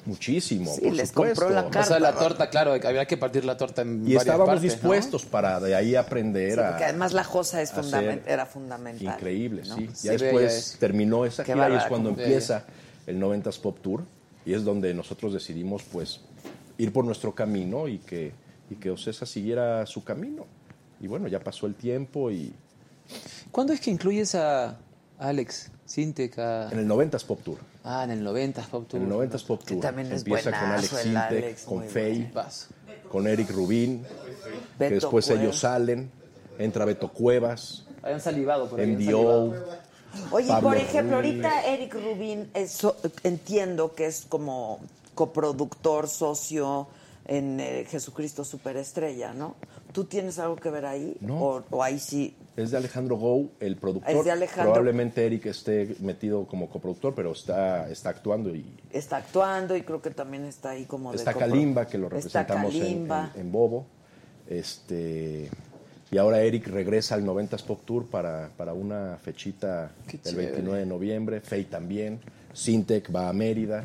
F: Muchísimo,
B: Sí,
F: por
B: les
F: supuesto.
B: compró la
G: O sea, la
B: Carta,
G: torta, claro, había que partir la torta en
F: y
G: varias
F: estábamos
G: partes, ¿no?
F: dispuestos para de ahí aprender
B: Sí,
F: a...
B: porque además la josa es
F: hacer
B: fundament- era fundamental.
F: Increíble,
B: ¿no?
F: sí.
G: Sí,
F: Ya
G: bella
F: después
G: es.
F: terminó esa
B: Qué
F: gira y es
B: bárbara,
F: cuando
G: bella.
F: empieza el 90s Pop Tour y es donde nosotros decidimos pues ir por nuestro camino y que, y que Ocesa siguiera su camino. Y bueno, ya pasó el tiempo y
G: ¿Cuándo es que incluyes a Alex Sintek? a-
F: en el 90s Pop Tour.
G: Ah, en el 90, Pop Tour.
F: En el 90s Pop
B: Que
F: Tour.
B: también es
F: Empieza con
B: buenazo
F: Alex
B: el Alex,
F: Sintek,
B: muy
F: con
B: bueno.
F: Faye,
G: Vas.
F: con Eric Rubín, que
B: Beto
F: después
B: Cuevas.
F: ellos salen, entra Beto Cuevas,
G: Habían salivado por ahí. habían
F: envió...
G: salivado.
B: Oye, y
F: Pablo
B: por ejemplo,
F: Ruiz.
B: ahorita Eric Rubin, es so- entiendo que es como coproductor, socio en eh, Jesucristo Superestrella, ¿no? ¿Tú tienes algo que ver ahí?
F: No.
B: O, o ahí sí.
F: Es de Alejandro Gou, el productor.
B: Es de Alejandro.
F: Probablemente Eric esté metido como coproductor, pero está, está actuando y
B: Está actuando y creo que también está ahí como de
F: está
B: copro-
F: Kalimba, que lo
B: Está
F: representamos en-
B: Kalimba.
F: En, en Bobo. Este, y ahora Eric regresa al 90s Pop Tour para, para una fechita
G: Qué
F: del
G: chévere.
F: 29 de noviembre. Faye también. Sintec va a Mérida.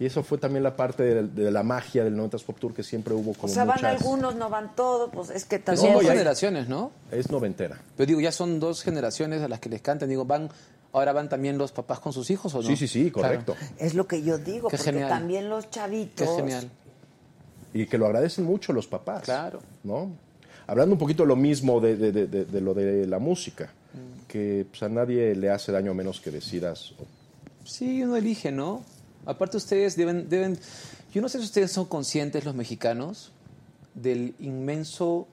F: Y eso fue también la parte de, de la magia del 90s Pop Tour que siempre hubo
B: O
F: como
B: sea, van
F: muchas-
B: algunos, no van todos, pues es que
G: Pero
B: también...
G: son dos
F: y hay-
G: generaciones, ¿no?
F: Es noventera.
G: Pero digo, ya son dos generaciones a las que les cantan. Digo, van, ahora van también los papás con sus hijos, ¿o no?
F: Sí, sí, sí,
G: Claro.
F: correcto.
B: Es lo que yo digo,
G: Qué
B: porque
G: genial.
B: también los
G: Qué
B: chavitos...
G: genial.
F: y que lo agradecen mucho los papás.
G: Claro.
F: ¿No? Hablando un poquito de lo mismo de, de- de- de- de lo de la música, que pues, a nadie le hace daño a menos que decidas.
G: Sí, uno elige, ¿no? Aparte ustedes deben, deben, yo no sé si ustedes son conscientes los mexicanos del inmenso,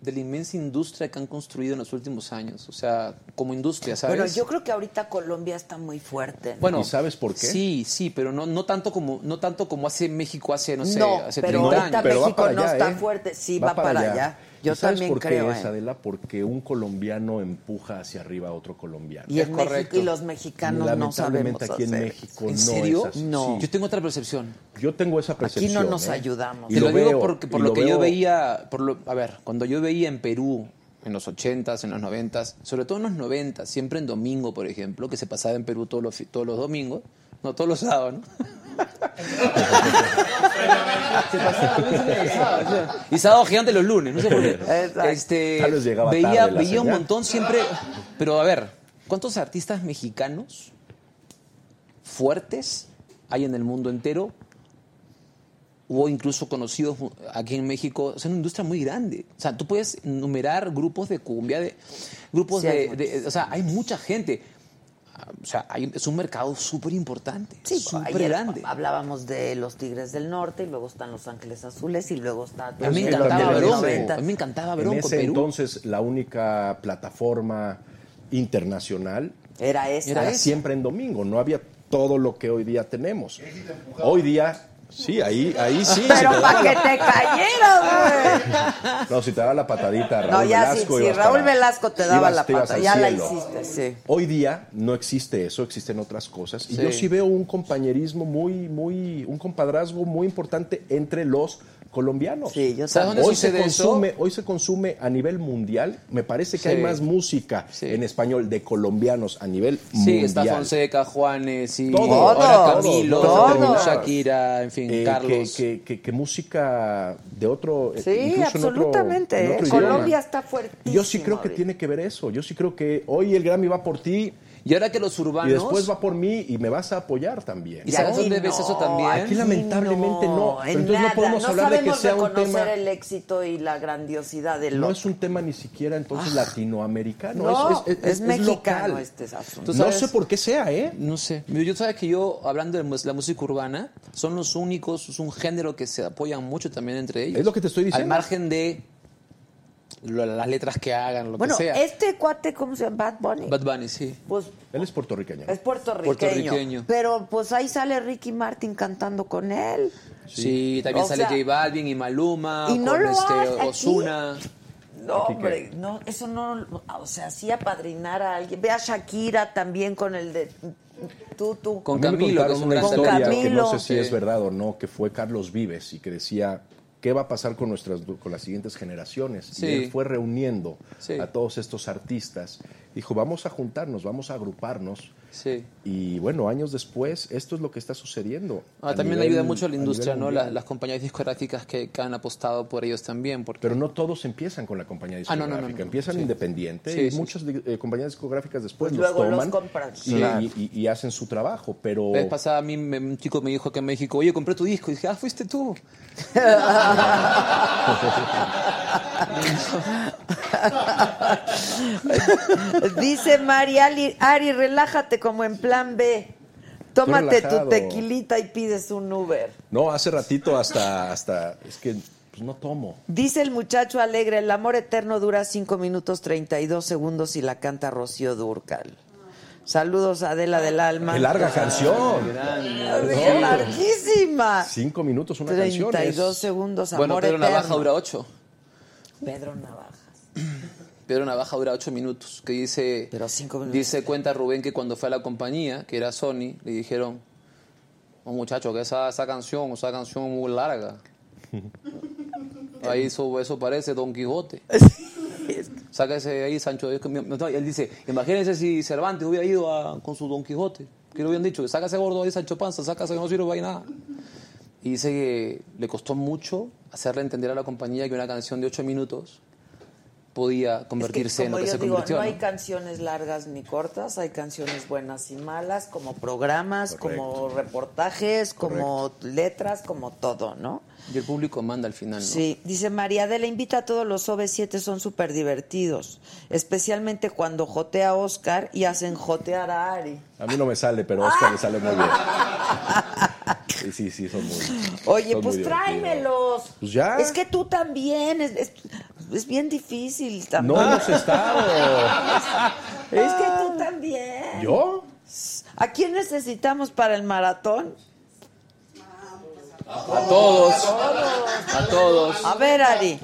G: de la inmensa industria que han construido en los últimos años, o sea, como industria, ¿sabes?
B: Bueno, yo creo que ahorita Colombia está muy fuerte. ¿no?
G: Bueno,
F: ¿Y sabes por qué?
G: Sí, sí, pero no, no tanto como, no tanto como hace México hace, no sé, hace
B: pero
G: 30
B: ahorita
G: años.
F: pero va
B: México
F: para
B: no
F: allá,
B: está
F: ¿eh?
B: fuerte. Sí, va, para allá.
F: ¿Y
B: Yo
F: sabes
B: también
F: por qué
B: creo.
F: es,
B: ¿eh?
F: Adela? Porque un colombiano empuja hacia arriba a otro colombiano.
B: Y,
G: Es
B: en México-
G: correcto.
B: y los mexicanos no sabemos.
F: Lamentablemente aquí en
B: hacer.
F: México
G: ¿En
F: no
G: serio?
F: es así.
B: No.
G: Yo tengo otra percepción.
F: Yo tengo esa percepción.
B: no nos
F: ¿eh?
B: ayudamos.
F: Y
G: Te lo, digo
F: veo,
G: porque, por
F: y
G: lo, que yo
F: veo-
G: veía, por lo, a ver, cuando yo veía en Perú, en los 80s, en los 90s, sobre todo en los 90s, siempre en domingo, por ejemplo, que se pasaba en Perú todos los, fi- todos los domingos, no todos los sábados, ¿no? se pasaba los sábados, o sea, y sábado gigante los lunes, no sé por qué.
B: Exacto.
G: Este,
F: Tal vez llegaba
G: veía
F: tarde la
G: veía un
F: señal.
G: montón siempre, pero a ver, ¿Cuántos artistas mexicanos fuertes hay en el mundo entero? O incluso conocidos aquí en México. Es una industria muy grande. O sea, tú puedes numerar grupos de cumbia, de, grupos
B: Sí, hay
G: de, de- O sea, hay mucha gente. Ah, O sea, hay- es un mercado súper importante.
B: Sí,
G: súper
B: ayer
G: grande.
B: hablábamos de los Tigres del Norte y luego están los Ángeles Azules y luego está...
G: A mí me
B: Pero
G: encantaba
B: también
G: Bronco.
B: los 90.
G: A mí me encantaba
F: En
G: Bronco,
F: ese
G: Perú.
F: entonces, la única plataforma internacional
B: Era esa.
G: Era
F: era
G: esa.
F: siempre en domingo. No había todo lo que hoy día tenemos. Hoy día, sí, ahí, ahí sí. si te
B: Pero
F: daba
B: para que
F: la-
B: te cayeras, güey.
F: no, si te daba la patadita, Raúl
B: No, ya si,
F: Velasco.
B: si
F: ibas
B: Raúl
F: para-
B: Velasco te daba
F: ibas-
B: la
F: te ibas
B: pata,
F: al
B: ya la
F: cielo.
B: hiciste, sí.
F: Hoy día no existe eso, existen otras cosas. Y
G: Sí.
F: yo sí veo un compañerismo muy, muy, un compadrazgo muy importante entre los colombianos.
B: Sí, yo
G: ¿Sabes
B: también.
G: dónde
F: Hoy se,
G: sucede eso?
F: consume, hoy se consume a nivel mundial, me parece que
G: Sí.
F: hay más música
G: Sí.
F: en español de colombianos a nivel
G: Sí,
F: mundial.
G: está Fonseca, Juanes, y
F: Todo,
G: ahora
B: todo,
G: Camilo,
B: todo.
G: Shakira, en fin,
F: Eh, que-
G: Carlos.
F: Que, que- que música de otro. eh,
B: Sí,
F: <laughs> incluso en otro-
B: absolutamente.
F: en
B: ¿eh?
F: otro idioma.
B: Colombia está fuertísima.
F: Yo sí creo que tiene que ver eso. Yo sí creo que hoy el Grammy va por ti
G: Y ahora que los urbanos.
F: y después va por mí y me vas a apoyar también.
G: ¿Y sabes
B: aquí
G: dónde ves eso también?
B: aquí
F: Aquí lamentablemente no.
B: en
F: Pero entonces no
B: nada.
F: podemos hablar de que
B: sabemos
F: sea un
B: reconocer
F: tema-
B: el éxito y la grandiosidad del
F: No
B: otro.
F: es un tema ni siquiera entonces latinoamericano.
B: Ah. No,
F: es, es- es- es
B: mexicano
F: local.
B: este asunto.
G: Tú
F: No
G: sabes-
F: sé por qué sea, ¿eh?
G: No sé. Mira, Yo sabes que yo, hablando de mus- la música urbana, son los únicos, es un género que se apoyan mucho también entre ellos.
F: Es lo que te estoy diciendo.
G: Al margen de lo- las letras que hagan, lo
B: Bueno,
G: que sea.
B: este cuate, ¿cómo se llama? Bad Bunny.
G: Bad Bunny, sí.
B: Pues
F: Él es puertorriqueño.
B: es puertorriqueño,
G: Puertorriqueño.
B: Pero pues ahí sale Ricky Martin cantando con él.
G: Sí, también
B: O
G: sale
B: sea-
G: J Balvin y Maluma,
B: ¿Y no
G: con
B: lo hagas
G: este
B: aquí?
G: Osuna.
B: No, hombre, no, eso no, o sea, sí apadrinar a alguien. Ve a Shakira también con el de Tutu.
G: Con
F: A mí me
G: Camilo, que
F: contaron
G: es un
F: una
G: gran
B: Con
F: historia
G: talento.
F: que no sé
B: Camilo.
F: si es
G: Sí.
F: verdad o no, que fue Carlos Vives y que decía qué va a pasar con nuestras con las siguientes generaciones.
G: Sí.
F: Y él fue reuniendo
G: Sí.
F: a todos estos artistas. Dijo, vamos a juntarnos, vamos a agruparnos.
G: Sí.
F: Y bueno, años después, esto es lo que está sucediendo.
G: Ah,
F: a
G: también
F: nivel-
G: ayuda mucho a la
F: nivel
G: industria, ¿no?
F: mundial.
G: Las, las compañías discográficas que, que han apostado por ellos también. Porque
F: Pero no todos empiezan con la compañía
G: Ah, no, no,
F: discográfica.
G: no, no.
F: Empiezan
G: Sí.
F: independiente
G: Sí,
F: y
G: sí,
F: muchas eh, compañías discográficas después
B: Pues
F: los
B: luego los
F: toman
B: compran.
F: y,
G: Claro.
F: y- y- y hacen su trabajo. Pero
G: la vez pasada a mí me- un chico me dijo que en México, oye, compré tu disco. Y dije, ah, fuiste tú.
B: Dice María Ali, Ari, relájate como en plan B. Tómate tu
F: relajado.
B: tequilita y pides un Uber.
F: no, hace ratito hasta, hasta es que pues, no tomo.
B: Dice el muchacho alegre, el amor eterno dura 5 minutos 32 segundos y la canta Rocío Durcal. Saludos a Adela del Alma.
F: ¡Qué larga canción!
B: ¡Qué larguísima!
F: Cinco minutos una canción.
B: 32
F: es-
B: segundos, amor
G: Bueno, Pedro
B: eterno.
G: Navaja dura ocho.
B: Pedro Navajas.
G: Pedro Navaja dura ocho minutos. Que dice,
B: Pero cinco minutos.
G: dice cuenta Rubén que cuando fue a la compañía, que era Sony, le dijeron, oh, muchacho, que esa, esa canción, esa canción muy larga. Ahí eso, eso parece Don Quijote. Sáquese ahí, Sancho. Dios, que mi- no, y él dice, imagínense si Cervantes hubiera ido a- con su Don Quijote. Que le hubieran dicho, que sácase gordo ahí, Sancho Panza, sácase que no sirve para nada. Y dice que le costó mucho hacerle entender a la compañía que una canción de ocho minutos podía
B: Es
G: convertirse
B: que,
G: en lo
B: como
G: que
B: yo
G: se
B: digo,
G: convirtió.
B: no hay
G: ¿no?
B: canciones largas ni cortas, hay canciones buenas y malas, como programas, como reportajes, como letras, como todo, ¿no?
G: Y el público manda al final, ¿no?
B: Sí, dice María Adela, invita a todos los OV7, son súper divertidos, especialmente cuando jotea a Oscar y hacen jotear a Ari.
F: A mí no me sale, pero a Oscar le sale muy bien. Sí, sí, sí, son muy.
B: Oye, pues
F: son muy divertidos.
B: tráemelos.
F: Pues ya.
B: Es que tú también, es, es- es bien difícil
F: No
B: también.
F: <laughs> hemos estado.
B: Es que tú también.
F: ¿Yo?
B: ¿A quién necesitamos para el maratón?
G: A todos. A todos.
B: A ver, Ari.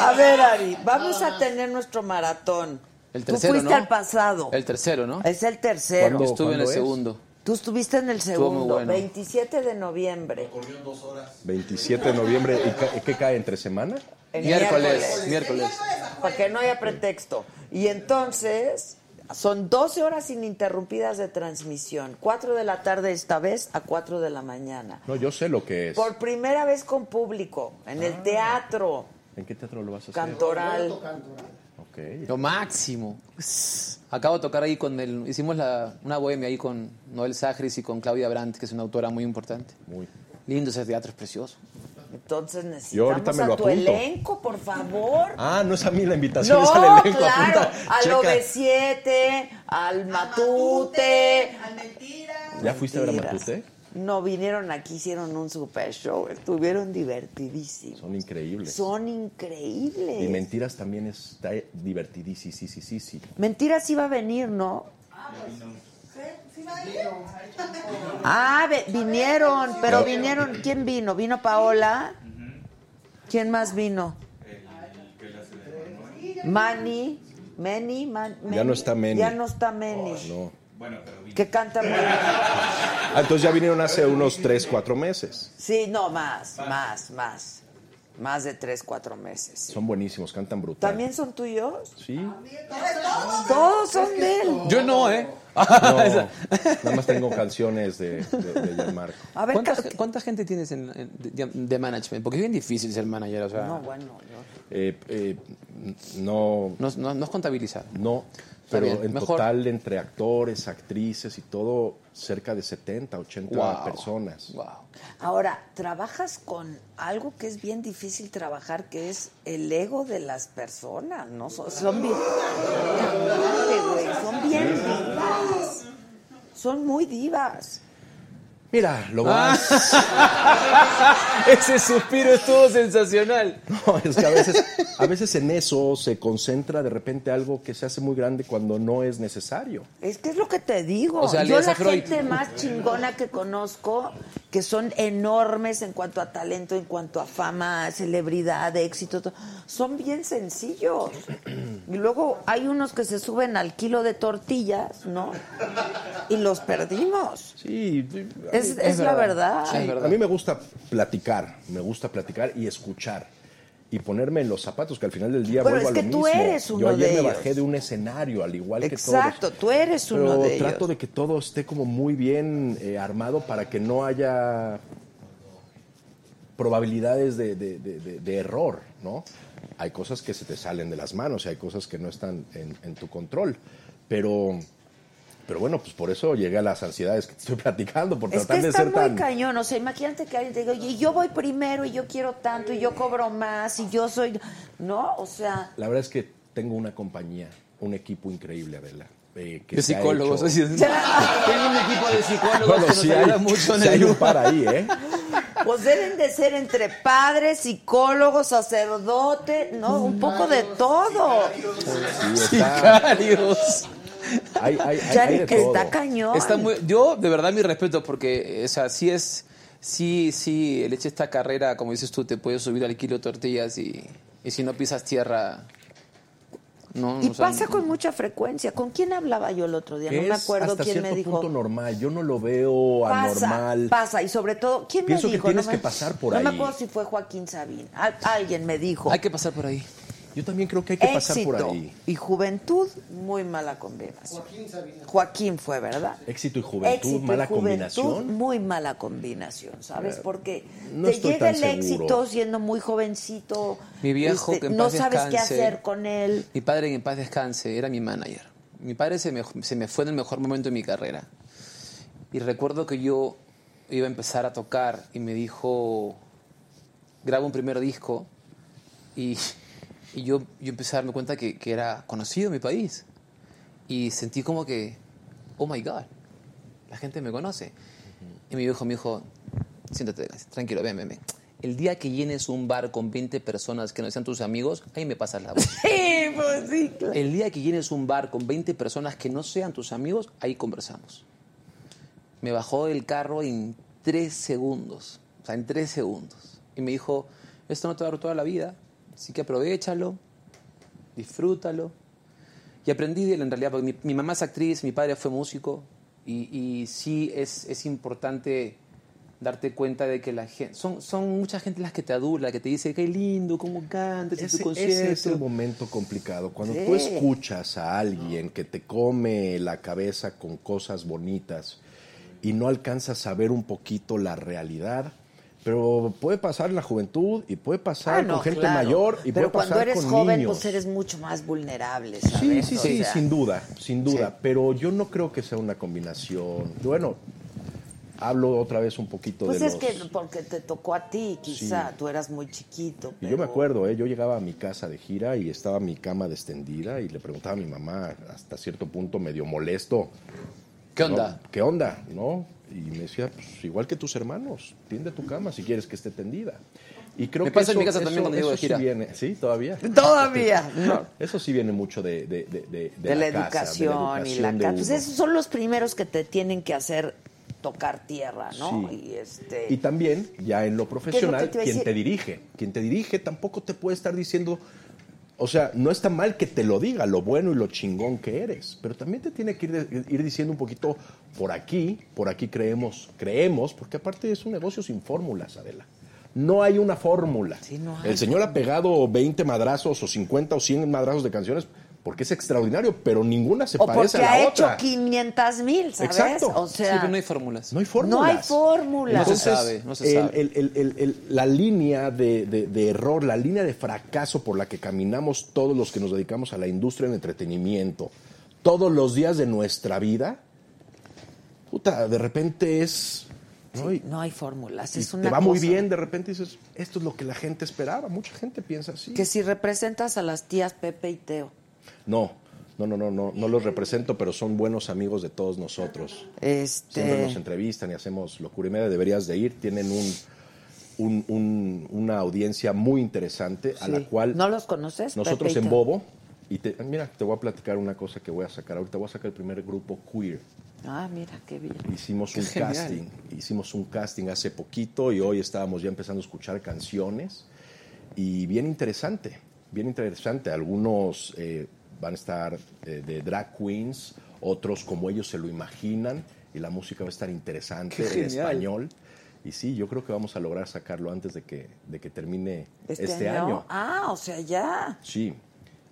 B: A ver, Ari. Vamos a tener nuestro maratón.
G: El tercero,
B: Tú fuiste
G: ¿no?
B: al pasado.
G: El tercero, ¿no?
B: Es el tercero.
F: ¿Cuándo?
G: Estuve en el
F: es?
G: segundo.
B: Tú estuviste en el
G: Estuvo muy
B: segundo,
G: bueno.
B: 27 de noviembre.
F: 27 de noviembre. ¿Y ca- qué cae entre semana?
B: el
G: Miércoles, miércoles.
B: Para que no haya pretexto. Y entonces, son 12 horas ininterrumpidas de transmisión. 4 de la tarde esta vez a 4 de la mañana.
F: No, yo sé lo que es.
B: Por primera vez
G: Ah.
B: con público, en el teatro
F: ¿En qué teatro lo vas a hacer?
B: cantoral.
F: Ok. Ok.
G: Lo máximo. Acabo de tocar ahí con el. Hicimos la- una bohemia ahí con Noel Sagris y con Claudia Brandt, que es una autora muy importante.
F: Muy.
G: Lindo ese teatro, es precioso.
B: Entonces necesitamos
F: Yo ahorita me lo
B: a tu
F: apunto.
B: elenco, por favor.
F: Ah, no es a mí la invitación,
B: No,
F: es al elenco.
B: claro,
F: apunta.
B: al
F: Checa.
B: OB7, al Matute.
H: Al mentira.
F: ¿Ya fuiste a ver a
B: Mentiras.
F: Matute?
B: No, vinieron aquí, hicieron un super show, estuvieron divertidísimos.
F: Son increíbles.
B: Son increíbles.
F: Y Mentiras también está divertidísimo. Sí, sí, sí, sí.
B: Mentiras iba a venir, ¿no? pues, Ah, ve- vinieron, pero vinieron, ¿quién vino? ¿Vino Paola? ¿Quién más vino? Manny, Manny, Man-
I: Ya no está Manny. Oh,
B: Ya no está Manny,
I: No.
B: que canta muy bien.
I: Ah, entonces ya vinieron hace unos 3, 4 meses.
B: Sí, no, más, más, más. Más de tres, cuatro meses. sí.
F: Son buenísimos, cantan brutal.
B: ¿También son tuyos?
F: Sí.
B: Todos son de él.
G: Yo no, ¿eh?
F: <laughs> No,
G: <laughs>
F: nada más tengo canciones de, de, de Gianmarco.
B: A ver,
G: ¿Cuánta,
B: ca-
G: cuánta gente tienes en- en- de, de management? Porque es bien difícil ser manager, o sea.
B: No,
G: No,
B: bueno, no.
F: Eh, eh, no,
G: no- no es contabilizar.
F: no.
G: Está
F: Pero
G: bien,
F: en
G: mejor.
F: total, entre actores, actrices y todo, cerca de 70, 80
G: Wow.
F: personas.
G: Wow. <laughs>
B: Ahora, trabajas con algo que es bien difícil trabajar, que es el ego de las personas, ¿no? Son, son bien. Madre, güey, son bien divas. Son muy divas.
F: Mira, lo
G: Ah.
F: más.
G: Ese suspiro estuvo sensacional.
F: No, <laughs> es que a veces, a veces en eso se concentra de repente algo que se hace muy grande cuando no es necesario.
B: Es que es lo que te digo.
G: O sea,
B: Yo
G: lees a
B: la
G: Freud.
B: gente más chingona que conozco, que son enormes en cuanto a talento, en cuanto a fama, celebridad, éxito, to- son bien
F: <clears throat>
B: sencillos. Y luego hay unos que se suben al kilo de tortillas, ¿no? Y los perdimos.
F: Sí,
B: Es, es la verdad.
G: Sí. Es verdad.
F: A mí me gusta platicar, me gusta platicar y escuchar y ponerme en los zapatos que al final del día
B: Bueno,
F: vuelvo
B: es
F: a
B: que
F: lo
B: tú
F: mismo.
B: eres uno
F: Yo ayer
B: de
F: me
B: ellos.
F: bajé de un escenario al igual que
B: Exacto,
F: todos.
B: tú eres uno
F: Pero
B: de ellos.
F: trato de que todo esté como muy bien eh, armado para que no haya probabilidades de, de- de- de- de error, ¿no? Hay cosas que se te salen de las manos y hay cosas que no están en, en tu control, pero, pero bueno, pues por eso llegué a las ansiedades que te estoy platicando, por
B: Es que
F: tratar de
B: está
F: ser
B: muy
F: tan...
B: cañón, o sea, imagínate que alguien te diga, oye, yo voy primero y yo quiero tanto y yo cobro más y yo soy... No, o sea...
F: La verdad es que tengo una compañía, un equipo increíble, Adela. eh, que
G: De
F: se ha
G: psicólogos.
F: hecho- <laughs>
G: así es. Tengo un equipo de psicólogos
F: Bueno,
G: que nos
F: sí
G: ayuda
F: hay,
G: mucho en
F: sí
G: el
F: hay un
G: grupo.
F: par ahí, ¿eh?
B: Pues deben de ser entre padres, psicólogos, sacerdote, ¿no? Un poco de todo.
F: Sí, está,
G: <laughs> Sicarios.
F: hay, hay- hay- hay
B: Chari,
F: de
B: que está
F: todo.
B: cañón.
G: Está muy, yo, de verdad, mi respeto, porque, eh, o sea, sí es. Sí, sí, el hecho de esta carrera, como dices tú, te puedes subir al kilo de tortillas y, y si no pisas tierra. No,
B: Y
G: o sea,
B: pasa con mucha frecuencia. ¿Con quién hablaba yo el otro día? No me
F: Es
B: acuerdo
F: hasta
B: quién
F: cierto
B: me dijo.
F: punto normal. Yo no lo veo
B: Pasa,
F: anormal.
B: pasa, y sobre todo, ¿quién
F: Pienso
B: me
F: que
B: dijo?
F: tienes
B: no
F: que
B: me-
F: pasar por
B: No me
F: ahí.
B: acuerdo si fue Joaquín Sabín. Al- alguien me dijo.
G: Hay que pasar por ahí.
F: Yo también creo que hay que pasar por
B: Éxito
F: ahí.
B: Y juventud, muy mala combinación. Joaquín Sabina. Joaquín fue, ¿verdad?
F: Éxito y juventud,
B: Éxito y
F: mala
B: juventud,
F: combinación. Eh,
B: Muy mala combinación, ¿sabes? Porque
F: no
B: te
F: estoy
B: llega el
F: tan
B: éxito
F: seguro.
B: siendo muy jovencito.
G: Mi viejo,
B: este,
G: que en
B: No
G: paz
B: sabes qué
G: descanse.
B: hacer con él. <laughs>
G: Mi padre, que en paz descanse, era mi manager. Mi padre se me, se me fue en el mejor momento de mi carrera. Y recuerdo que yo iba a empezar a tocar y me dijo, grabo un primer disco. Y, y yo, yo empecé a darme cuenta que, que era conocido mi país. Y sentí como que, oh my God, la gente me conoce. Y mi viejo me dijo, siéntate, tranquilo, ven, ven, ven. El día que llenes un bar con 20 personas que no sean tus amigos, ahí me pasas la voz.
B: Sí, pues sí, claro.
G: El día que llenes un bar con 20 personas que no sean tus amigos, ahí conversamos. Me bajó del carro en tres segundos. O sea, en tres segundos. Y me dijo, esto no te va a dar toda la vida, así que aprovechalo, disfrútalo. Y aprendí de él en realidad, porque mi, mi mamá es actriz, mi padre fue músico, y, y sí es, es importante darte cuenta de que la gente, son, son mucha gente las que te adula, que te dice, qué lindo, cómo cantas, en
F: Ese,
G: tu concierto.
F: ese es el momento complicado. Cuando tú
B: Sí.
F: escuchas a alguien que te come la cabeza con cosas bonitas y no alcanzas a ver un poquito la realidad, Pero puede pasar en la juventud y puede pasar
B: Ah, no,
F: con gente
B: claro.
F: mayor y
B: Pero
F: puede
B: cuando
F: pasar
B: eres
F: con
B: joven,
F: niños.
B: pues eres mucho más vulnerable, ¿sabes?
F: Sí, sí,
B: O
F: sí,
B: sea,
F: sin duda, sin duda.
B: Sí.
F: Pero yo no creo que sea una combinación. Bueno, hablo otra vez un poquito
B: Pues
F: de
B: es
F: los-
B: que porque te tocó a ti, quizá.
F: Sí.
B: Tú eras muy chiquito.
F: Y
B: pero-
F: yo me acuerdo, ¿eh? yo llegaba a mi casa de gira y estaba mi cama destendida y le preguntaba a mi mamá, hasta cierto punto medio molesto,
G: ¿Qué
F: ¿no?
G: onda?
F: ¿Qué onda? ¿No? Y me decía, pues igual que tus hermanos, tiende tu cama si quieres que esté tendida. Y creo
G: Me
F: que
G: pasa
F: eso,
G: en mi casa también
F: eso-
G: cuando llego de
F: eso sí
G: gira.
F: viene- sí, todavía. <laughs>
B: Todavía. No.
F: Eso sí viene mucho de, de- de- de- de
B: de la,
F: casa,
B: educación y la
F: de
B: casa. Pues
F: uno.
B: esos son los primeros que te tienen que hacer tocar tierra, ¿no?
F: Sí.
B: Y este
F: Y también, ya en lo profesional,
B: te iba a
F: quien
B: decir?
F: te dirige. Quien te dirige tampoco te puede estar diciendo. O sea, no está mal que te lo diga, lo bueno y lo chingón que eres, pero también te tiene que ir, de- ir diciendo un poquito por aquí, por aquí creemos, creemos, porque aparte es un negocio sin fórmulas, Adela. No hay una fórmula.
B: Sí, no hay.
F: El señor ha pegado 20 madrazos o 50 o 100 madrazos de canciones porque es extraordinario, pero ninguna se
B: o porque
F: parece a la
B: ha
F: otra.
B: hecho 500 mil, ¿sabes?
F: Exacto.
B: O
G: Sí,
B: sea,
G: pero no hay fórmulas.
F: No hay fórmulas.
B: no hay fórmula.
G: No se
F: Entonces,
G: sabe, no se
F: el-
G: sabe.
F: el- el- el- el- la línea de, de- de error, la línea de fracaso por la que caminamos todos los que nos dedicamos a la industria del entretenimiento, todos los días de nuestra vida, puta, de repente es... ¿no? Y-
B: no hay fórmulas.
F: y
B: Es una
F: te va muy
B: cosa
F: bien, de repente dices, esto es lo que la gente esperaba, mucha gente piensa así.
B: Que si representas a las tías Pepe y Teo,
F: No, no, no, no, no, no los represento, pero son buenos amigos de todos nosotros. Siempre nos
B: este,
F: entrevistan y hacemos locura y media. Deberías de ir. Tienen un, un- un- una audiencia muy interesante a la
B: Sí.
F: cual
B: ¿No los conoces,
F: nosotros
B: Pepito?
F: en Bobo. Y te, mira, te voy a platicar una cosa que voy a sacar. Ahorita voy a sacar el primer grupo queer.
B: ah, mira qué bien.
F: Hicimos un
G: genial.
F: casting. Hicimos un casting hace poquito y hoy estábamos ya empezando a escuchar canciones. Y bien interesante, bien interesante. Algunos eh, van a estar eh, de drag queens, otros como ellos se lo imaginan. Y la música va a estar interesante
G: Qué
F: en
G: genial.
F: español. Y sí, yo creo que vamos a lograr sacarlo antes de que, de que termine este, año.
B: Ah, o sea, ya.
F: Sí.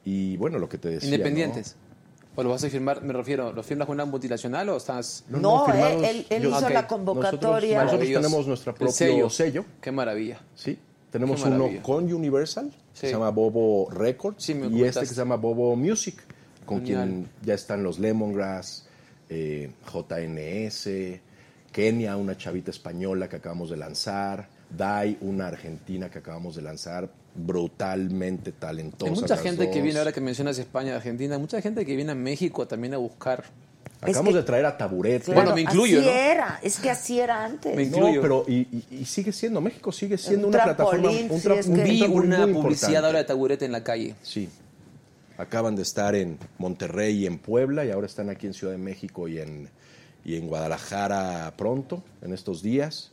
F: Y bueno, lo que te decía. ¿no?
G: Independientes. ¿O lo vas a firmar? Me refiero, ¿lo firmas con una multinacional o estás...?
B: No,
F: no,
B: él,
F: firmados-
B: él- él
F: yo-
B: hizo
G: Ok.
B: la convocatoria.
F: Nosotros
G: Maravilloso.
F: tenemos nuestro
G: El
F: propio sello.
G: Qué maravilla.
F: Sí, tenemos
G: Qué
F: uno
G: maravilla.
F: con Universal, que
G: Sí.
F: se llama Bobo Records,
G: Sí, me
F: y este que
G: comentaste.
F: se llama Bobo Music, con
G: Genial.
F: quien ya están los Lemongrass, eh, JNS, Kenia, una chavita española que acabamos de lanzar, Dai, una argentina que acabamos de lanzar, brutalmente talentosa.
G: Hay mucha
F: las
G: gente que
F: dos.
G: viene, ahora que mencionas España, Argentina, mucha gente que viene a México también a buscar.
F: Acabamos
B: que-
F: de traer a Taburete.
B: Claro,
G: Bueno, me incluyo,
B: Así
G: ¿no?
B: era, es que así era antes.
G: Me
F: No,
G: incluyo.
F: pero y, y- y sigue siendo, México sigue siendo
B: Un
F: una plataforma,
B: trampolín,
F: un,
B: sí,
F: tra-
B: es
F: un
B: que-
G: Vi
F: trampolín
G: una
F: muy
G: publicidad
F: importante.
G: ahora de taburete en la calle.
F: Sí. Acaban de estar en Monterrey y en Puebla y ahora están aquí en Ciudad de México y en, y en Guadalajara pronto, en estos días.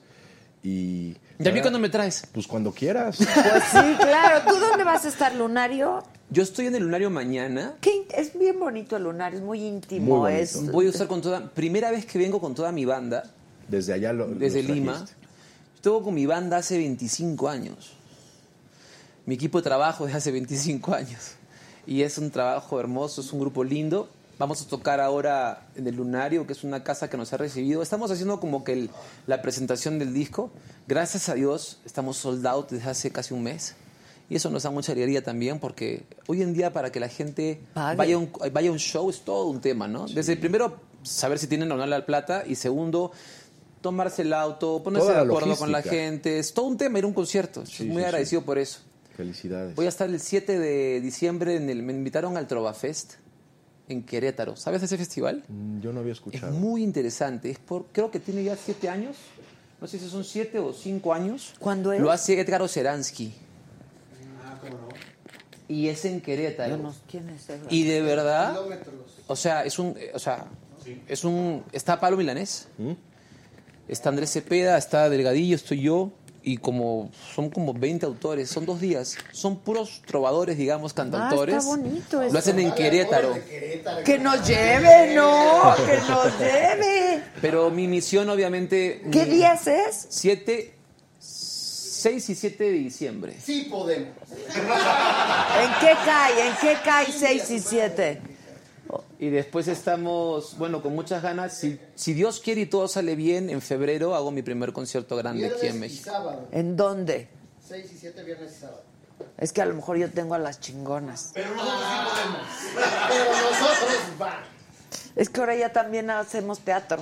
F: Y,
G: ¿Y a mí cuándo me traes?
F: Pues cuando quieras.
B: Pues sí, claro. ¿Tú dónde vas a estar, Lunario?
G: Yo estoy en el lunario mañana.
B: Qué in- es bien bonito el Lunario, es muy íntimo.
F: Muy bonito.
B: es,
G: Voy a usar con toda. Primera vez que vengo con toda mi banda,
F: Desde allá lo
G: desde
F: los
G: Lima.
F: trajiste.
G: Estuve con mi banda hace 25 años. Mi equipo de trabajo es hace 25 años. Y es un trabajo hermoso, es un grupo lindo. Vamos a tocar ahora en el Lunario, que es una casa que nos ha recibido. Estamos haciendo como que el- la presentación del disco. Gracias a Dios estamos sold out desde hace casi un mes. Y eso nos da mucha alegría también, porque hoy en día para que la gente
B: Pague.
G: vaya a un, vaya a un show es todo un tema, ¿no? Desde primero, saber si tienen o no la plata. Y segundo, tomarse el auto, ponerse
F: Toda
G: de
F: la
G: acuerdo con la
F: logística.
G: gente. Es todo un tema ir a un concierto.
F: Sí,
G: Estoy muy
F: sí,
G: agradecido por eso.
F: Felicidades.
G: Voy a estar el 7 de diciembre, en el, me invitaron al Trovafest en Querétaro. ¿Sabes de ese festival?
F: Mm, Yo no había
G: Es
F: escuchado.
G: muy interesante. Es por, creo que tiene ya 7 años. No sé si son 7 o 5 años.
B: ¿Cuándo es? Ah,
G: Lo hace Edgar Oceransky. Y es en Querétaro.
B: Yo no- ¿Quién es él?
G: Y de verdad, o sea, es un, eh, o sea, es un, está Pablo Milanés, está Andrés Cepeda, está Delgadillo, estoy yo, y como son como 20 autores, son dos días, son puros trovadores, digamos, cantautores.
B: Ah, está bonito
G: Lo
B: eso.
G: hacen en Querétaro.
B: Que nos lleve, no, que nos lleve.
G: Pero mi misión, obviamente,
B: ¿Qué
G: mi-
B: días es?
G: 7, 6 y 7 de diciembre.
H: Sí podemos.
B: ¿En qué cae? ¿En qué cae 6 y 7?
G: Y Y después estamos, bueno, con muchas ganas. Si, si Dios quiere y todo sale bien, en febrero hago mi primer concierto grande aquí en
H: Viernes y
G: México.
H: sábado.
B: ¿En dónde?
H: 6 y 7 viernes y sábado.
B: Es que a lo mejor yo tengo a las chingonas.
H: Pero nosotros sí podemos. Pero nosotros va.
B: Es que ahora ya también hacemos teatro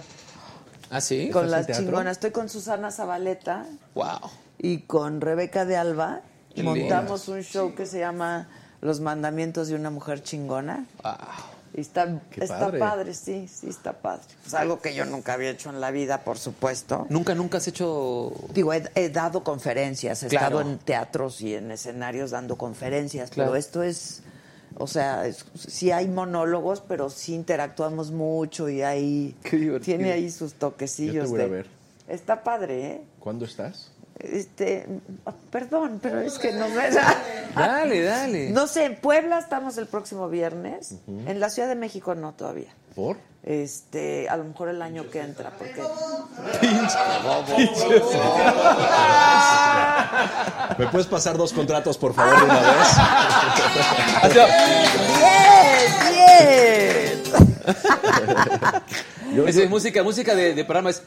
G: ¿Ah, sí?
B: con
F: en
B: las
F: teatro?
B: chingonas. Estoy con Susana Zabaleta
G: ¡Wow!
B: y con Rebeca de Alba.
G: Qué
B: Montamos un show que se llama Los mandamientos de una mujer chingona.
G: ¡Wow!
B: Y está,
F: Qué
B: está
F: padre.
B: padre. sí, sí está padre. Es algo que yo nunca había hecho en la vida, por supuesto.
G: Nunca, nunca has hecho...
B: Digo, he, he dado conferencias, he
G: Claro.
B: estado en teatros y en escenarios dando conferencias,
G: Claro.
B: pero esto es, o sea, es- sí hay monólogos, pero sí interactuamos mucho y ahí
G: Qué divertido.
B: tiene ahí sus toquecillos.
F: Ya te voy a
B: de-
F: ver.
B: Está padre, ¿eh?
F: ¿Cuándo estás?
B: Este, perdón, pero es que no me
G: Dale, dale.
B: Ah. No sé, en Puebla estamos el próximo viernes, en la Ciudad de México no todavía.
F: ¿Por?
B: Este, a lo mejor el año que entra, porque
I: ¿Me puedes pasar dos contratos, por favor, de una vez?
B: <laughs> ¡Bien! ¡Bien!
G: Esa es música, música de, de programa. Es...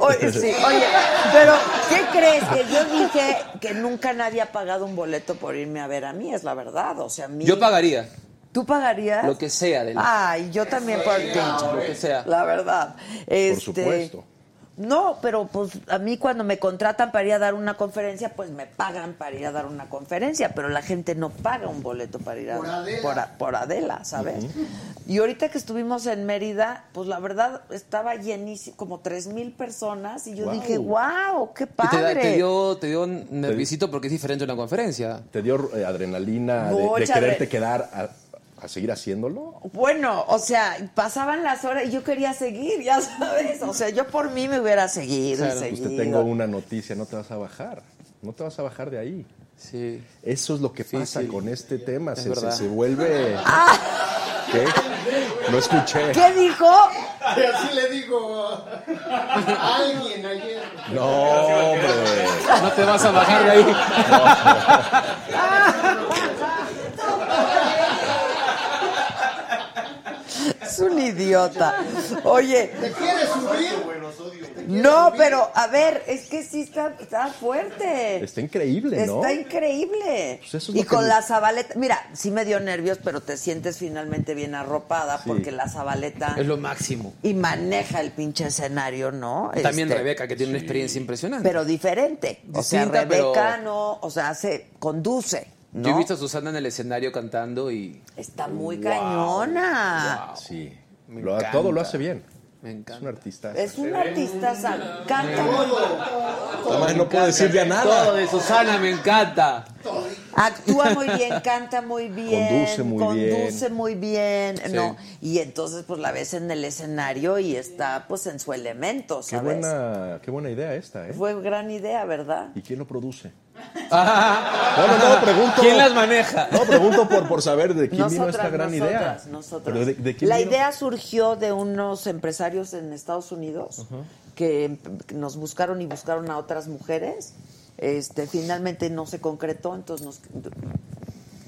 B: Oye, sí, oye, pero ¿qué crees? Que yo dije que nunca nadie ha pagado un boleto por irme a ver a mí, es la verdad. O sea, a mí.
G: Yo pagaría
B: ¿Tú pagarías?
G: lo que sea de la...
B: Ay, yo también por el pinche.
G: lo que sea.
B: La verdad. Este,
F: supuesto.
B: No, pero pues a mí cuando me contratan para ir a dar una conferencia, pues me pagan para ir a dar una conferencia, pero la gente no paga un boleto para ir a
H: Por Adela.
B: por, a- por Adela, ¿sabes? Y ahorita que estuvimos en Mérida, pues la verdad estaba llenísimo, como tres mil personas y yo
F: Guau.
B: dije, wow, qué
G: Y te,
B: padre.
G: da- te dio, te dio nerviosito porque es diferente a una conferencia.
F: ¿Te dio eh, adrenalina de- de,
B: Mucha
F: quererte
B: adre-
F: quedar a, a seguir haciéndolo?
B: Bueno, o sea, pasaban las horas y yo quería seguir, ya <laughs> sabes. O sea, yo por mí me hubiera seguido y
F: Pues
B: seguido.
F: te tengo una noticia, no te vas a bajar. No te vas a bajar de ahí.
G: Sí.
F: Eso es lo que pasa
G: sí.
F: con este tema. Se, se-
G: verdad.
F: se vuelve. ¿Qué? No escuché.
B: ¿Qué dijo?
H: Y así le digo a alguien ayer.
F: No, hombre.
G: No te vas a bajar de ahí.
B: Es un idiota. Oye,
H: ¿Te quieres subir?
B: no, pero a ver, es que sí está, está fuerte.
F: Está
G: Este,
F: increíble, ¿no?
B: Está increíble.
F: Pues eso es lo
B: y
F: que
B: con
F: me-
B: la zabaleta, mira, sí me dio nervios, pero te sientes finalmente bien arropada porque la zabaleta
G: Es lo máximo.
B: y maneja el pinche escenario, ¿no?
G: También
B: Este,
G: Rebeca, que tiene una experiencia impresionante.
B: Pero diferente. O sea,
G: Distinta, pero-
B: Rebeca no, o sea, se conduce. ¿no?
G: Yo he visto a Susana en el escenario cantando y
B: Está muy cañona.
F: Sí.
G: Me
F: Lo-
G: encanta.
F: todo lo hace bien.
G: me
F: Es un
G: encanta.
F: artista.
B: Es un artista, san- canta muy
I: Además, no puedo decir ya nada.
G: Todo de Susana me encanta.
B: Actúa muy bien, canta muy bien,
F: Conduce muy bien.
B: conduce muy bien,
G: Sí.
B: ¿no? Y entonces pues la ves en el escenario y está pues en su elemento,
F: Qué
B: ¿sabes?
F: buena, qué buena idea esta, ¿eh?
B: Fue gran idea, ¿verdad?
F: ¿Y quién lo produce?
I: No, no, no, pregunto.
G: ¿Quién las maneja?
I: No, pregunto por, por saber de quién vino esta
B: Nosotras,
F: gran idea.
B: nosotras, nosotras.
F: Pero de- de quién
B: la
F: vino?
B: idea surgió de unos empresarios en Estados Unidos que que nos buscaron y buscaron a otras mujeres. Este, finalmente no se concretó, entonces nos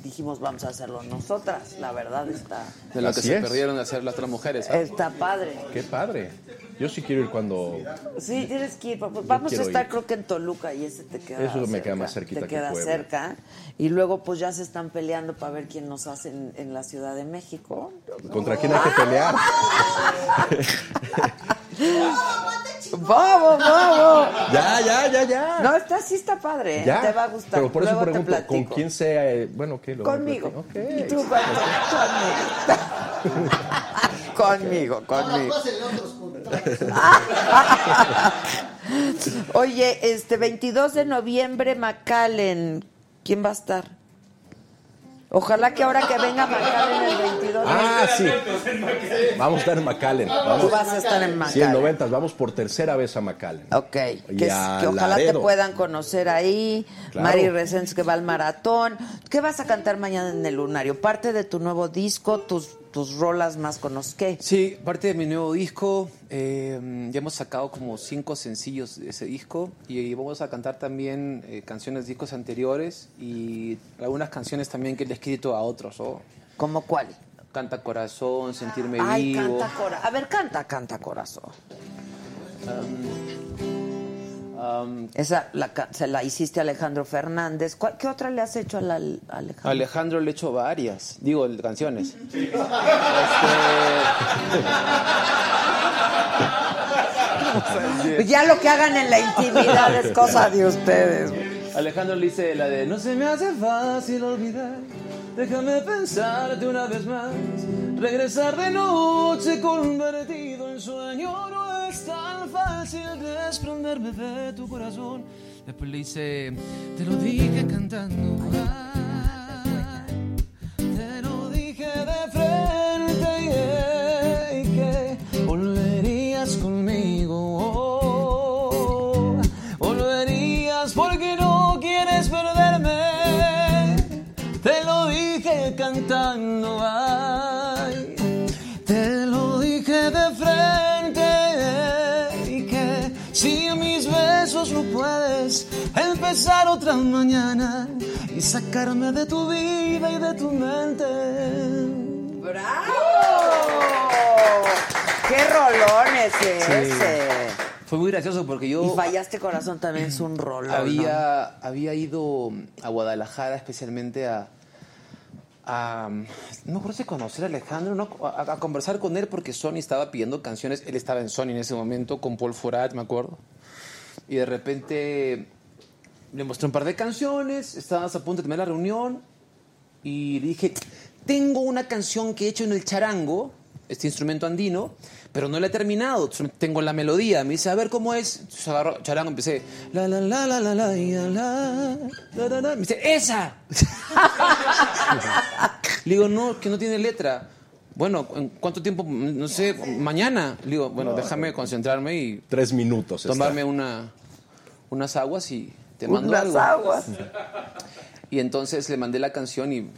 B: dijimos vamos a hacerlo nosotras. La verdad está
G: De lo que
F: Así
G: se
F: es.
G: perdieron de hacer las otras mujeres. ¿ah?
B: está padre.
F: Qué padre. Yo sí quiero ir cuando.
B: Sí, tienes que ir. papá. Pues Vamos a
F: quiero
B: estar,
F: ir.
B: creo que en Toluca, y ese te queda.
F: Eso me queda más cerquita
B: Te
F: que
B: queda
F: Puebla.
B: cerca. Y luego, pues ya se están peleando para ver quién nos hace en, en la Ciudad de México.
F: ¿Contra quién hay que pelear?
B: ¡Vamos, vamos!
F: Ya, ya, ya, ya.
B: Ah. No, está, sí está padre. ¿eh?
F: Ya.
B: Te va a gustar.
F: Pero por eso
B: luego te
F: pregunto, ¿con
B: platico.
F: quién sea? eh, bueno, ¿qué? Luego
B: Conmigo.
F: platico.
B: ¿Y
F: Ok.
B: tú
F: <laughs>
B: cuánto? conmigo. conmigo,
H: Ahora
B: conmigo.
H: pásenle otros contratos.
B: <laughs> Oye, este 22 de noviembre, Macallen. ¿Quién va a estar? Ojalá que ahora que venga Macallen el 22 de
F: Ah, sí.
D: Alberto, en Maqueda.
F: Vamos a estar en McAllen.
B: Tú
F: Vamos.
B: vas a estar en
F: Sí, en
B: Macallen.
F: 90. Vamos por tercera vez a McAllen.
B: Ok,
F: Y
B: que, que
F: a
B: ojalá te
F: Laredo.
B: puedan conocer ahí.
F: Claro.
B: Mari Reséndiz que va al maratón. ¿Qué vas a cantar mañana en el Lunario? Parte de tu nuevo disco, tus, tus rolas más conozqué.
G: Sí, parte de mi nuevo disco. eh, ya hemos sacado como cinco sencillos de ese disco y vamos a cantar también eh, canciones de discos anteriores y algunas canciones también que le he escrito a otros. ¿no?
B: ¿Como cuál?
G: Canta corazón, sentirme
B: Ay,
G: vivo.
B: canta corazón. A ver, canta, canta corazón.
F: Um,
G: Am,
B: Esa la, ca- se la hiciste a Alejandro Fernández. ¿Cuál- ¿Qué otra le has hecho a, la- a Alejandro?
G: Alejandro le he hecho varias, digo, canciones. Este-
B: Pues Ya lo que hagan en la intimidad es cosa de ustedes. güey.
G: Alejandro le dice la de No se me hace fácil olvidar Déjame pensarte una vez más Regresar de noche convertido en sueño No es tan fácil desprenderme de tu corazón Después le dice Te lo dije cantando ay, Te lo dije de frente Y que volverías conmigo Volverías porque no quieres perderme. Te lo dije cantando, ay. Te lo dije de frente. Y que si mis besos no puedes empezar otra mañana y sacarme de tu vida y de tu mente.
B: ¡Bravo! ¡Qué rolón es ese!
G: Fue muy gracioso porque yo.
B: Y fallaste corazón también es un rolón. ¿no?
G: Uh. había, había ido a Guadalajara especialmente a, a- no creo si conocer a Alejandro, no, a, a conversar con él porque Sony estaba pidiendo canciones, él estaba en Sony en ese momento con Paul Forat, me acuerdo. Y de repente le mostré un par de canciones, estábamos a punto de terminar la reunión y le dije, tengo una canción que he hecho en el charango, este instrumento andino, pero no la he terminado, solo tengo la melodía. Me dice, a ver cómo es. Entonces agarro charango, empecé, la, la, la, la, la, la, y la, la, la, la, la. Me dice, ¡esa! <laughs> Le digo, no, que no tiene letra. Bueno, ¿en cuánto tiempo? No sé, mañana. Le digo, bueno, déjame concentrarme y
I: Tres minutos. está.
G: tomarme una, unas aguas y te mando
B: unas
G: algo.
B: aguas.
G: Y entonces le mandé la canción y...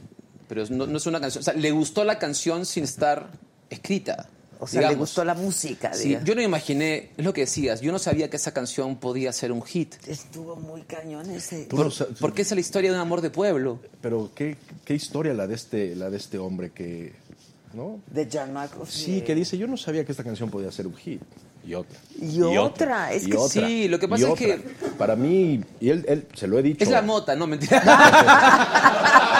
G: Pero no, no es una canción... O sea, le gustó la canción sin estar escrita.
B: O sea, le
G: digamos.
B: gustó la música.
G: Sí,
B: diga.
G: yo no imaginé... Es lo que decías. Yo no sabía que esa canción podía ser un hit.
B: Estuvo muy cañón ese.
I: Tú no sa-
G: Porque esa es la historia de un amor de pueblo.
I: Pero qué, qué historia la de este, la de este hombre que, ¿no?
B: De John Michael.
I: Sí, que dice, yo no sabía que esta canción podía ser un hit. Y otra.
B: Y otra, es
I: y
B: que
G: sí, lo que
I: y
G: pasa es
I: otra.
G: que-
I: Para mí, y él, él se lo he dicho.
G: Es la mota, no, mentira.
B: <laughs>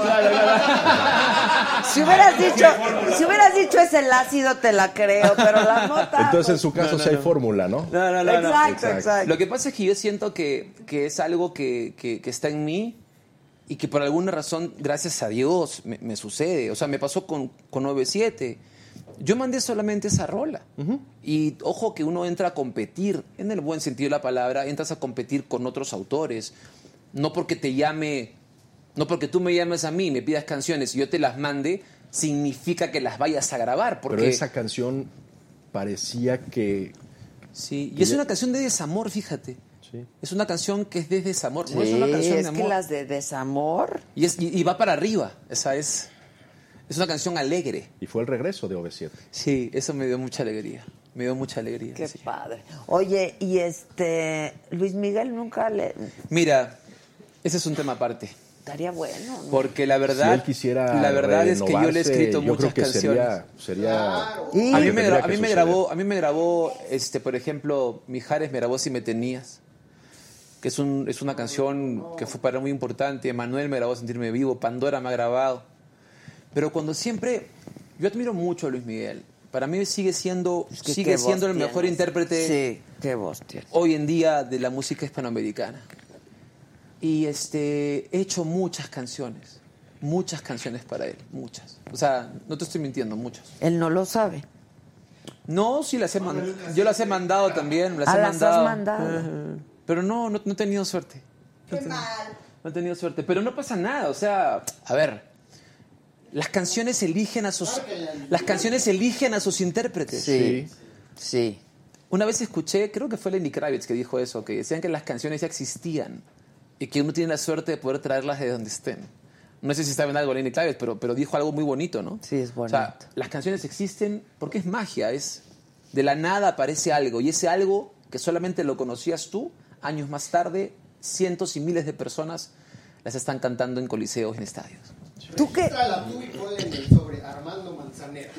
G: Claro, claro.
B: Si hubieras dicho, si hubieras dicho es el ácido, te la creo, pero la
F: <laughs>
B: nota. pues,
I: Entonces, en su caso,
G: No, no,
I: sí hay
G: no.
I: fórmula, ¿no?
G: No, no, no, no.
B: Exacto,
I: Exacto.
B: exacto.
G: Lo que pasa es que yo siento que, que es algo que, que- que está en mí y que por alguna razón, gracias a Dios, me, me sucede. O sea, me pasó con, con 97. Yo mandé solamente esa rola. Y ojo que uno entra a competir, en el buen sentido de la palabra, entras a competir con otros autores. No porque te llame, no porque tú me llames a mí, me pidas canciones y yo te las mande, significa que las vayas a grabar. Porque
I: Pero esa canción parecía que...
G: Sí, y
I: Que
G: es
I: ya-
G: una canción de desamor, fíjate.
I: Sí.
G: Es una canción que es de desamor, no es
B: Sí,
G: una canción
B: es
G: de
B: que
G: amor.
B: las de desamor.
G: Y, es- y- y va para arriba, esa es. Es una canción alegre.
I: Y fue el regreso de OV7.
G: Sí, eso me dio mucha alegría. Me dio mucha alegría.
B: Qué
G: sí.
B: padre. Oye, y este Luis Miguel nunca le
G: Mira, ese es un tema aparte.
B: estaría bueno. ¿no?
G: Porque la verdad,
I: si él quisiera
G: la verdad es que yo le he
I: renovarse,
G: escrito
I: yo
G: muchas
I: creo que
G: canciones.
I: Sería, sería
B: Y-
G: A
I: lo
G: mí
I: que
G: me,
I: tendría
G: gra-
I: que
G: a mí me
I: suceder.
G: grabó, a mí me grabó, este, por ejemplo, Mijares me grabó Si me tenías, que es, un, es una canción que fue para mí muy importante. Manuel me grabó Sentirme Vivo, Pandora me ha grabado. Pero cuando siempre, yo admiro mucho a Luis Miguel. Para mí sigue siendo,
B: Es que qué
G: sigue
B: voz
G: siendo el mejor
B: tienes.
G: intérprete
B: Sí, qué voz tiene.
G: hoy en día de la música hispanoamericana. Y este, he hecho muchas canciones, muchas canciones para él, muchas. O sea, no te estoy mintiendo, muchas.
B: Él no lo sabe.
G: No, sí las he mandado. Yo las he mandado también. Las
B: Ah,
G: he
B: las has
G: mandado.
B: mandado.
G: Ajá. Pero no, no, no he tenido suerte. No he tenido- No he tenido suerte. Pero no pasa nada. O sea, a ver. Las canciones eligen a sus. Las canciones eligen a sus intérpretes.
B: Sí. Sí.
G: Una vez escuché, creo que fue Lenny Kravitz que dijo eso, que decían que las canciones ya existían y que uno tiene la suerte de poder traerlas de donde estén. No sé si saben algo Lenny Kravitz, pero, pero dijo algo muy bonito, ¿no?
B: Sí, es
G: O sea,
B: bonito.
G: las canciones existen porque es magia, es de la nada aparece algo y ese algo que solamente lo conocías tú, años más tarde, cientos y miles de personas las están cantando en coliseos, en estadios.
B: ¿Tú qué?
H: Entra tú y ponle en el sobre Armando Manzanero.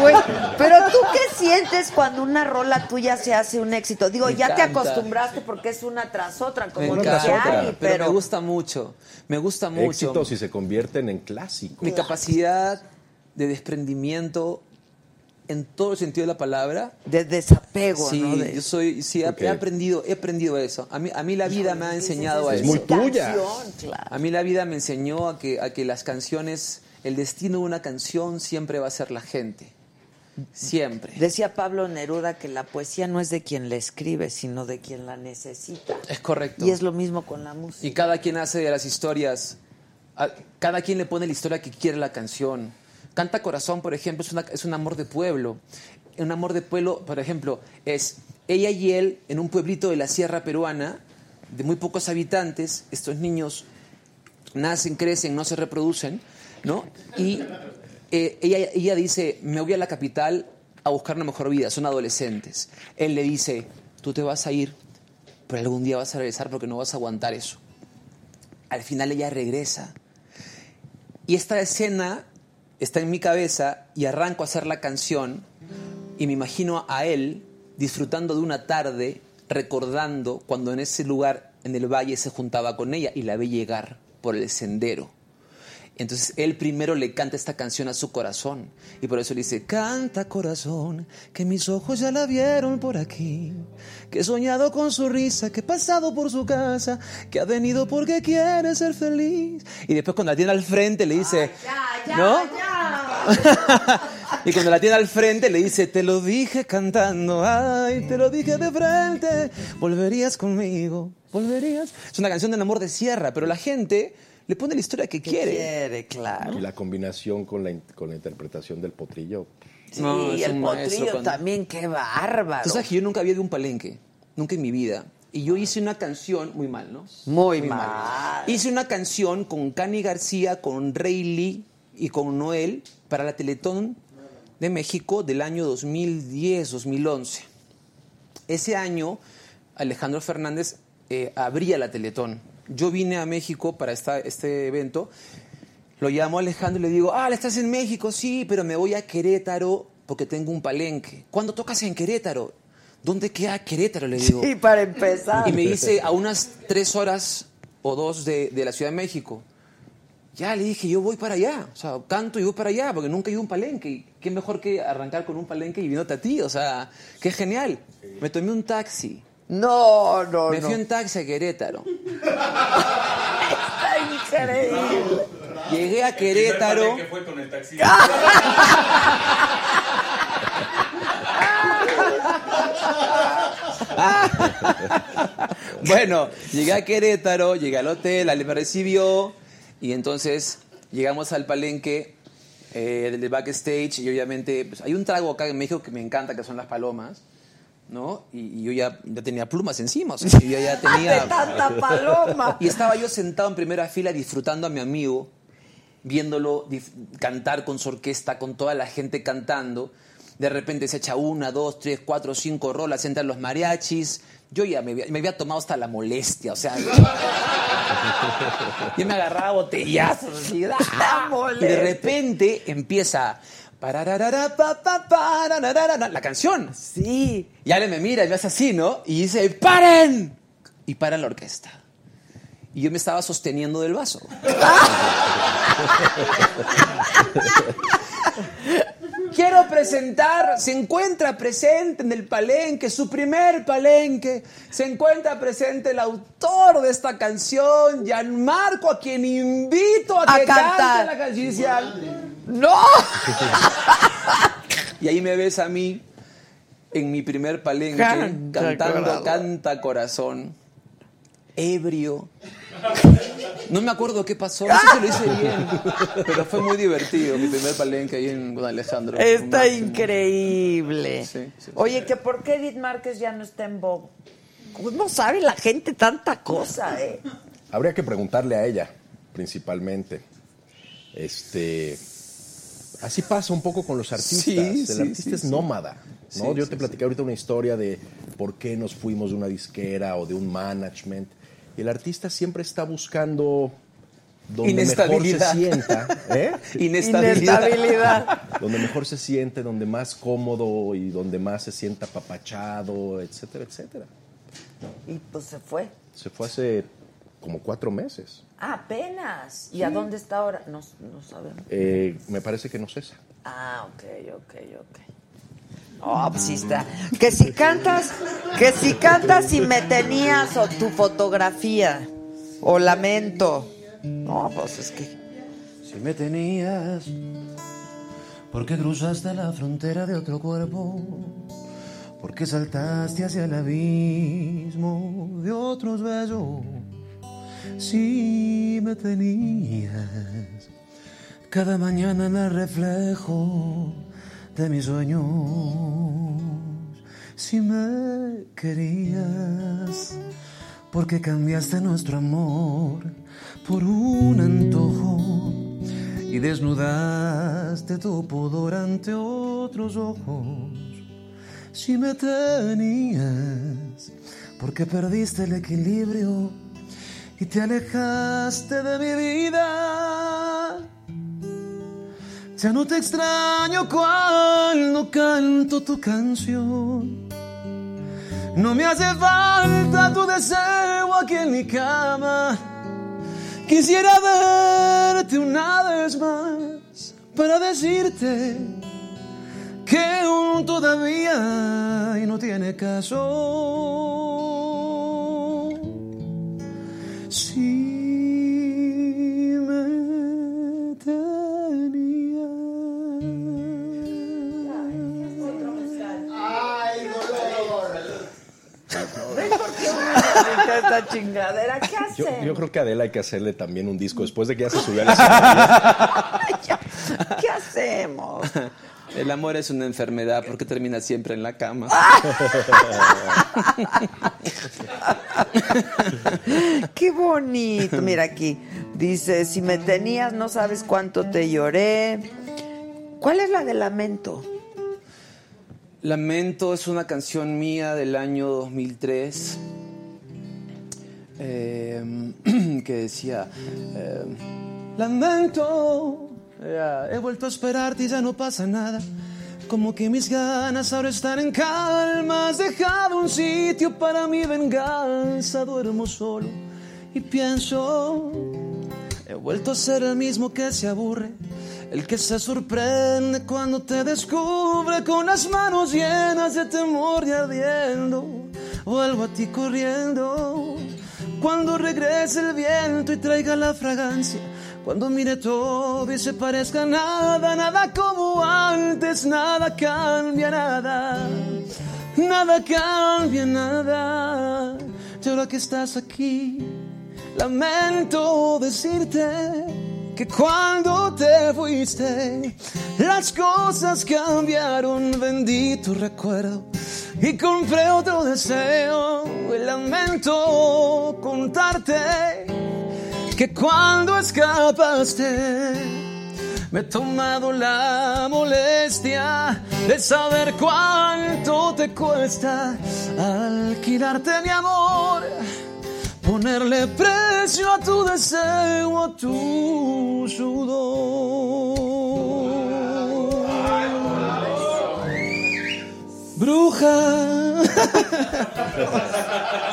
B: Güey, pero tú qué sientes cuando una rola tuya se hace un éxito? Digo,
G: Me
B: ya te
G: encanta.
B: acostumbraste porque es una tras otra,
G: Me
B: como lo que
G: encanta,
B: hay,
G: pero,
B: pero,
G: me gusta mucho. Me gusta mucho.
F: Éxitos y se convierten en clásicos.
G: Mi capacidad de desprendimiento en todo el sentido de la palabra.
B: de desapego,
G: Sí,
B: ¿no? De-
G: yo soy, sí, he-
F: Ok.
G: he aprendido, he aprendido eso. A mí, a mí la vida me ha enseñado a
B: Es
G: eso.
F: muy tuya.
B: canción, claro.
G: A mí la vida me enseñó a que, a que las canciones, el destino de una canción siempre va a ser la gente. Siempre.
B: Decía Pablo Neruda que la poesía no es de quien la escribe, sino de quien la necesita.
G: Es correcto.
B: Y es lo mismo con la música.
G: Y cada quien hace de las historias, a- cada quien le pone la historia que quiere la canción. Canta Corazón, por ejemplo, es, una- es un amor de pueblo. Un amor de pueblo, por ejemplo, es ella y él en un pueblito de la sierra peruana, de muy pocos habitantes, estos niños nacen, crecen, no se reproducen, ¿no? Y eh, ella, ella dice, me voy a la capital a buscar una mejor vida, son adolescentes. Él le dice, tú te vas a ir, pero algún día vas a regresar porque no vas a aguantar eso. Al final ella regresa. Y esta escena está en mi cabeza y arranco a hacer la canción y me imagino a él disfrutando de una tarde, recordando cuando en ese lugar, en el valle, se juntaba con ella y la ve llegar por el sendero. Entonces él primero le canta esta canción a su corazón y por eso le dice, canta corazón, que mis ojos ya la vieron por aquí, que he soñado con su risa, que he pasado por su casa, que ha venido porque quiere ser feliz. Y después cuando la tiene al frente le dice, ¿no? Y cuando la tiene al frente le dice, te lo dije cantando, ay, te lo dije de frente, volverías conmigo, volverías. Es una canción del amor de sierra, pero la gente le pone la historia que quiere.
B: Quiere, claro.
F: Y la combinación con la, in- con la interpretación del potrillo.
B: Sí,
G: No, es
B: el
G: un maestro
B: potrillo
G: cuando-
B: también, qué bárbaro.
G: Tú sabes que yo nunca había de un palenque, nunca en mi vida. Y yo hice una canción, muy mal, ¿no?
B: Muy mal.
G: Hice una canción con Cani García, con Rey Lee y con Noel para la Teletón de México del año 2010-2011. Ese año, Alejandro Fernández eh, abría la Teletón. Yo vine a México para esta- este evento. Lo llamo a Alejandro y le digo, ah, estás en México, sí, pero me voy a Querétaro porque tengo un palenque. ¿Cuándo tocas en Querétaro? ¿Dónde queda Querétaro? Le digo.
B: Y para empezar.
G: Y me dice a unas tres horas o dos de, de la Ciudad de México. Ya le dije, yo voy para allá. O sea, canto y voy para allá, porque nunca he ido a un palenque. Y qué mejor que arrancar con un palenque y viniendo a ti. O sea, qué genial. Me tomé un taxi.
B: No, no,
G: me
B: Oh, no.
G: fui en taxi a Querétaro.
B: Está increíble.
G: Llegué a
D: El
G: Querétaro.
D: que fue con el taxi.
F: ¡Ah!
G: <laughs> Bueno, llegué a Querétaro, llegué al hotel, Ale me recibió y entonces llegamos al palenque eh, del backstage y obviamente pues, hay un trago acá en México que me encanta, que son las palomas, ¿no? Y, y yo ya, ya tenía plumas encima, o sea, yo ya, ya
B: De
G: tenía...
B: tanta paloma.
G: Y estaba yo sentado en primera fila disfrutando a mi amigo, viéndolo dif- cantar con su orquesta, con toda la gente cantando. De repente se echa una, dos, tres, cuatro, cinco rolas, entran los mariachis. Yo ya me había, me había tomado hasta la molestia, o sea. yo me agarraba botellazos. así, ¡ah! y de repente empieza. pararara, pa, pa, pararara, La canción.
B: Sí.
G: Y Ale me mira y me hace así, ¿no? Y dice, ¡paren! Y para la orquesta. Y yo me estaba sosteniendo del vaso.
B: <laughs>
G: Quiero presentar, se encuentra presente en el palenque, su primer palenque, se encuentra presente el autor de esta canción, Gianmarco, a quien invito a,
B: A
G: que
B: cantar.
G: cante la canción. Y decía,
B: ¡No!
G: <laughs> y ahí me ves a mí en mi primer palenque
B: Canta,
G: cantando
B: corazón.
G: Canta Corazón, ebrio. No me acuerdo qué pasó, no sé si lo hice bien, pero fue muy divertido mi primer palenque ahí en con Alejandro. Un
B: Está
G: máximo.
B: increíble.
G: Sí, sí, sí.
B: Oye, que por qué Edith Márquez ya no está en Vogue. ¿Cómo sabe la gente tanta cosa, eh?
F: Habría que preguntarle a ella, principalmente. Este. Así pasa un poco con los artistas.
G: Sí,
F: el
G: sí,
F: artista
G: sí,
F: es
G: sí.
F: nómada. ¿no?
G: Sí,
F: Yo
G: sí,
F: te platicé ahorita una historia de por qué nos fuimos de una disquera o de un management. Y el artista siempre está buscando donde mejor se
G: Inestabilidad.
F: sienta,
G: <laughs>
F: ¿eh?
G: Inestabilidad.
F: donde mejor se siente, donde más cómodo y donde más se sienta papachado, etcétera, etcétera.
B: Y pues se fue.
F: Se fue hace como cuatro meses.
B: Ah, apenas. ¿Y a dónde está ahora? No, no sabemos.
F: Eh, me parece que no cesa.
B: Ah, ok, ok, ok. Oh, pues sí está. Que si cantas, que si cantas y me tenías o tu fotografía o lamento. No, pues es que
J: Si me tenías, porque cruzaste la frontera de otro cuerpo, porque saltaste hacia el abismo de otros besos. Si me tenías, cada mañana en el reflejo de mis sueños. Si me querías, porque cambiaste nuestro amor por un antojo y desnudaste tu pudor ante otros ojos. Si me tenías, porque perdiste el equilibrio y te alejaste de mi vida. Ya no te extraño cuando canto tu canción. No me hace falta tu deseo aquí en mi cama. Quisiera verte una vez más para decirte que aún todavía y no tiene caso. Si me tenías.
H: Ay, dolor.
B: esta chingadera, ¿qué
F: <laughs> Yo,
B: hace?
F: yo creo que a Adela hay que hacerle también un disco después de que ya se subió a la escena.
B: ¿Qué hacemos?
G: El amor es una enfermedad porque termina siempre en la cama.
B: Qué bonito. Mira aquí. Dice, si me tenías, no sabes cuánto te lloré. ¿Cuál es la de lamento?
G: Lamento es una canción mía del año 2003 eh, <clears throat> que decía, eh, Lamento, ya, he vuelto a esperarte y ya no pasa nada. Como que mis ganas ahora están en calma, has dejado un sitio para mi venganza, duermo solo y pienso He vuelto a ser el mismo que se aburre, el que se sorprende cuando te descubre con las manos llenas de temor y ardiendo. Vuelvo a ti corriendo cuando regrese el viento y traiga la fragancia. Cuando mire todo y se parezca a nada, nada como antes, nada cambia nada, nada cambia nada. Y ahora que estás aquí, Lamento decirte que cuando te fuiste las cosas cambiaron, bendito recuerdo. Y compré otro deseo. Y Lamento contarte que cuando escapaste me he tomado la molestia de saber cuánto te cuesta alquilarte mi amor, ponerle precio a tu deseo, a tu sudor. Bruja.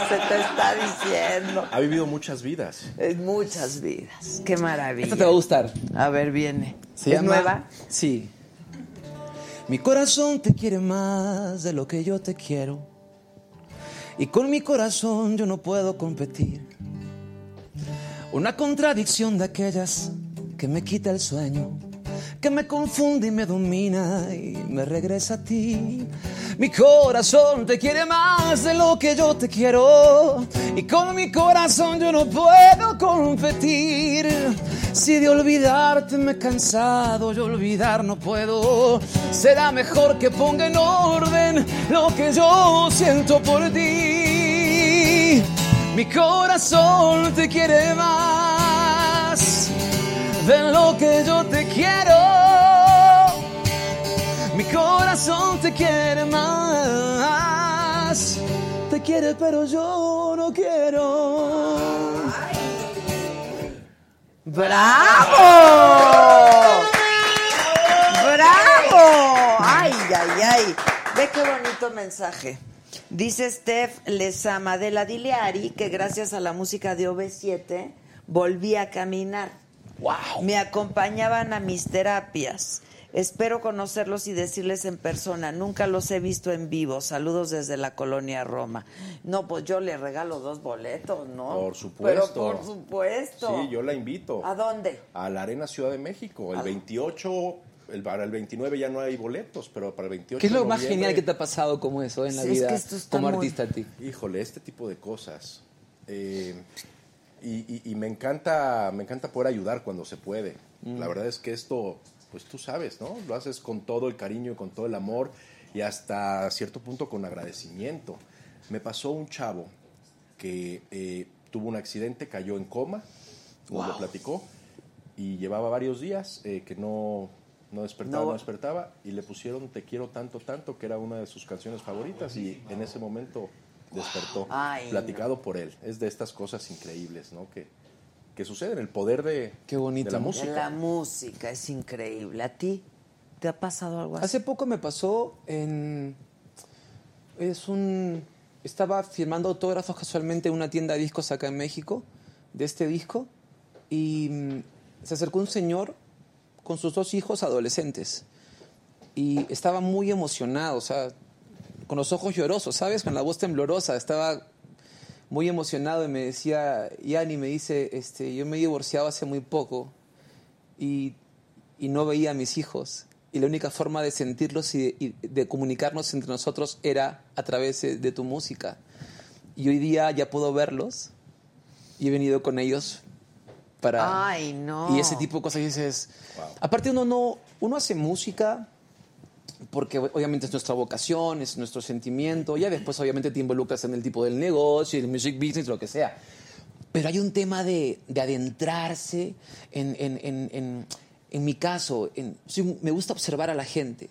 B: Se te está diciendo.
F: Ha vivido muchas vidas.
B: Es muchas vidas. Qué maravilla.
G: <laughs> Esta te va a gustar.
B: A ver, viene.
G: Se
B: ¿Es
G: llama-
B: nueva?
G: Sí. Mi corazón te quiere más de lo que yo te quiero. Y con mi corazón yo no puedo competir. Una contradicción de aquellas que me quita el sueño, que me confunde y me domina y me regresa a ti. Mi corazón te quiere más de lo que yo te quiero y con mi corazón yo no puedo competir. Si de olvidarte me he cansado, yo olvidar no puedo. Será mejor que ponga en orden lo que yo siento por ti. Mi corazón te quiere más de lo que yo te quiero. Mi corazón te quiere más Te quieres, pero yo no quiero.
B: Ah, ¡Bravo! ¡Bravo! ¡Ay, ay, ay! Ve qué bonito mensaje. Dice Steph Lesama de la Diliari que gracias a la música de OV7 volví a caminar. ¡Wow! Me acompañaban a mis terapias. Espero conocerlos y decirles en persona. Nunca los he visto en vivo. Saludos desde la colonia Roma. No, pues yo le regalo dos boletos, ¿no?
F: Por supuesto.
B: Pero por supuesto.
F: Sí, yo la invito.
B: ¿A dónde?
F: A la Arena Ciudad de México. El
B: Ah.
F: 28, el, para el 29 29 ya no hay boletos, pero para el 28.
G: ¿Qué es
F: de
G: lo más
F: noviembre-
G: genial que te ha pasado como eso en la
B: Sí, es
G: vida
B: que esto está
G: como
B: muy-
G: artista a ti?
F: Híjole, este tipo de cosas. Eh, y, y- y me encanta me encanta poder ayudar cuando se puede.
G: Mm.
F: La verdad es que esto, pues tú sabes, ¿no? Lo haces con todo el cariño, y con todo el amor y hasta cierto punto con agradecimiento. Me pasó un chavo que eh, tuvo un accidente, cayó en coma, nos lo platicó, y llevaba varios días eh, que no, no despertaba,
B: No.
F: no. despertaba, y le pusieron Te quiero tanto, tanto, que era una de sus canciones favoritas, y en ese momento despertó,
B: Ay,
F: platicado por él. Es de estas cosas increíbles, ¿no? Que, que suceden, el poder de,
G: Qué
F: de
G: bonito.
F: la
G: De
B: De
F: música.
B: La música es increíble. ¿A ti te ha pasado algo así?
G: Hace poco me pasó en. Es un. Estaba firmando autógrafos casualmente en una tienda de discos acá en México, de este disco, y mm, se acercó un señor con sus dos hijos adolescentes. Y estaba muy emocionado, o sea, con los ojos llorosos, ¿sabes? Con la voz temblorosa, estaba muy emocionado y me decía, Yanni, me dice, este, yo me he divorciado hace muy poco y, y no veía a mis hijos. Y la única forma de sentirlos y de, y de comunicarnos entre nosotros era a través de, de tu música. Y hoy día ya puedo verlos y he venido con ellos para...
B: Ay, no.
G: Y ese tipo de cosas que dices... Aparte uno no... Uno hace música porque obviamente es nuestra vocación, es nuestro sentimiento, ya después obviamente te involucras en el tipo del negocio, el music business, lo que sea. Pero hay un tema de, de adentrarse en, en- en- en- en mi caso, en- soy- me gusta observar a la gente.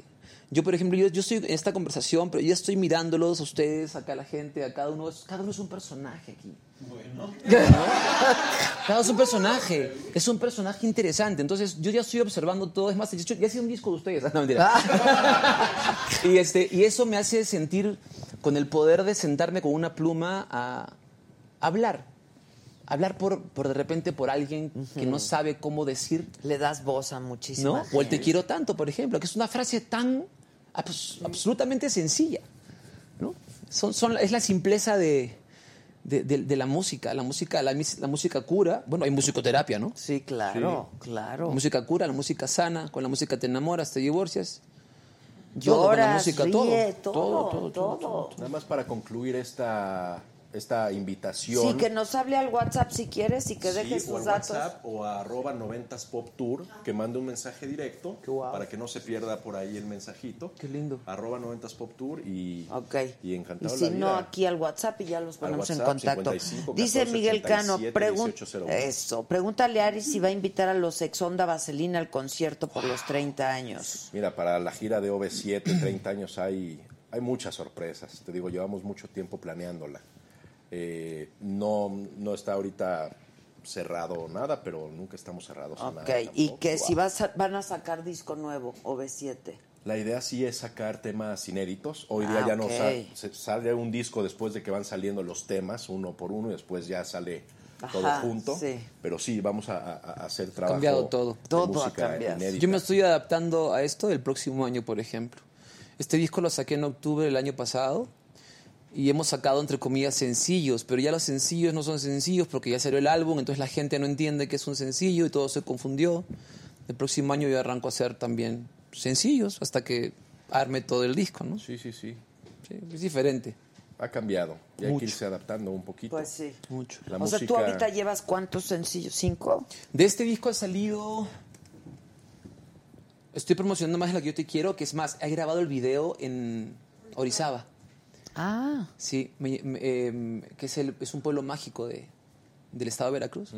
G: Yo, por ejemplo, yo, yo estoy en esta conversación, pero yo estoy mirándolos a ustedes, acá a la gente, a cada uno. es- Cada uno es un personaje aquí. Claro, es un personaje. Es un personaje interesante. Entonces, yo ya estoy observando todo. Es más, de hecho, ya hice un disco de ustedes. Ah, No, mentira. y, este, y eso me hace sentir con el poder de sentarme con una pluma a hablar. Hablar por, por de repente por alguien que no sabe cómo decir,
B: Le das voz a muchísimo.
G: ¿no? O el te quiero tanto, por ejemplo, que es una frase tan abs- absolutamente sencilla, ¿no? Son, son, es la simpleza de, de, de- de la música. La música, la, mis- la música cura. Bueno, hay musicoterapia, ¿no?
B: Sí, claro, claro.
G: La música cura, la música sana, con la música te enamoras, te divorcias. todo, con la
B: Lloras,
G: música,
B: ríe,
G: todo,
B: todo,
G: todo, todo,
B: todo.
F: Nada más para concluir esta, esta invitación.
B: Sí, que nos hable al WhatsApp si quieres y que
F: Sí,
B: deje
F: o
B: sus
F: al
B: datos. Ah.
F: WhatsApp o a arroba 90s Pop Tour, que mande un mensaje directo para que no se pierda por ahí el mensajito.
G: Qué lindo.
F: Arroba 90s Pop Tour y,
B: Ok.
F: y encantado
B: Y si
F: la vida.
B: no, aquí al WhatsApp y ya los ponemos en
F: WhatsApp,
B: contacto.
F: 55
B: Dice
F: 14
B: Miguel Cano,
F: 87
B: pregun-
F: 1801.
B: eso, pregúntale a Ari si va a invitar a los Exonda Vaselina al concierto por los 30 años.
F: Mira, para la gira de OV7, 30 años, hay, hay muchas sorpresas. Te digo, llevamos mucho tiempo planeándola. Eh, no, no está ahorita cerrado nada, pero nunca estamos cerrados. a nada
B: Ok, y
F: Ah, tampoco.
B: que si vas a- van a sacar disco nuevo, OV7.
F: La idea sí es sacar temas inéditos. Hoy
B: Ah,
F: día ya no sa-
B: ok.
F: se- sale un disco después de que van saliendo los temas uno por uno y después ya sale todo
B: Ajá,
F: junto.
B: sí.
F: Pero sí, vamos a, a- a hacer trabajo.
G: cambiado todo.
F: de
B: Todo ha
F: música
B: cambiado.
F: inédita.
G: Yo me estoy adaptando a esto el próximo año, por ejemplo. Este disco lo saqué en octubre del año pasado y hemos sacado, entre comillas, sencillos, pero ya los sencillos no son sencillos porque ya salió el álbum, entonces la gente no entiende que es un sencillo y todo se confundió. El próximo año yo arranco a hacer también sencillos hasta que arme todo el disco, ¿no?
F: Sí, sí, sí.
G: Sí, es diferente,
F: Ha cambiado. Y hay que
G: Mucho.
F: irse adaptando un poquito.
B: Pues sí.
G: mucho.
F: La
B: o sea, tú
F: música-
B: ahorita llevas cuántos sencillos, cinco.
G: De este disco ha salido. Estoy promocionando más la que yo te quiero, que es más, he grabado el video en Orizaba.
B: Ah,
G: Sí, me- me- em, que es, el- es un pueblo mágico de, del estado de Veracruz.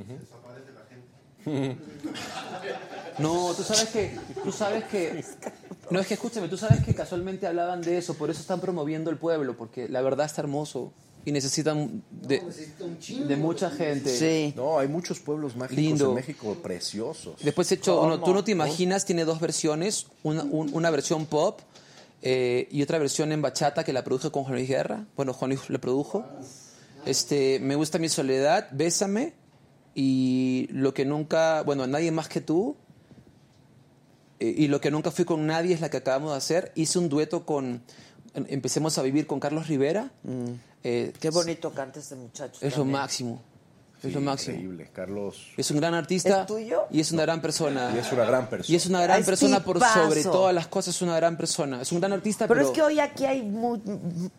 G: No, tú sabes que, tú sabes que, no es que escúchame, tú sabes que casualmente hablaban de eso, por eso están promoviendo el pueblo, porque la verdad está hermoso y necesitan de, de mucha gente.
F: No, hay muchos pueblos mágicos
G: Lindo.
F: en México preciosos.
G: Después he hecho uno, tú no te imaginas, tiene dos versiones, una, un- una versión pop eh, y otra versión en bachata que la produjo con Juan Luis Guerra. Bueno, Juan Luis la produjo. Este, me gusta mi soledad, bésame y lo que nunca, bueno, nadie más que tú eh, y lo que nunca fui con nadie es la que acabamos de hacer. Hice un dueto con em- Empecemos a vivir con Carlos Rivera. Eh,
B: Mm. Qué bonito canta este muchacho.
G: Es lo
B: también.
G: máximo. Es
F: Sí,
G: lo máximo.
F: Increíble, Carlos.
G: Es un gran artista.
B: ¿Es tuyo?
G: Y es una gran persona.
F: Y es una gran persona.
G: Y es una gran
B: Es
G: persona por
B: tipazo.
G: sobre todas las cosas, es una gran persona. Es un gran artista,
B: Pero,
G: Ah, pero,
B: es que hoy aquí hay mu-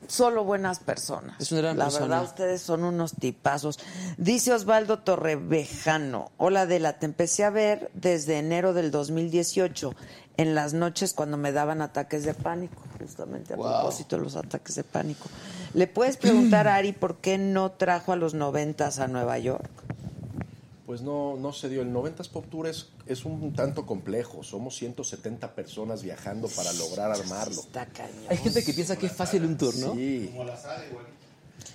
B: solo buenas personas.
G: Es una gran
B: La
G: persona.
B: verdad, ustedes son unos tipazos. Dice Osvaldo Torrevejano. Hola, de la te empecé a ver desde enero del 2018, en las noches cuando me daban ataques de pánico, justamente a propósito de los ataques de pánico. ¿Le puedes preguntar
G: <clears throat>
B: a Ari por qué no trajo a los noventas a Nueva York?
F: Pues no, no se dio. El 90s Pop Tour es, es un tanto complejo. Somos 170 personas viajando para lograr armarlo.
B: Está cañón.
G: hay gente que piensa que es fácil un tour, ¿no?
F: Sí.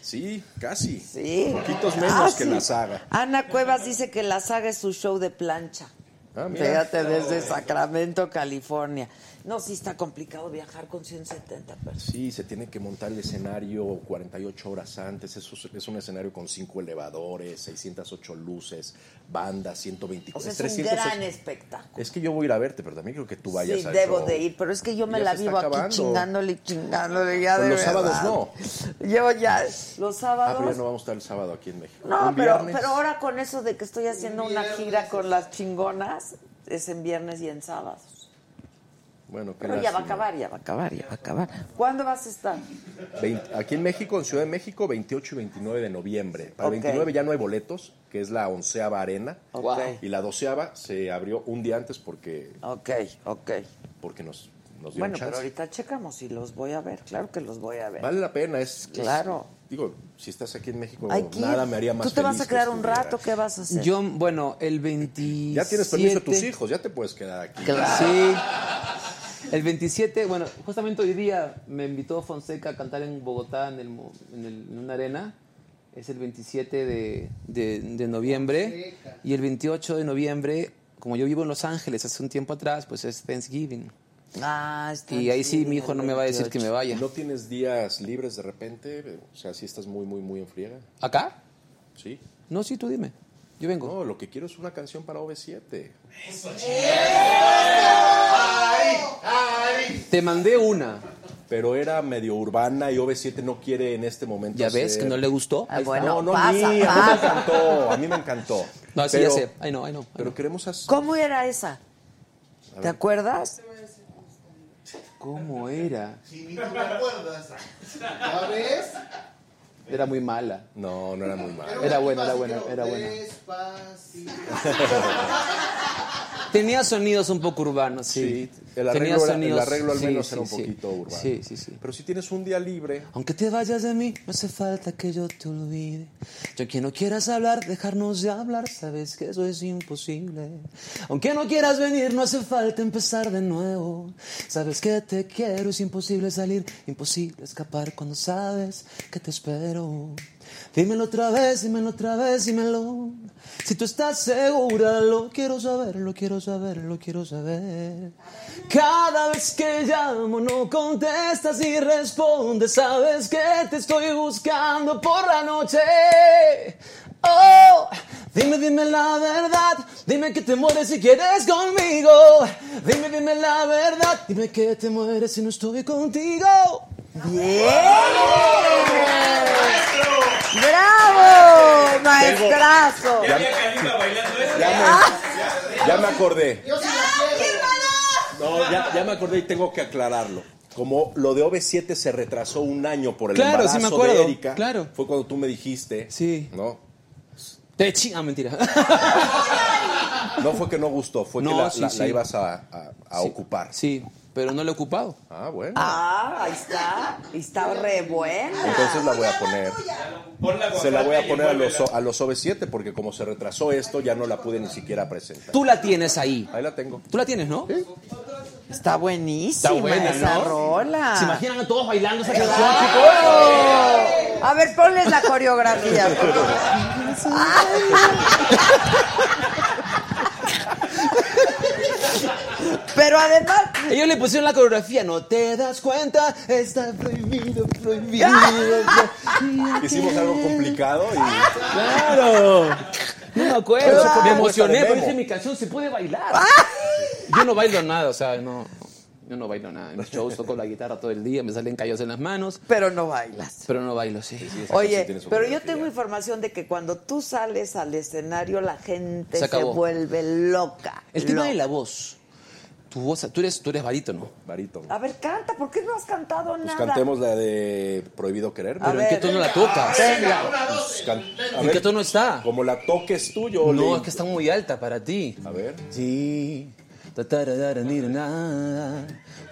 F: Sí, casi.
B: Sí.
F: Poquitos menos
B: Ah,
F: que
B: sí.
F: la saga.
B: Ana Cuevas dice que la saga es su show de plancha.
F: Ah, mira.
B: Fíjate, desde Sacramento, California. No, sí está complicado viajar con 170 personas.
F: Sí, se tiene que montar el escenario 48 horas antes. Eso es, es un escenario con cinco elevadores, 608 luces, bandas, 124.
B: O sea, es, un
F: 300
B: gran espectáculo.
F: Es que yo voy a ir a verte, pero también creo que tú vayas
B: Sí,
F: al
B: debo
F: show.
B: de ir, pero es que yo me
F: Ya
B: la
F: se
B: vivo
F: está
B: aquí
F: acabando.
B: chingándole y chingándole ya
F: Pues
B: de
F: los sábados
B: sábados no. Yo ya, los
F: Ah, pero
B: sábados...
F: ya no vamos a estar el sábado aquí en México.
B: no,
F: Un
B: pero,
F: viernes.
B: pero ahora con eso de que estoy haciendo una gira con las chingonas, es en viernes y en sábados.
F: Bueno, qué
B: Pero ya va a
F: lástima.
B: acabar, ya va a acabar, ya va a acabar. ¿Cuándo vas a estar?
F: 20 aquí en México, en Ciudad de México, 28 y 29 de noviembre. Para el
B: Ok.
F: 29 ya no hay boletos, que es la onceava arena.
B: Ok,
F: Y la doceava se abrió un día antes porque,
B: ok, ok.
F: porque nos, nos dieron
B: Bueno,
F: chance.
B: pero ahorita checamos y los voy a ver. Claro que los voy a ver.
F: Vale la pena, es... es-
B: Claro.
F: digo, si estás aquí en México,
B: Hay que ir.
F: nada me haría más
B: ¿Tú te vas
F: feliz
B: a
F: que
B: quedar un
F: estuvieras.
B: rato? ¿Qué vas a hacer?
G: Yo, bueno, el 27...
F: Ya tienes permiso de tus hijos, ya te puedes quedar aquí.
G: Claro. Sí. El 27, bueno, justamente hoy día me invitó Fonseca a cantar en Bogotá en, el mo- en el- en una arena. Es el 27 de, de- de noviembre. Y el 28 de noviembre, como yo vivo en Los Ángeles hace un tiempo atrás, pues es Thanksgiving.
B: Ah, está
G: Y ahí sí
B: chido,
G: mi hijo no me va a decir que me vaya.
F: ¿No tienes días libres de repente? O sea, si estás muy, muy, muy en friega.
G: ¿Acá?
F: Sí.
G: No, sí, tú dime. Yo vengo.
F: No, lo que quiero es una canción para OV7.
G: Te mandé una.
F: Pero era medio urbana y OV7 no quiere en este momento.
G: Ya ves
F: ser-
G: que no le gustó.
B: Ah,
G: Ahí está.
B: bueno,
F: No, no, a mí,
B: pasa,
F: a mí me
B: pasa.
F: encantó. A mí me encantó.
G: No, sí,
F: Pero-
G: ya sé. Ay, no, ay, no.
F: Pero queremos hacer.
B: ¿Cómo era esa? ¿Te
F: ver.
B: acuerdas?
G: ¿Cómo era?
H: Si ni tú te acuerdas. ¿Ya ves?
G: Era muy mala.
F: No, no era muy mal.
G: Era buena, era buena, era buena. Tenía sonidos un poco urbanos, sí.
F: Sí, el arreglo,
G: Tenía
F: era-
G: sonidos-
F: el arreglo al
G: sí,
F: menos
G: sí,
F: era un
G: sí.
F: poquito urbano.
G: Sí, sí, sí.
F: Pero si tienes un día libre,
G: Aunque te vayas de mí, no hace falta que yo te olvide. Y aunque no quieras hablar, dejarnos de hablar, sabes que eso es imposible. Aunque no quieras venir, no hace falta empezar de nuevo. Sabes que te quiero, es imposible salir, imposible escapar cuando sabes que te espero. Dímelo otra vez, dímelo otra vez, dímelo. Si tú estás segura, lo quiero saber, lo quiero saber, lo quiero saber. Cada vez que llamo no contestas y respondes, sabes que te estoy buscando por la noche. Oh, dime, dime la verdad, dime que te mueres si quieres conmigo. Dime, dime la verdad, dime que te mueres si no estoy contigo.
B: ¡Bravo! ¡Maestrazo!
D: Ya había Carita bailando
B: ¡Ah!
D: esto.
F: ya me, ya me acordé.
H: Yo sí la quiero.
F: No, ya, ya me acordé y tengo que aclararlo. Como lo de OV7 se retrasó un año por el
G: Claro, sí
F: embarazo
G: me acuerdo,
F: de Erika,
G: claro.
F: fue cuando tú me dijiste.
G: Sí.
F: No,
G: Te chinga, mentira. <laughs>
F: no fue que no gustó, fue
G: No,
F: que la,
G: sí,
F: la-
G: sí.
F: la ibas a, a- a ocupar.
G: Sí, pero no lo he ocupado.
F: Ah, bueno.
B: Ah, ahí está. Y Está re buena.
F: Entonces la voy a poner.
D: Ponla con
F: Se la voy a
D: y
F: poner a los,
D: envuélvela.
F: a los OV7 porque como se retrasó esto, ya no la pude ni siquiera presentar.
G: Tú la tienes ahí.
F: Ahí la tengo.
G: Tú la tienes, ¿no?
B: Está buenísima
G: Está buena,
B: esa
G: ¿no?
B: rola. Ah.
G: ¿Se imaginan a todos bailando esa canción, chicos?
B: ¡Oh! A ver, ponles la coreografía. por favor. Pero además,
G: Ellos le pusieron la coreografía, no te das cuenta, está prohibido, prohibido.
F: Hicimos algo complicado y
G: Claro. No me acuerdo,
F: Pero
G: me
F: ah,
G: emocioné,
F: está de
G: porque
F: memo.
G: dije, mi canción se puede bailar. Yo no bailo nada, o sea, no, yo no bailo nada. En los shows toco la guitarra todo el día, me salen callos en las manos,
B: pero no bailas.
G: pero no bailo, sí.
B: Oye, pero yo tengo información de que cuando tú sales al escenario la gente
G: Se
B: se,
G: acabó.
B: vuelve loca.
G: El tema
B: loca.
G: de la voz. Tu voz, tú eres, tú eres barítono.
F: Barito.
B: A ver, canta, ¿por qué no has cantado
F: Pues
B: nada?
F: cantemos la de Prohibido Querer.
B: A
G: Pero ¿en qué
B: ver.
G: tono la tocas?
B: Venga,
F: Pues can- a
G: ¿En
F: ver,
G: qué tono está?
F: Como la toques tú, yo
G: No,
F: le-
G: es que está muy alta para ti.
F: A ver.
G: Sí. Tu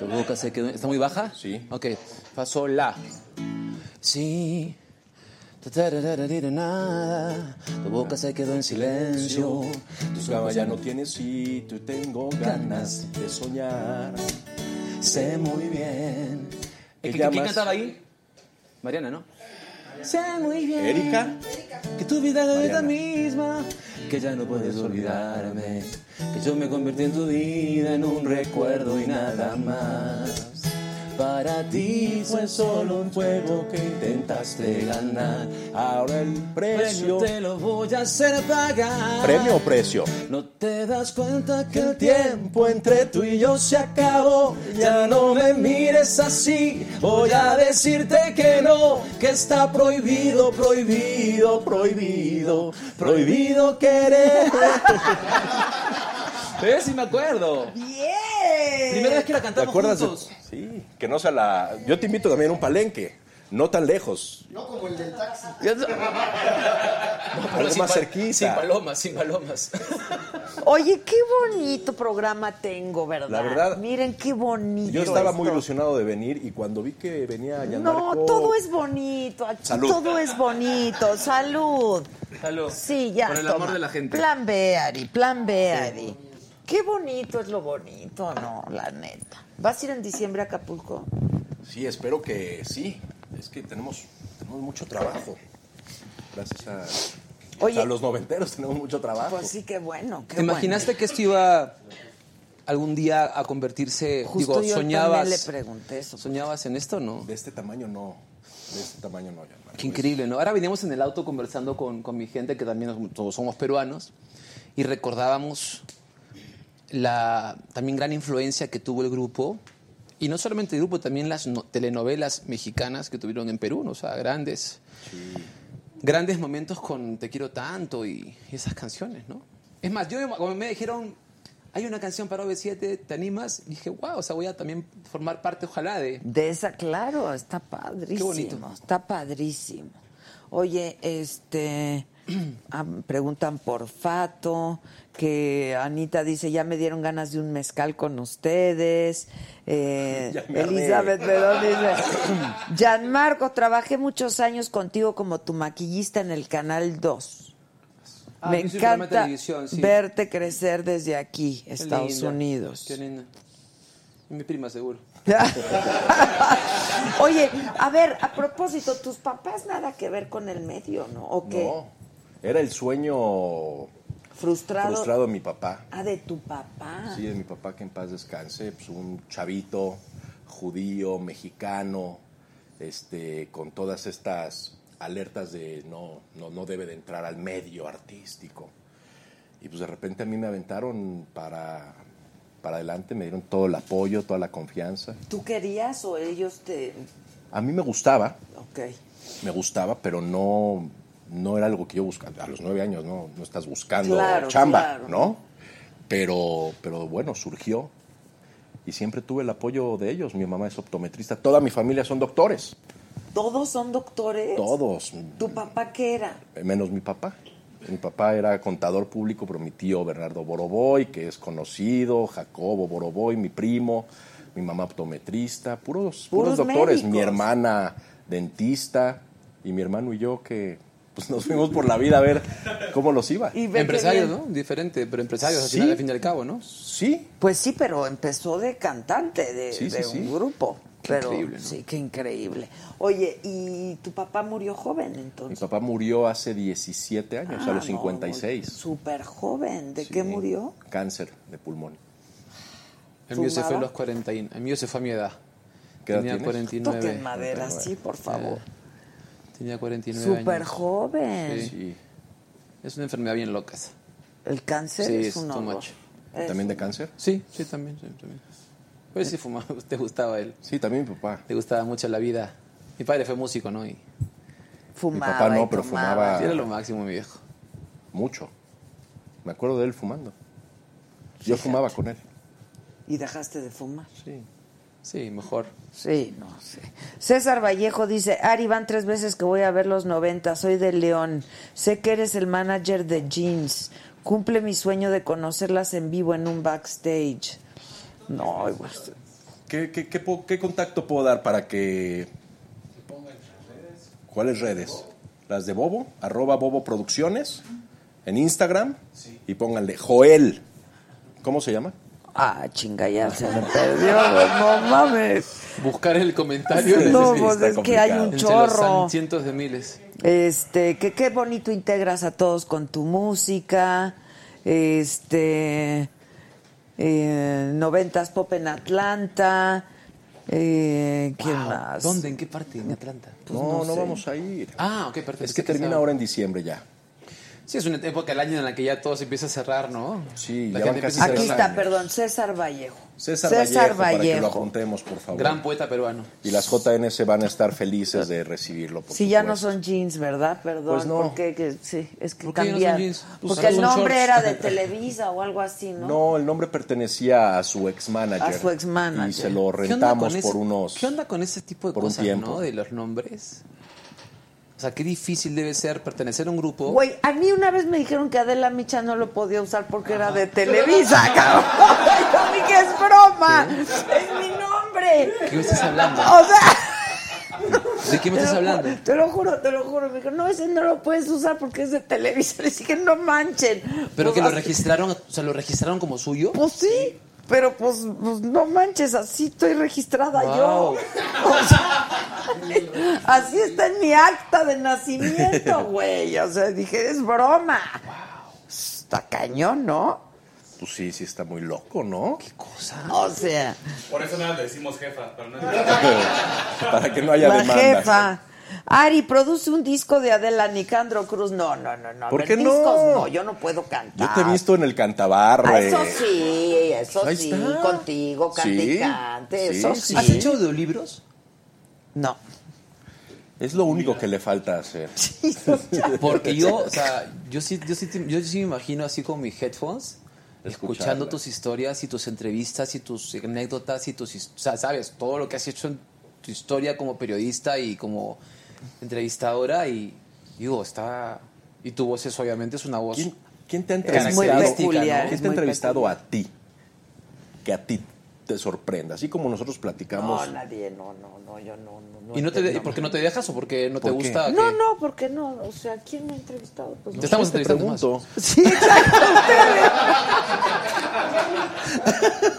G: boca se quedó. ¿Está muy baja?
F: Sí.
G: Ok. Pasó la. Sí. Tatararararirana. Tu boca se quedó en silencio.
F: Tu
G: Tus
F: cama
G: ojos
F: ya no tiene sí, tú tengo ganas de soñar.
G: Sé muy bien.
F: ¿Qué
G: ¿Qué, qué-
F: llamas?
G: quién cantaba ahí? Mariana, ¿no? Sé muy bien.
F: Erika.
G: Que tu vida no es la
F: Mariana.
G: misma. Que ya no puedes olvidarme. Que yo me convertí en tu vida en un recuerdo y nada más. Para ti fue solo un juego que intentaste ganar.
F: Ahora el precio.
G: Precio te lo voy a hacer pagar.
F: ¿Premio o precio?
G: No te das cuenta que el
F: tiempo
G: tiempo entre tú y yo se acabó. Ya no me mires así. Voy a decirte que no, que está prohibido, prohibido, prohibido, prohibido querer. ¿Ves? Sí me acuerdo.
B: bien.
G: Primera vez que la
F: ¿Te
G: cantamos
F: acuerdas? de-
G: juntos.
F: Sí, que no sea la. Yo te invito también a un palenque. No tan lejos.
H: No como el del taxi.
B: Ah,
F: Algo más cerquita.
G: Sin palomas, sin palomas.
B: Oye, qué bonito programa tengo, ¿verdad?
F: La verdad,
B: Miren qué bonito.
F: Yo estaba
B: esto.
F: muy ilusionado de venir y cuando vi que venía Gianmarco...
B: No, todo es bonito. Aquí
F: Salud.
B: todo es bonito. Salud. Sí, ya.
G: Por el amor
B: toma.
G: de la gente.
B: Plan B, Ari, plan B, Ari. Qué bonito es lo bonito, no, la neta. ¿Vas a ir en diciembre a Acapulco?
F: Sí, espero que sí. Es que tenemos, tenemos mucho trabajo. Gracias a,
B: Oye.
F: a los noventeros tenemos mucho trabajo.
B: Pues sí, qué bueno. Qué
G: ¿Te imaginaste que esto iba algún día a convertirse?
B: bueno. Justo
G: digo,
B: yo
G: soñabas.
B: también le pregunté eso.
G: ¿Soñabas en esto o no?
F: De este tamaño no. De este tamaño no, Gianmarco.
G: Qué increíble, ¿no? Ahora veníamos en el auto conversando con, con mi gente, que también nos- todos somos peruanos, y recordábamos la también gran influencia que tuvo el grupo, y no solamente el grupo, también las no- telenovelas mexicanas que tuvieron en Perú, ¿no? o sea, grandes, grandes momentos con Te quiero tanto y, y esas canciones, ¿no? Es más, yo cuando me dijeron, hay una canción para OV7, ¿te animas? Y dije, wow, o sea, voy a también formar parte, ojalá, de...
B: De esa, claro, está padrísimo.
G: Qué bonito.
B: Está padrísimo. Oye, este. <clears throat> ah, Preguntan por Fato, que Anita dice, ya me dieron ganas de un mezcal con ustedes.
G: <laughs>
B: Eh,
F: Ya me armé.
B: Elizabeth Bedón dice, <clears throat> Gianmarco, trabajé muchos años contigo como tu maquillista en el Canal 2.
G: Ah,
B: me
G: vi su programa de
B: encanta
G: televisión, sí.
B: verte crecer desde aquí,
G: Qué
B: Estados
G: linda,
B: Unidos.
G: Qué linda. Y mi prima, seguro.
B: <laughs> Oye, a ver, a propósito, tus papás nada que ver con el medio, ¿no? ¿O qué?
F: No. Era el sueño
B: Frustrado.
F: frustrado de mi papá.
B: Ah, de tu papá.
F: Sí, de mi papá que en paz descanse, pues un chavito judío, mexicano, este, con todas estas alertas de no, no, no debe de entrar al medio artístico. Y pues de repente a mí me aventaron para, para adelante, me dieron todo el apoyo, toda la confianza.
B: ¿Tú querías o ellos te...?
F: A mí me gustaba,
B: Ok.
F: me gustaba, pero no, no era algo que yo buscaba. A los nueve años no, no estás buscando
B: Claro,
F: chamba,
B: claro.
F: ¿no? Pero, pero bueno, surgió. Y siempre tuve el apoyo de ellos. Mi mamá es optometrista. Toda mi familia son doctores.
B: ¿Todos son doctores?
F: Todos.
B: ¿Tu papá qué era?
F: eh, Menos mi papá. Mi papá era contador público, pero mi tío Bernardo Boroboy, que es conocido, Jacobo Boroboy, mi primo, mi mamá optometrista, puros, puros,
B: Puros
F: doctores, mi
B: médicos.
F: hermana dentista y mi hermano y yo que pues, nos fuimos por la vida a ver cómo los iba.
B: Y ve qué
G: Empresarios,
B: bien.
G: ¿no? Diferente, pero empresarios al
F: Sí.
G: final, al fin y al cabo, ¿no?
F: Sí,
B: Pues sí, pero empezó de cantante de,
F: Sí, sí,
B: de
F: sí.
B: un grupo. Pero,
F: increíble, ¿no?
B: Sí, qué increíble. Oye, ¿y tu papá murió joven
F: Mi
B: entonces?
F: papá murió hace 17 años,
B: Ah,
F: a
B: no,
F: los 56.
B: Súper joven. ¿De
F: Sí,
B: qué murió?
F: Cáncer de pulmón.
G: El mío se fue a
B: ¿Fumaba?
G: los 40. y- El mío se fue a mi edad.
F: ¿Qué edad
G: Tenía
F: tienes?
G: 49.
B: Toquen madera, sí, por favor.
G: Tenía 49
B: Súper
G: años.
B: joven.
G: Sí. Es una enfermedad bien loca esa.
B: El cáncer
G: Sí,
B: es
G: es
B: un
G: too
B: horror.
G: much.
B: Es-
F: ¿También de cáncer?
G: Sí, sí, también. Sí, también. Pues sí fumaba, <laughs> te gustaba él.
F: Sí, también mi papá.
G: Le gustaba mucho la vida. Mi padre fue músico, ¿no? Y
B: Fumaba.
F: Mi papá no,
B: y
F: pero
B: tomaba.
F: fumaba. Ah.
G: era lo máximo, mi viejo.
F: Mucho. Me acuerdo de él fumando. Yo fumaba con él.
B: Y dejaste de fumar.
F: Sí.
G: Sí, mejor.
B: Sí, no sé. César Vallejo dice, Ari, van tres veces que voy a ver los 90, soy de León, sé que eres el manager de Jeans, cumple mi sueño de conocerlas en vivo en un backstage. No, igual.
F: ¿Qué, qué, qué puedo- qué contacto puedo dar para que... ¿Cuáles redes? Las de Bobo, arroba Bobo Producciones, en Instagram, y pónganle Joel. ¿Cómo se llama?
B: Ah, chinga, ya se me perdió, no mames.
G: Buscar el
F: Ah,
G: <laughs> comentario. de-
B: No,
F: sí,
B: pues
F: está
B: es que hay
F: complicado.
B: un
G: entre los
B: chorro.
G: san- cientos de miles.
B: Este, que qué bonito integras a todos con tu música. Este, eh, noventas pop en Atlanta. Eh, ¿Quién
G: Wow.
B: más?
G: ¿Dónde? ¿En qué parte? ¿En Atlanta?
F: Pues no,
B: no
F: no,
B: sé.
F: vamos a ir.
G: Ah, ok, perfecto.
F: es que termina ahora en diciembre ya.
G: Sí, es una época del año en la que ya todo se empieza a cerrar, ¿no?
F: Sí,
G: La
F: ya
G: gente
F: van
G: empieza
F: casi
G: a
B: Aquí
F: tres
G: cerrar.
B: está,
F: años.
B: perdón, César Vallejo.
F: César, Vallejo, para que lo apuntemos, por favor.
G: Gran poeta peruano.
F: Y las JNS van a estar felices de recibirlo. por
B: Si ya no
F: supuesto.
B: son jeans, ¿verdad? Perdón,
F: Pues no.
B: porque que- sí, es que
G: ¿Por qué ya no son
B: cambiaron.
G: jeans? Pues
B: porque
G: ahora
B: el
G: son
B: nombre
G: shorts.
B: era de Televisa o algo así, ¿no?
F: No, el nombre pertenecía a su ex manager.
B: A su ex-manager.
F: Y se lo
G: ¿Qué onda con
F: rentamos
G: ese-
F: por unos.
G: ¿Qué onda con ese tipo de
F: por un
G: cosas,
F: tiempo.
G: no? De los nombres. O sea, qué difícil debe ser pertenecer a un grupo.
B: Güey, a mí una vez me dijeron que Adela Micha no lo podía usar porque era de Televisa, <laughs> cabrón. Yo dije, es broma. Es mi nombre.
G: ¿De ¿Qué me estás hablando?
B: O sea,
G: ¿De qué me estás
B: te lo ju-
G: hablando?
B: Te lo juro, te lo juro. Me dijo, no, ese no lo puedes usar porque es de Televisa. Le dije, no manchen.
G: Pero
B: Pues,
G: que lo
B: así-
G: registraron, o sea, lo registraron como suyo.
B: Pues sí, pero pues, pues, no manches, así estoy registrada yo.
G: Wow.
B: <laughs> O sea, así está en mi acta de
F: <laughs>
B: nacimiento, güey. O sea, dije, es broma. Está cañón, ¿no?
F: Pues sí, sí, está muy loco, ¿no?
B: O sea,
D: Por eso nada le decimos jefa, para no
F: <laughs> para que no haya
B: la
F: demanda.
B: jefa. Ari, produce un disco de Adela Nicandro Cruz. No, no, no, no. a
F: ¿Por
B: ver,
F: qué no?
B: discos no, yo no puedo
F: Yo
B: cantar.
F: te he visto en el
B: Ah,
F: cantabarre.
B: eso sí, eso
F: Ahí
B: sí,
F: está.
B: contigo, cante y
F: Sí,
B: cante,
F: sí,
B: eso sí.
G: ¿Has hecho audiolibros?
B: No.
F: Es lo único que le falta hacer.
G: Porque yo, o sea, yo sí, yo sí, te- yo sí me imagino así con mis headphones, escuchando
F: Escucharla.
G: tus historias y tus entrevistas y tus anécdotas y tus, his- o sea, sabes, todo lo que has hecho en tu historia como periodista y como entrevistadora y digo, está y tu voz es obviamente es una voz.
F: ¿Quién, quién te ha
G: Es muy
F: entrevistado?
G: peculiar,
F: ¿Quién
G: es
F: te ha
G: muy
F: entrevistado a ti? Que a ti te sorprenda. Así como nosotros platicamos.
B: No, nadie, no, no, no, yo no. no, no
G: ¿Y no te de-
B: entiendo.
G: y por qué no te dejas o porque no te
F: ¿Por qué?
G: gusta?
B: No,
G: que-
B: no, porque no, o sea, ¿quién me ha entrevistado? Pues no.
G: Te estamos
F: te
G: entrevistando más.
F: pregunto.
B: Sí, exacto, ustedes.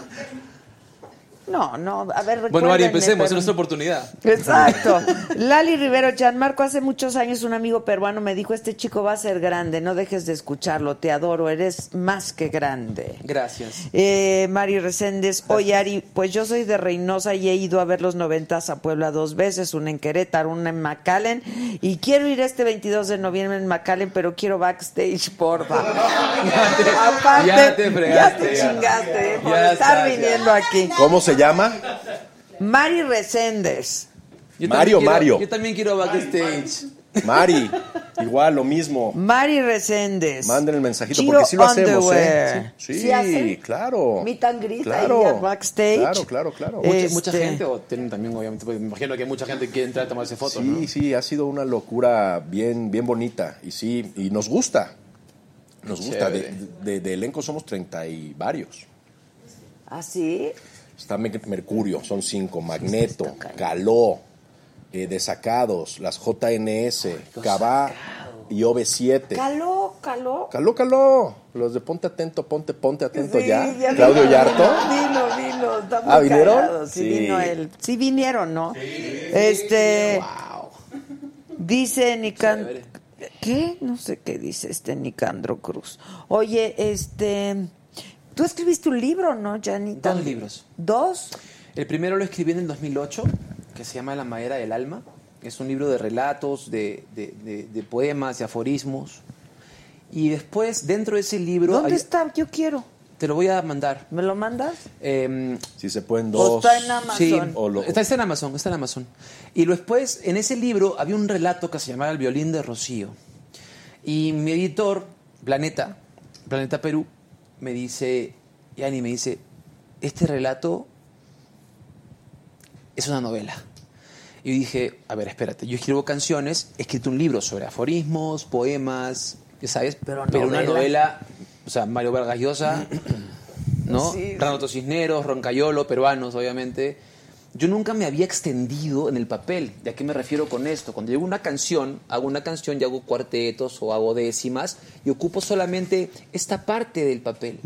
B: No, no, a ver,
G: Bueno, Ari,
B: recuérdenme,
G: empecemos, es
B: pero-
G: nuestra oportunidad.
B: Exacto. <laughs> Lali Rivero, Gianmarco, hace muchos años un amigo peruano me dijo, este chico va a ser grande, no dejes de escucharlo, te adoro, eres más que grande.
G: Gracias.
B: Eh, Mari Reséndez, oye Ari, pues yo soy de Reynosa y he ido a ver los noventas a Puebla dos veces, una en Querétaro, una en McAllen, y quiero ir este 22 de noviembre en McAllen, pero quiero backstage,
G: <laughs>
B: porfa. Aparte,
G: ya te fregaste,
B: ya te
G: ya.
B: chingaste eh, por
G: Ya
B: estar
G: está, ya.
B: viniendo aquí.
F: ¿Cómo se llama?
B: Mari Reséndez,
G: Yo también
F: Mario,
G: quiero-
F: Mario.
G: Yo también quiero backstage.
F: Mari. Igual, lo mismo.
B: Mari Reséndez.
F: Manden el mensajito,
B: Chiro
F: porque sí lo hacemos,
B: Underwear.
F: ¿eh? Sí,
B: ¿Sí hacen?
F: claro.
B: Meet and greet ahí al backstage.
F: Claro, claro, claro.
B: Eh,
G: Mucha- Mucha
B: Este-
G: gente, o tienen también, obviamente, porque me imagino que mucha gente quiere entrar a tomarse
F: sí,
G: fotos, ¿no?
F: sí, ha sido una locura bien, bien bonita. Y sí, y nos gusta. Nos gusta. De,
G: Chévere.
F: de- de elenco somos treinta y varios.
B: ¿Ah, sí?
F: Está Mer- Mercurio, son cinco. Magneto, Caló, eh, Desacados, las JNS, Cabá,
I: y OV7.
B: Caló, caló.
I: Caló, caló. Los de ponte atento, ponte, ponte atento
B: Sí,
I: ya.
B: ya
I: Claudio
B: vino.
I: Yarto.
B: Vino, vino. está muy
I: Ah, ¿vinieron?
B: callado. Sí,
I: Sí.
B: vino él. Sí vinieron, ¿no? Este. Dice Nicandro. ¿Qué? No sé qué dice este Nicandro Cruz. Oye, este. Tú escribiste un libro, ¿no, Janita?
G: Dos libros.
B: ¿Dos?
G: El primero lo escribí en el 2008, que se llama La madera del alma. Es un libro de relatos, de, de- de- de poemas, de aforismos. Y después, dentro de ese libro...
B: ¿Dónde
G: hay-
B: está? Yo quiero.
G: Te lo voy a mandar.
B: ¿Me lo mandas?
G: Em,
I: Si se pueden
B: ¿O
I: dos.
B: está en Amazon?
G: Sí,
I: O lo-
G: está, está en Amazon, está en Amazon. Y después, en ese libro había un relato que se llamaba El violín de Rocío. Y mi editor, Planeta, Planeta Perú, me dice, Yani me dice, este relato es una novela. Y yo dije, a ver, espérate, yo escribo canciones, he escrito un libro sobre aforismos, poemas, ya sabes, pero, una novela, o sea, Mario Vargas Llosa, ¿no? Renato Cisneros, Roncayolo, peruanos, obviamente. Yo nunca me había extendido en el papel. ¿De a qué me refiero con esto? Cuando llego a una canción, hago una canción y hago cuartetos o hago décimas y ocupo solamente esta parte del papel.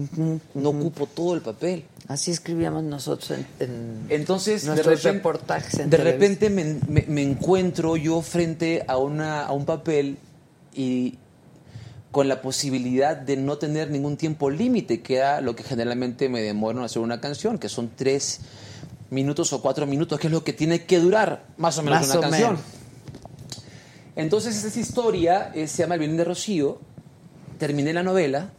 G: No ocupo todo el papel.
B: Así escribíamos nosotros en. en-
G: Entonces, de
B: Nuestros
G: repente,
B: reportajes en
G: de repente me, me- me encuentro yo frente a, una, a un papel y con la posibilidad de no tener ningún tiempo límite, que era lo que generalmente me demoro en hacer una canción, que son tres minutos o cuatro minutos, que es lo que tiene que durar más o menos
B: Más
G: una
B: o
G: canción.
B: menos.
G: Entonces esa historia eh, se llama El violín de Rocío, terminé la novela,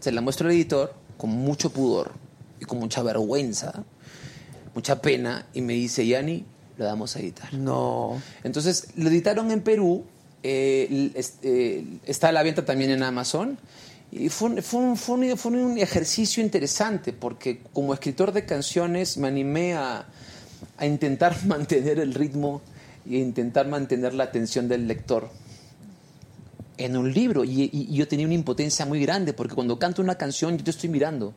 G: se la muestro al editor con mucho pudor y con mucha vergüenza, mucha pena, y me dice, Yani, lo damos a editar.
B: No.
G: Entonces, lo editaron en Perú, eh, l- es- eh, está a la venta también en Amazon. Y fue un, fue un- fue un- fue un ejercicio interesante, porque como escritor de canciones me animé a, a intentar <laughs> mantener el ritmo e intentar mantener la atención del lector en un libro. Y, y- y yo tenía una impotencia muy grande, porque cuando canto una canción yo te estoy mirando,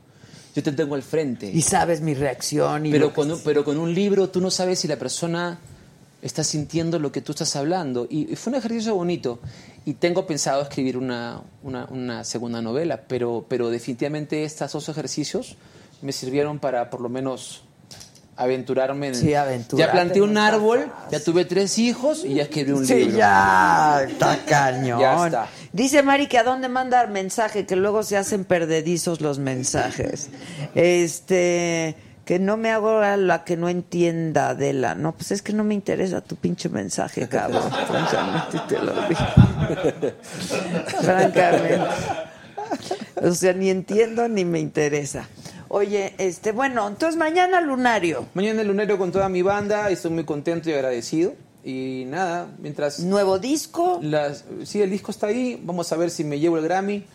G: yo te tengo al frente.
B: Y sabes mi reacción. Y
G: Pero
B: lo que-
G: con, un- pero con un libro tú no sabes si la persona está sintiendo lo que tú estás hablando. Y, y fue un ejercicio bonito. Y tengo pensado escribir una, una- una segunda novela, pero, pero definitivamente estos dos ejercicios me sirvieron para por lo menos aventurarme en...
B: Sí, aventurarte,
G: Ya planté un
B: no está
G: árbol, ya tuve tres hijos y ya escribí un
B: Sí,
G: libro.
B: ya, está cañón.
G: Ya está.
B: Dice Mari que a dónde mandar mensaje, que luego se hacen perdedizos los mensajes. Este, que no me hago a la que no entienda, Adela. No, pues es que no me interesa tu pinche mensaje,
G: <laughs>
B: cabrón. Francamente te lo digo. Francamente. O sea, ni entiendo ni me interesa. Oye, este, bueno, entonces mañana lunario.
G: Mañana el lunero con toda mi banda, estoy muy contento y agradecido. Y nada, mientras...
B: Nuevo disco.
G: Las- sí, el disco está ahí. Vamos a ver si me llevo el Grammy.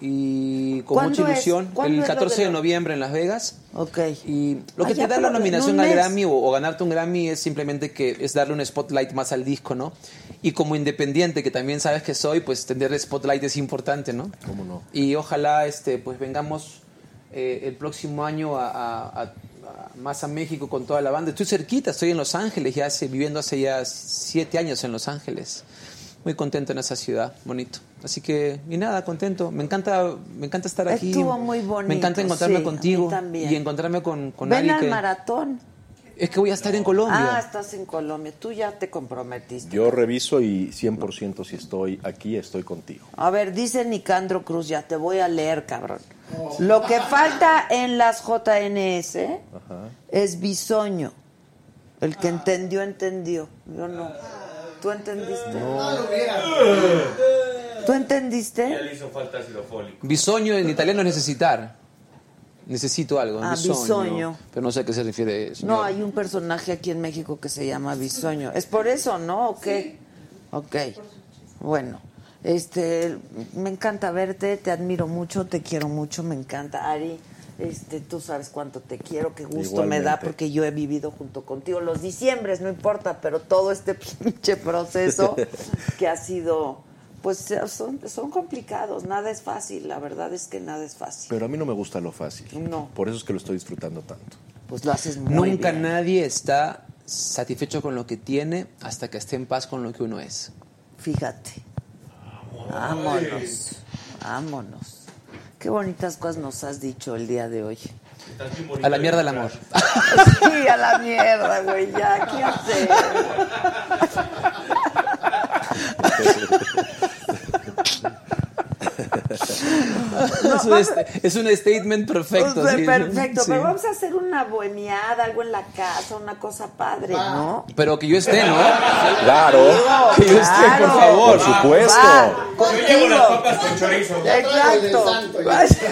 G: Y con
B: ¿Cuándo
G: mucha
B: es?
G: ilusión.
B: ¿Cuándo es
G: El
B: lo
G: 14
B: de
G: de
B: lo-
G: noviembre en Las Vegas.
B: Ok.
G: Y lo que
B: Ah, ya,
G: te da la
B: pero en
G: nominación
B: un
G: al
B: mes.
G: Grammy o, o ganarte un Grammy es simplemente que es darle un spotlight más al disco, ¿no? Y como independiente, que también sabes que soy, pues tener el spotlight es importante, ¿no?
I: ¿Cómo no?
G: Y ojalá este, pues vengamos eh, el próximo año a, a- a- a- más a México con toda la banda. Estoy cerquita, estoy en Los Ángeles, ya hace, viviendo hace ya siete años en Los Ángeles. Muy contento en esa ciudad, bonito. Así que, y nada, contento. Me encanta, me encanta estar aquí.
B: Estuvo muy bonito,
G: Me encanta encontrarme
B: sí, a mí
G: contigo
B: también.
G: y encontrarme con, con
B: Ven
G: alguien
B: al
G: que-
B: maratón.
G: Es que voy a estar en Colombia.
B: Ah, estás en Colombia. Tú ya te comprometiste.
I: Yo reviso y 100% si estoy aquí, estoy contigo.
B: A ver, dice Nicandro Cruz, ya te voy a leer, cabrón. Lo que falta en las JNS es bisoño. El que entendió, entendió. Yo no. ¿Tú entendiste? ¿Tú
D: Ya
B: entendiste?
D: le hizo falta ácido fólico.
G: Bisoño en italiano es necesitar. Necesito algo.
B: Ah,
G: bisoño.
B: bisoño.
G: Pero no sé a qué se refiere eso.
B: No, hay un personaje aquí en México que se llama bisoño. ¿Es por eso, no? ¿O qué? Ok. Bueno. Este, me encanta verte, te admiro mucho, te quiero mucho, me encanta. Ari, este, tú sabes cuánto te quiero, qué gusto me da
I: Igualmente.
B: porque yo he vivido junto contigo los diciembres, no importa, pero todo este <laughs> pinche proceso que ha sido, pues son, son complicados, nada es fácil, la verdad es que nada es fácil.
I: Pero a mí no me gusta lo fácil.
B: No.
I: Por eso es que lo estoy disfrutando
F: <laughs>
I: tanto.
B: Pues lo haces muy
G: Nunca
B: bien.
G: nadie está satisfecho con lo que tiene hasta que esté en paz con lo que uno es.
B: Fíjate. Vámonos. Vámonos. Qué bonitas cosas nos has dicho el día de hoy.
G: A la mierda el amor.
B: Sí, a la mierda, güey, ya, ¿qué hacer?
G: <laughs> es, un est- es un statement perfecto.
B: Pues,
G: sí.
B: perfecto,
G: Sí.
B: pero vamos a hacer una bohemiada, algo en la casa, una cosa padre, ¿no?
G: Pero que yo esté, ¿no?
I: Claro.
G: Que yo esté, por
B: Claro.
G: favor.
I: Por supuesto.
B: Va,
D: Yo llevo las
B: contigo.
D: papas con chorizo.
B: Exacto.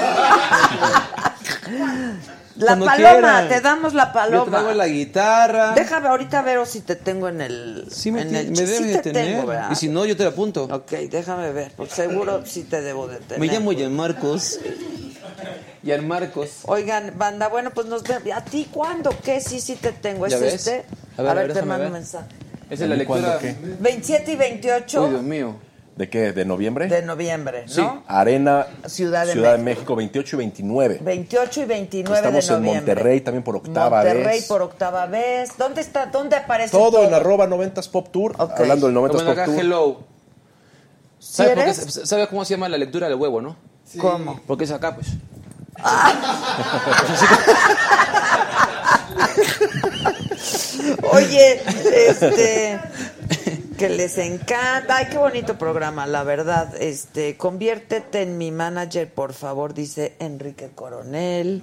G: <laughs>
B: La
G: Cuando
B: paloma,
G: quieran.
B: te damos la
G: Yo traigo
B: paloma.
G: la guitarra.
B: Déjame ahorita ver o si te tengo en el.
G: Sí, me,
B: en
G: ti-
B: el-
G: me
B: sí
G: debes
B: te
G: de tener.
B: tengo, ¿verdad?
G: y si no, yo te la apunto.
B: Ok, déjame ver, porque seguro sí te debo de tener.
G: Me llamo Gianmarcos. Gianmarcos.
B: Oigan, banda, bueno, pues nos vemos. ¿A ti cuándo? ¿Qué? Sí, sí te tengo. ¿Es
G: ¿Ya ves?
B: este?
G: A ver, a ver,
B: te
G: déjame
B: mando
G: ver.
B: un mensaje.
G: Esa es la lectura.
F: ¿Cuándo qué?
B: 27 y 28
G: Uy, Dios mío.
F: ¿De qué? ¿De noviembre?
B: de noviembre,
G: Sí.
B: ¿no?
F: Arena
B: Ciudad de
F: México. 28 y 29.
B: 28 y 29
F: Estamos
B: de
F: en
B: noviembre.
F: Monterrey también por octava
B: Monterrey
F: vez.
B: por octava vez. ¿Dónde está? ¿Dónde aparece
F: Todo, en arroba 90s Pop Tour.
B: Ok.
F: Hablando del 90s Pop
G: Como acá,
F: Tour.
G: hello.
B: ¿Sí
G: ¿Sabes, por qué
B: eres?
G: se- sabes cómo se llama la lectura del huevo, no?
B: ¿Cómo?
G: Porque es acá, pues.
B: Oye, este que les encanta. Ay, qué bonito programa, la verdad. Este, conviértete en mi manager, por favor, dice Enrique Coronel.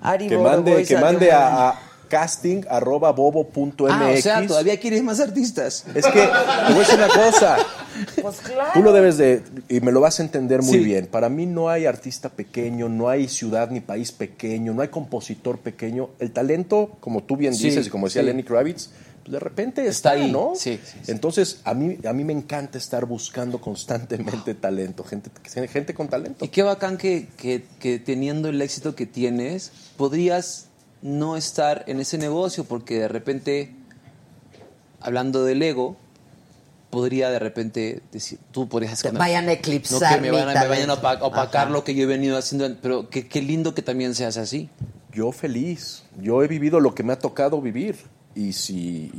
B: Ari
F: Que
B: Boroboy
F: mande, que
B: salió
F: mande
B: muy
F: a, a casting arroba bobo punto
G: Ah, o
F: MX.
G: sea, todavía quieres más artistas.
F: Es que, te voy a decir una cosa.
B: bien. Pues claro.
F: Tú lo debes de, y me lo vas a entender muy
G: Sí.
F: bien. Para mí no hay artista pequeño, no hay ciudad ni país pequeño, no hay compositor pequeño. El talento, como tú bien
G: Sí,
F: dices y como decía
G: sí.
F: Lenny Kravitz, pues de repente
G: Está
F: está,
G: ahí,
F: ¿no?
G: sí, sí, sí.
F: Entonces, a mí, a mí me encanta estar buscando constantemente talento, gente, gente con talento.
G: Y qué bacán que, que- que teniendo el éxito que tienes, podrías no estar en ese negocio porque de repente, hablando del ego, podría de repente decir, tú podrías esconder-
B: vayan a
G: No
B: eclipsar
G: que me
B: mi
G: vayan, me vayan a
B: talento.
G: opa- opacar
B: Ajá.
G: lo que yo he venido haciendo, pero qué, qué lindo que también seas así.
F: Yo feliz, yo he vivido lo que me ha tocado vivir. Y si.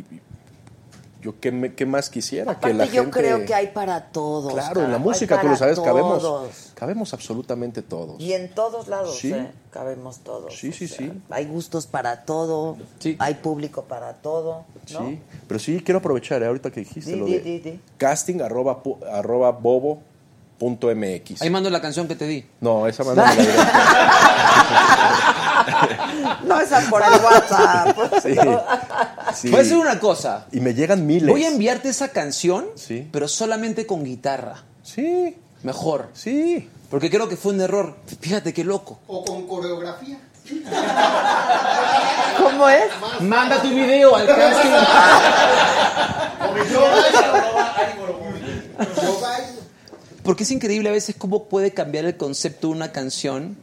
F: Yo qué, me- qué más quisiera
B: Aparte,
F: que la
B: yo
F: gente-
B: creo que hay para todos.
F: Claro, en la
B: carajo, hay
F: música, tú lo
B: para
F: sabes, cabemos.
B: todos.
F: Cabemos absolutamente todos.
B: Y en todos lados,
F: Sí.
B: ¿eh? Cabemos todos.
F: Sí, sí, sí.
B: Hay gustos para todo,
G: Sí.
B: hay público para todo, ¿no?
F: Sí, pero sí quiero aprovechar eh, ahorita que dijiste
B: Di,
F: lo
B: di,
F: de
B: di, di.
F: casting arroba, pu- arroba bobo punto MX.
G: Ahí mando la canción que te di.
F: No, esa manda
B: <laughs>
F: la directa.
B: No esa por el WhatsApp. pues.
F: Sí, sí.
G: Voy a hacer una cosa.
F: Y me llegan miles.
G: Voy a enviarte esa canción,
F: Sí.
G: pero solamente con guitarra.
F: Sí,
G: Mejor.
F: sí.
G: Porque creo que fue un error. Fíjate qué loco.
H: O con coreografía.
B: ¿Cómo es?
G: Manda tu video al casting.
H: Yo bailo. Yo bailo.
G: Porque es increíble a veces cómo puede cambiar el concepto de una canción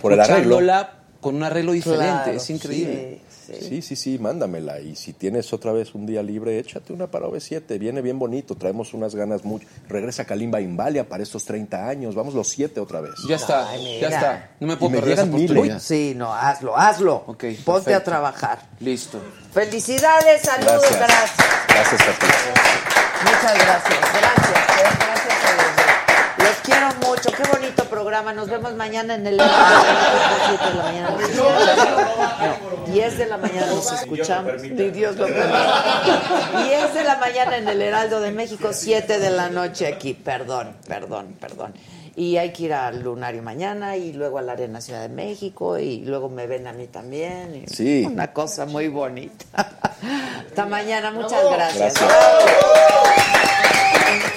F: Por el arreglo.
G: escuchándola con un arreglo diferente.
B: Claro,
G: es increíble.
B: sí, sí.
F: Sí, sí, sí, mándamela. Y si tienes otra vez un día libre, échate una para OV7. Viene bien bonito, traemos unas ganas mucho. Regresa Kalimba Invalia para estos 30 años. Vamos los 7 otra vez.
G: Ya está,
B: Ay, mira.
G: ya está. No me puedo
F: Y me
G: perder esa
F: llegan miles.
G: oportunidad.
B: Sí, no, hazlo, hazlo.
G: Ok,
B: Ponte
G: perfecto.
B: a trabajar.
G: Listo.
B: Felicidades, saludos, gracias.
F: Gracias a ti.
B: Muchas gracias, gracias, eh, gracias a los dos. Los quiero mucho, qué bonito programa. Nos vemos mañana en el. Siete de la mañana nos escuchamos. No, 10 de la mañana nos escuchamos. Ni Dios lo permita. 10 de la mañana en el Heraldo de México, 7 de la noche aquí. Perdón, perdón, perdón. Y hay que ir al Lunario mañana y luego a la Arena Ciudad de México y luego me ven a mí también. y
F: Sí.
B: Una cosa muy bonita. Hasta mañana, muchas gracias.
F: Gracias.